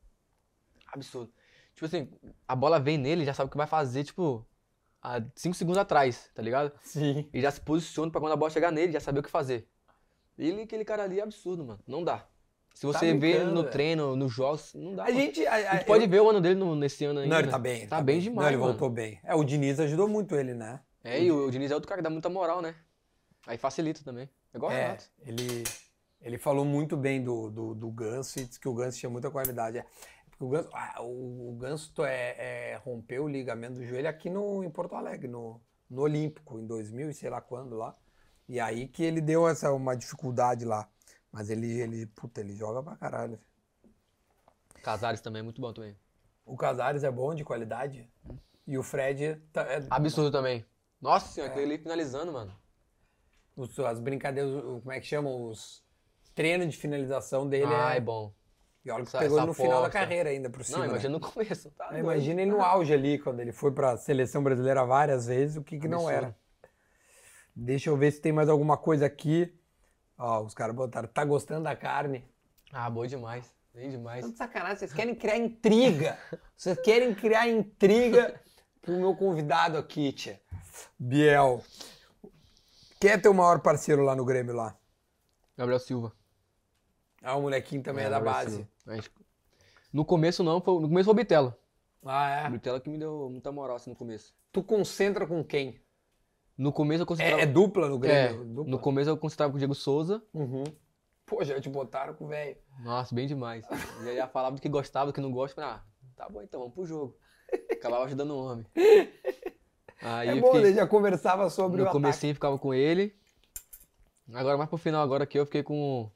Speaker 1: Absurdo. Tipo assim, a bola vem nele, já sabe o que vai fazer, tipo, há 5 segundos atrás, tá ligado?
Speaker 2: Sim.
Speaker 1: Ele já se posiciona pra quando a bola chegar nele, já saber o que fazer. Ele, aquele cara ali é absurdo, mano. Não dá. Se você vê ele
Speaker 2: Tá brincando,
Speaker 1: no
Speaker 2: velho.
Speaker 1: treino, nos jogos, não dá.
Speaker 2: A
Speaker 1: mano.
Speaker 2: gente. A,
Speaker 1: A
Speaker 2: a-
Speaker 1: gente pode ver o ano dele no- nesse ano
Speaker 2: eu-
Speaker 1: ainda.
Speaker 2: Não, ele tá bem. ele
Speaker 1: Tá bem demais,
Speaker 2: Não, ele
Speaker 1: mano.
Speaker 2: voltou bem. É, o Diniz ajudou muito ele, né?
Speaker 1: É, e o, o Diniz é outro cara que dá muita moral, né? Aí facilita também. É igual o
Speaker 2: É,
Speaker 1: Renato.
Speaker 2: ele, ele falou muito bem do, do, do Ganso e disse que o Ganso tinha muita qualidade. É, porque o Ganso, ah, o, o Ganso to- é, é, rompeu o ligamento do joelho aqui no, em Porto Alegre, no, no Olímpico, em 2000 e sei lá quando lá. E aí que ele deu essa uma dificuldade lá. Mas ele, ele, puta, ele joga pra caralho.
Speaker 1: Casares também é muito bom também.
Speaker 2: O Casares é bom de qualidade. E o Fred, tá- é-
Speaker 1: Absurdo também. Nossa senhora, aquele ali finalizando, mano.
Speaker 2: os- as brincadeiras, o- como é que chama? Os treinos de finalização dele
Speaker 1: ah, é
Speaker 2: é.
Speaker 1: bom.
Speaker 2: E olha que
Speaker 1: essa-
Speaker 2: pegou
Speaker 1: essa
Speaker 2: no final da
Speaker 1: aposta.
Speaker 2: carreira ainda, por cima.
Speaker 1: Não,
Speaker 2: né?
Speaker 1: imagina no começo. Tá
Speaker 2: Ah,
Speaker 1: doido.
Speaker 2: Imagina ele no auge ali, quando ele foi pra seleção brasileira várias vezes, o que, que não
Speaker 1: Absurdo.
Speaker 2: era. Deixa eu ver se tem mais alguma coisa aqui. Ó, os caras botaram, tá gostando da carne?
Speaker 1: Ah, boa demais. Bem demais.
Speaker 2: Tanto Tá sacanagem, vocês querem criar intriga. Vocês querem criar intriga pro meu convidado aqui, tia.
Speaker 3: Biel. Quem é teu maior parceiro lá no Grêmio lá?
Speaker 1: Gabriel Silva.
Speaker 2: Ah, o molequinho também é,
Speaker 1: É,
Speaker 2: da
Speaker 1: Gabriel
Speaker 2: base.
Speaker 1: Silva. A gente- No começo não, foi... no começo foi o Bitelo.
Speaker 2: Ah,
Speaker 1: O
Speaker 2: é?
Speaker 1: Bitelo que me deu muita moral assim no começo.
Speaker 2: Tu concentra com quem?
Speaker 1: No começo eu concentrava.
Speaker 2: É, é dupla no
Speaker 1: É,
Speaker 2: Grêmio? dupla.
Speaker 1: no começo eu concentrava com o Diego Souza.
Speaker 2: Uhum. Pô, já te botaram com o velho.
Speaker 1: Nossa, bem demais. Já, já falava do que gostava, do que não gosta. Falava, ah, tá bom então, vamos pro jogo. Acabava ajudando o homem. Aí
Speaker 2: É
Speaker 1: eu
Speaker 2: bom,
Speaker 1: fiquei-
Speaker 2: ele já conversava sobre o
Speaker 1: No
Speaker 2: ataque.
Speaker 1: comecinho eu ficava com ele. Agora, mais pro final agora aqui, eu fiquei com.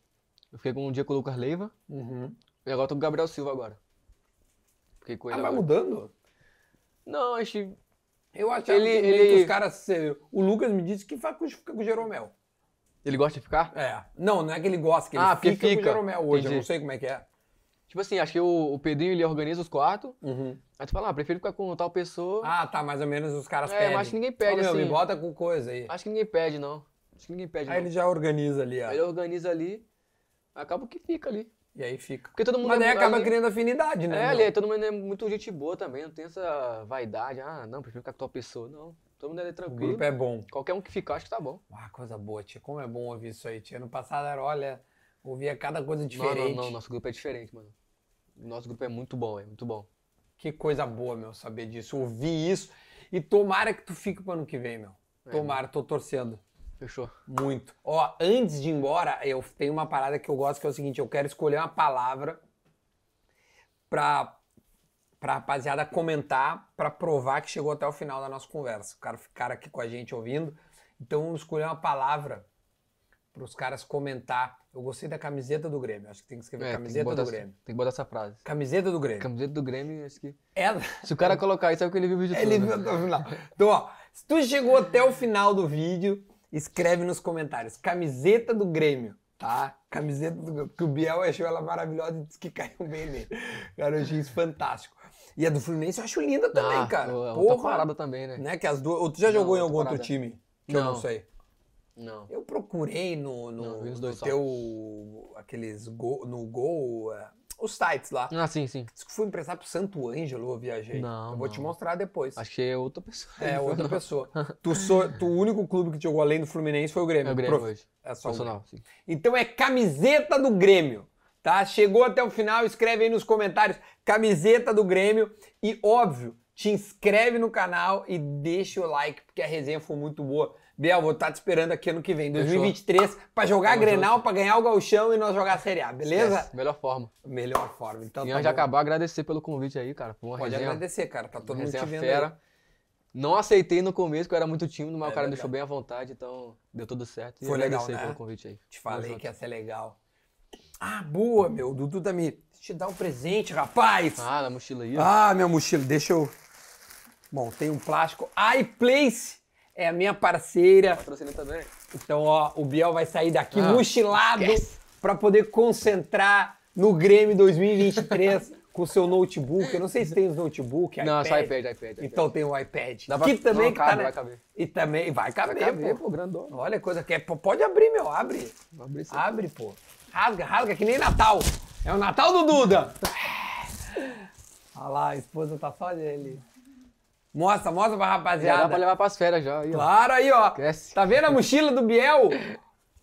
Speaker 1: Eu fiquei com um dia com o Lucas Leiva.
Speaker 2: Uhum.
Speaker 1: E agora eu tô com o Gabriel Silva agora. Fiquei com ele
Speaker 2: Ah, vai
Speaker 1: agora.
Speaker 2: mudando?
Speaker 1: Não, a gente.
Speaker 2: Eu achava
Speaker 1: Ele-
Speaker 2: que, meio que
Speaker 1: ele-
Speaker 2: os caras. eh, O Lucas me disse que vai com- fica com o Jeromel.
Speaker 1: Ele gosta de ficar?
Speaker 2: É. Não, não é que ele gosta, que ele
Speaker 1: Ah, porque
Speaker 2: fica, com
Speaker 1: fica.
Speaker 2: o Jeromel hoje. Eu
Speaker 1: Entendi.
Speaker 2: não sei como é que é.
Speaker 1: Tipo assim, acho que o, o Pedrinho ele organiza os quartos.
Speaker 2: Uhum.
Speaker 1: Aí tu fala, ah, prefiro ficar com tal pessoa.
Speaker 2: Ah, tá, mais ou menos os caras
Speaker 1: é,
Speaker 2: pedem.
Speaker 1: mas acho que ninguém
Speaker 2: Ô,
Speaker 1: pede
Speaker 2: meu,
Speaker 1: assim.
Speaker 2: me bota com coisa aí.
Speaker 1: Acho que ninguém pede, não. Acho que ninguém pede,
Speaker 2: Aí
Speaker 1: não.
Speaker 2: ele já organiza ali, ó.
Speaker 1: Aí ele organiza ali, acaba que fica ali.
Speaker 2: E aí fica.
Speaker 1: Porque todo mundo
Speaker 2: Mas
Speaker 1: é
Speaker 2: daí
Speaker 1: muito-
Speaker 2: acaba
Speaker 1: ali-
Speaker 2: criando afinidade, né?
Speaker 1: É,
Speaker 2: meu?
Speaker 1: ali, todo mundo é muito gente boa também, não tem essa vaidade, ah, não, prefiro ficar com tal pessoa. Não, todo mundo é
Speaker 2: O
Speaker 1: tranquilo.
Speaker 2: grupo é bom.
Speaker 1: Qualquer um que ficar, acho que tá bom.
Speaker 2: Ah, coisa boa, tia. Como é bom ouvir isso aí, tia. Ano passado era, olha, ouvia cada coisa
Speaker 1: Não,
Speaker 2: diferente.
Speaker 1: Não, não, nosso grupo é diferente, mano. Nosso grupo é muito bom, é muito bom.
Speaker 2: Que coisa boa, meu, saber disso, ouvir isso. E tomara que tu fique pro ano que vem, meu.
Speaker 1: É.
Speaker 2: Tomara, tô torcendo.
Speaker 1: Fechou.
Speaker 2: Muito. Ó, antes de ir embora, eu tenho uma parada que eu gosto que é o seguinte: eu quero escolher uma palavra pra, pra rapaziada comentar, pra provar que chegou até o final da nossa conversa. O cara ficar aqui com a gente ouvindo. Então, eu escolher uma palavra pros caras comentar. Eu gostei da camiseta do Grêmio. Acho que tem que escrever
Speaker 1: É, tem que,
Speaker 2: camiseta do
Speaker 1: botar, essa-
Speaker 2: Grêmio. É.
Speaker 1: tem que botar essa frase.
Speaker 2: Camiseta do Grêmio.
Speaker 1: Camiseta do Grêmio, acho que.
Speaker 2: Ela.
Speaker 1: Se o cara colocar isso, é porque ele viu o vídeo
Speaker 2: Ele
Speaker 1: todo,
Speaker 2: viu
Speaker 1: né?
Speaker 2: até o final. Então, ó, se tu chegou até o final do vídeo, escreve nos comentários. Camiseta do Grêmio, tá? Camiseta do Grêmio. Porque o Biel achou ela maravilhosa e disse que caiu bem nele. Cara, eu achei isso fantástico. E a do Fluminense eu acho linda também,
Speaker 1: Ah,
Speaker 2: cara.
Speaker 1: o- a outra
Speaker 2: Porra,
Speaker 1: parada também, né?
Speaker 2: né? Que as duas. Ou tu já
Speaker 1: Não,
Speaker 2: jogou em
Speaker 1: outra
Speaker 2: algum outro
Speaker 1: parada.
Speaker 2: time? Que eu não
Speaker 1: Não.
Speaker 2: sei.
Speaker 1: Não.
Speaker 2: Eu procurei no, no,
Speaker 1: Não, vi os
Speaker 2: no
Speaker 1: dois só.
Speaker 2: teu. aqueles gol. no gol. eh, os sites lá.
Speaker 1: Ah, sim, sim.
Speaker 2: Diz que fui emprestado pro Santo Ângelo, eu viajei.
Speaker 1: Não,
Speaker 2: Eu vou
Speaker 1: não.
Speaker 2: te mostrar depois.
Speaker 1: Acho que é outra pessoa.
Speaker 2: É, outra pessoa. <laughs> Tu, só- tu- o único clube que jogou além do Fluminense foi o Grêmio.
Speaker 1: <laughs> É o Grêmio
Speaker 2: Prof-
Speaker 1: hoje.
Speaker 2: É só o Grêmio.
Speaker 1: Profissional, sim.
Speaker 2: Então é camiseta do Grêmio, tá? Chegou até o final, escreve aí nos comentários camiseta do Grêmio e óbvio, te inscreve no canal e deixa o like, porque a resenha foi muito boa. Biel, vou estar te esperando aqui ano que vem, 2023, pra jogar
Speaker 1: Tamo
Speaker 2: Grenal, pra ganhar o Gauchão e nós jogar a Série A, beleza?
Speaker 1: Esquece. Melhor forma.
Speaker 2: Melhor forma. Então,
Speaker 1: E
Speaker 2: tá
Speaker 1: antes de
Speaker 2: bom.
Speaker 1: acabar, agradecer pelo convite aí, cara. Foi uma
Speaker 2: Pode
Speaker 1: resenha,
Speaker 2: agradecer, cara, tá todo
Speaker 1: uma
Speaker 2: mundo te
Speaker 1: resenha
Speaker 2: vendo aí.
Speaker 1: fera. Não aceitei no começo, que eu era muito tímido, mas
Speaker 2: É
Speaker 1: o cara me
Speaker 2: verdade.
Speaker 1: deixou bem à vontade, então deu tudo certo. E
Speaker 2: Foi legal,
Speaker 1: agradecer
Speaker 2: né?
Speaker 1: pelo convite aí.
Speaker 2: Te falei
Speaker 1: junto.
Speaker 2: que ia ser legal. Ah, boa, meu. O Dudu tá me. Te dá um presente, rapaz!
Speaker 1: Ah, na mochila aí. ó.
Speaker 2: Ah, minha mochila, deixa eu. Bom, tem um plástico. iPlace é a minha parceira.
Speaker 1: Patrocínio também.
Speaker 2: Então, ó, o Biel vai sair daqui
Speaker 1: Ah,
Speaker 2: mochilado pra poder concentrar no Grêmio 2023 <laughs> com o seu notebook. Eu não sei se tem os notebook,
Speaker 1: Não,
Speaker 2: iPad.
Speaker 1: só iPad, iPad.
Speaker 2: Então tem o iPad.
Speaker 1: Dá pra-
Speaker 2: Que também
Speaker 1: não,
Speaker 2: que
Speaker 1: cabe,
Speaker 2: tá na-
Speaker 1: vai caber.
Speaker 2: E também vai caber,
Speaker 1: caber,
Speaker 2: pô.
Speaker 1: pô, grandão.
Speaker 2: Olha, coisa que é. Pode abrir, meu, abre.
Speaker 1: Vou abrir isso.
Speaker 2: Abre, pô. Rasga, rasga, que nem Natal. É o Natal do Duda. Olha lá, a esposa tá só dele. Mostra, mostra pra
Speaker 1: Já dá pra
Speaker 2: rapaziada.
Speaker 1: levar pras férias já. Aí, ó.
Speaker 2: Claro aí, ó.
Speaker 1: Esquece.
Speaker 2: Tá vendo a mochila do Biel?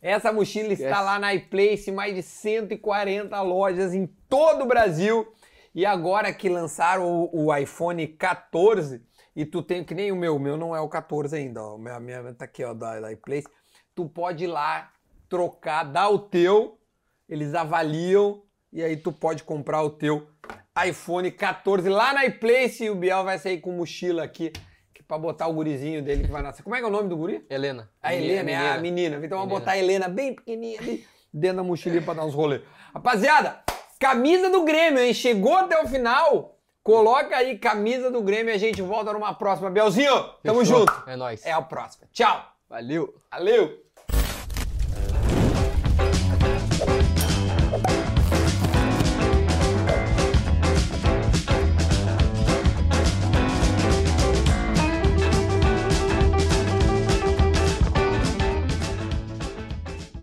Speaker 2: Essa mochila está
Speaker 1: Esquece.
Speaker 2: lá na iPlace, mais de 140 lojas em todo o Brasil. E agora que lançaram o, o iPhone 14, e tu tem que nem o meu, o meu não é o 14 ainda, ó. O meu- A minha tá aqui, ó, da, da iPlace. Tu pode ir lá trocar, dar o teu, eles avaliam, e aí tu pode comprar o teu iPhone 14 lá na iPlace. E o Biel vai sair com mochila aqui, que é pra botar o gurizinho dele que vai nascer. Como é que é o nome do guri?
Speaker 1: Helena.
Speaker 2: A
Speaker 1: Menina,
Speaker 2: Helena, é a menina. Então vamos
Speaker 1: Menina.
Speaker 2: botar a Helena bem pequenininha ali dentro da mochilinha pra dar uns rolês. Rapaziada, camisa do Grêmio, hein? Chegou até o final. Coloca aí camisa do Grêmio e a gente volta numa próxima. Belzinho, tamo
Speaker 1: Fechou?
Speaker 2: junto.
Speaker 1: É nóis.
Speaker 2: É a próxima. Tchau.
Speaker 1: Valeu.
Speaker 2: Valeu.